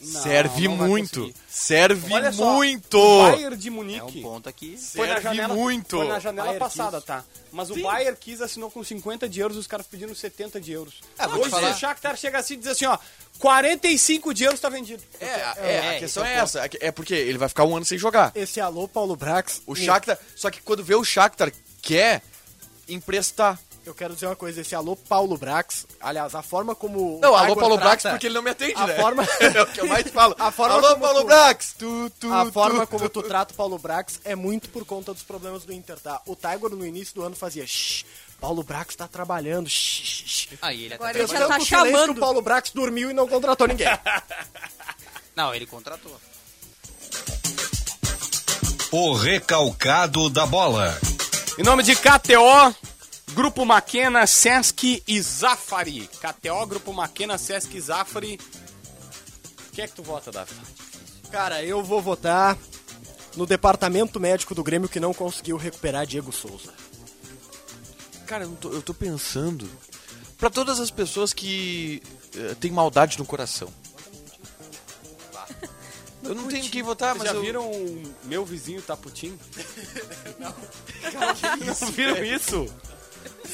Speaker 2: Não,
Speaker 8: serve
Speaker 2: não vai
Speaker 8: muito.
Speaker 2: conseguir.
Speaker 8: Serve
Speaker 2: Olha só,
Speaker 8: muito.
Speaker 2: O Bayern de
Speaker 4: É um
Speaker 2: Munique
Speaker 4: ponto aqui.
Speaker 2: foi, na
Speaker 8: serve
Speaker 2: janela,
Speaker 8: muito.
Speaker 2: foi na janela
Speaker 5: Bayern
Speaker 2: passada, tá? Mas o Bayern quis, assinou com 50 de euros, os caras pediram 70 de euros.
Speaker 4: Ah, vou te
Speaker 2: hoje
Speaker 4: falar.
Speaker 2: o Shakhtar chega assim e diz assim, ó, 45 de euros tá vendido.
Speaker 8: É, é, a
Speaker 4: é,
Speaker 2: então
Speaker 8: questão
Speaker 4: esse é
Speaker 8: é
Speaker 4: o
Speaker 8: essa. É que- É porque ele vai ficar um ano sem jogar.
Speaker 5: Esse alô, Paulo Brax.
Speaker 8: O Shakhtar, só que quando vê o Shakhtar quer emprestar.
Speaker 5: Eu quero dizer uma coisa, esse alô, Paulo Brax. Aliás, a forma como. o
Speaker 8: Não, alô
Speaker 5: Tiger
Speaker 8: Paulo
Speaker 5: trata-
Speaker 8: Brax porque ele não me atende,
Speaker 5: a
Speaker 8: né?
Speaker 5: forma-
Speaker 8: é o que eu mais falo.
Speaker 5: A forma
Speaker 8: alô
Speaker 5: como
Speaker 8: Paulo
Speaker 5: tu-
Speaker 8: Brax. Tu, tu,
Speaker 5: A
Speaker 8: tu,
Speaker 5: forma
Speaker 8: tu.
Speaker 5: como tu trata o Paulo Brax é muito por conta dos problemas do Inter, tá? O Tiger no início do ano fazia shh, Paulo Brax tá trabalhando, shh, shh.
Speaker 4: Aí ele
Speaker 6: Agora
Speaker 4: até
Speaker 6: ele
Speaker 4: trabalhou.
Speaker 6: já tá
Speaker 5: Tanto um silêncio
Speaker 6: chamando.
Speaker 5: que o Paulo Brax dormiu e não contratou ninguém.
Speaker 4: Não, ele contratou.
Speaker 1: O recalcado da bola.
Speaker 2: Em nome de KTO, Grupo Maquena, Sesc e Zafari. KTO, Grupo Maquena, Sesc e Zafari. Quem é que tu vota, Davi?
Speaker 5: Cara, eu vou votar no departamento médico do Grêmio que não conseguiu recuperar Diego Souza.
Speaker 8: Cara, eu, não tô, eu tô pensando. Pra todas as pessoas que eh, têm maldade no coração. Eu não tenho quem votar, mas
Speaker 2: já
Speaker 8: eu...
Speaker 2: viram o meu vizinho Taputim? não. não viram isso?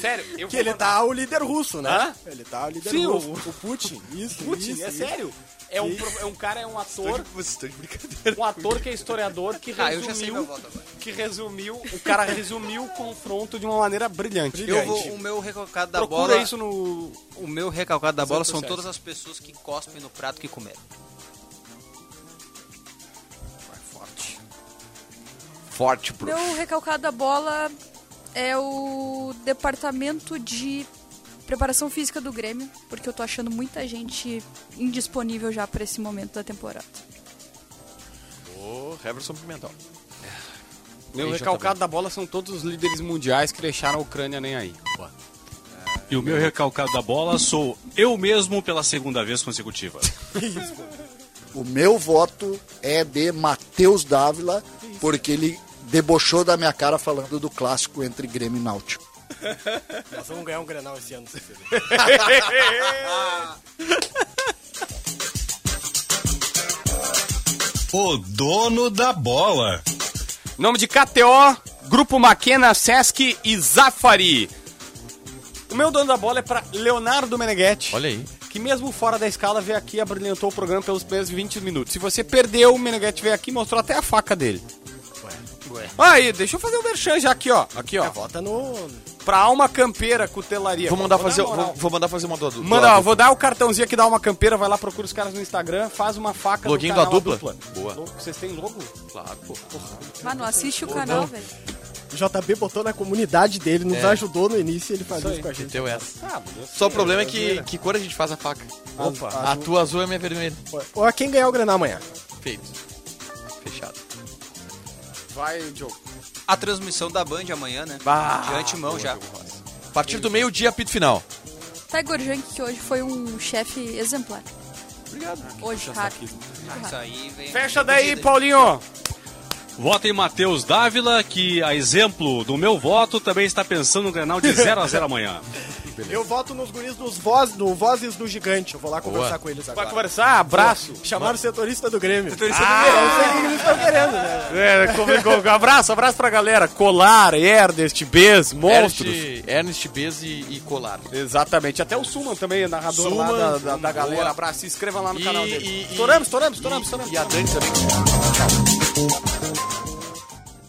Speaker 2: Sério, eu
Speaker 5: Que
Speaker 2: vou
Speaker 5: ele
Speaker 2: mandar-
Speaker 5: tá o líder russo, né?
Speaker 2: Hã?
Speaker 5: Ele tá o líder
Speaker 2: Sim,
Speaker 5: russo.
Speaker 2: o-
Speaker 5: O, Putin. Isso,
Speaker 2: Putin,
Speaker 5: isso,
Speaker 2: é
Speaker 5: isso.
Speaker 2: sério. É um, pro- é um cara, é um ator. Um ator que é historiador que
Speaker 4: Ah, eu já sei meu
Speaker 2: resumiu.
Speaker 4: voto agora.
Speaker 2: que resumiu. O cara resumiu o confronto de uma maneira brilhante.
Speaker 4: Eu vou, o meu recalcado da
Speaker 2: Procura
Speaker 4: bola.
Speaker 2: isso no.
Speaker 4: O meu recalcado da bola são
Speaker 2: sociais.
Speaker 4: todas as pessoas que cospem no prato que comeram.
Speaker 8: Forte, bro.
Speaker 6: Meu recalcado da bola é o departamento de preparação física do Grêmio, porque eu tô achando muita gente indisponível já pra esse momento da temporada.
Speaker 8: Ô, Heverson Pimentel.
Speaker 2: Meu
Speaker 8: Aí já
Speaker 2: recalcado da bola são todos os líderes mundiais que deixaram a Ucrânia nem aí.
Speaker 3: E o meu recalcado da bola sou eu mesmo pela segunda vez consecutiva.
Speaker 10: O meu voto é de Matheus Dávila, porque ele debochou da minha cara falando do clássico entre Grêmio e Náutico.
Speaker 5: Nós vamos ganhar um Grenal esse ano, se você ver.
Speaker 1: O dono da bola.
Speaker 2: Em nome de KTO, Grupo Maquena, Sesc e Zafari. O meu dono da bola é pra Leonardo Meneghetti.
Speaker 8: Olha aí.
Speaker 2: Que mesmo fora da escala veio aqui e abrilhantou o programa pelos primeiros 20 minutos. Se você perdeu, o Meneghetti veio aqui e mostrou até a faca dele. Aí, deixa eu fazer um merchan já aqui, ó. Aqui, ó.
Speaker 5: Vota no.
Speaker 2: Pra alma campeira cutelaria.
Speaker 8: Vou mandar
Speaker 2: dar
Speaker 8: fazer,
Speaker 2: moral.
Speaker 8: vou, vou mandar fazer uma do adulto.
Speaker 2: Manda, ó, vou dar o cartãozinho aqui da Alma Campeira, vai lá, procura os caras no Instagram, faz uma faca
Speaker 8: Login
Speaker 2: do
Speaker 8: do
Speaker 2: canal
Speaker 8: A Dupla?
Speaker 2: Boa.
Speaker 8: Boa.
Speaker 2: Vocês têm logo?
Speaker 8: Claro, pô.
Speaker 6: Mano, assiste o canal, velho.
Speaker 5: O JB botou na comunidade dele,
Speaker 2: É.
Speaker 5: nos ajudou no início e ele faz isso, com a gente.
Speaker 8: Meteu essa.
Speaker 2: Ah, meu Deus.
Speaker 8: Só o problema é que, que cor a gente faz a faca?
Speaker 2: Opa.
Speaker 8: A tua azul é a minha vermelha.
Speaker 5: Ó, quem ganhar o Grenal amanhã?
Speaker 8: Feito. Fechado.
Speaker 2: Vai, Diogo.
Speaker 4: A transmissão da Band amanhã, né? De antemão já.
Speaker 8: A partir do meio-dia, apito final.
Speaker 6: Tiger Junk, que hoje foi um chefe exemplar. Obrigado. Hoje, cara.
Speaker 4: Ah, Isso aí vem.
Speaker 2: Fecha daí, Paulinho.
Speaker 3: Vota em Matheus Dávila, que a exemplo do meu voto também está pensando no Grenal de 0 a 0 amanhã.
Speaker 5: Eu voto nos guris dos voz, do Vozes do Gigante. Eu vou lá conversar com eles agora.
Speaker 2: Vai conversar? Abraço. ah,
Speaker 5: Chamaram o setorista do Grêmio. Setorista do Grêmio. Eu sei o que eles estão querendo, né?
Speaker 2: É, come- come- abraço, abraço pra galera. Colar, Ernest, Bez, Monstros.
Speaker 8: Ernest, Ernest Bez e, e Colar.
Speaker 2: Exatamente. Até o Suman também, narrador lá
Speaker 8: Suman,
Speaker 2: da, da, da galera.
Speaker 8: boa.
Speaker 2: Abraço, se inscreva lá no
Speaker 8: E-
Speaker 2: canal dele.
Speaker 8: e- e-
Speaker 2: estouramos, estouramos, estouramos, estouramos.
Speaker 8: E a Dani também.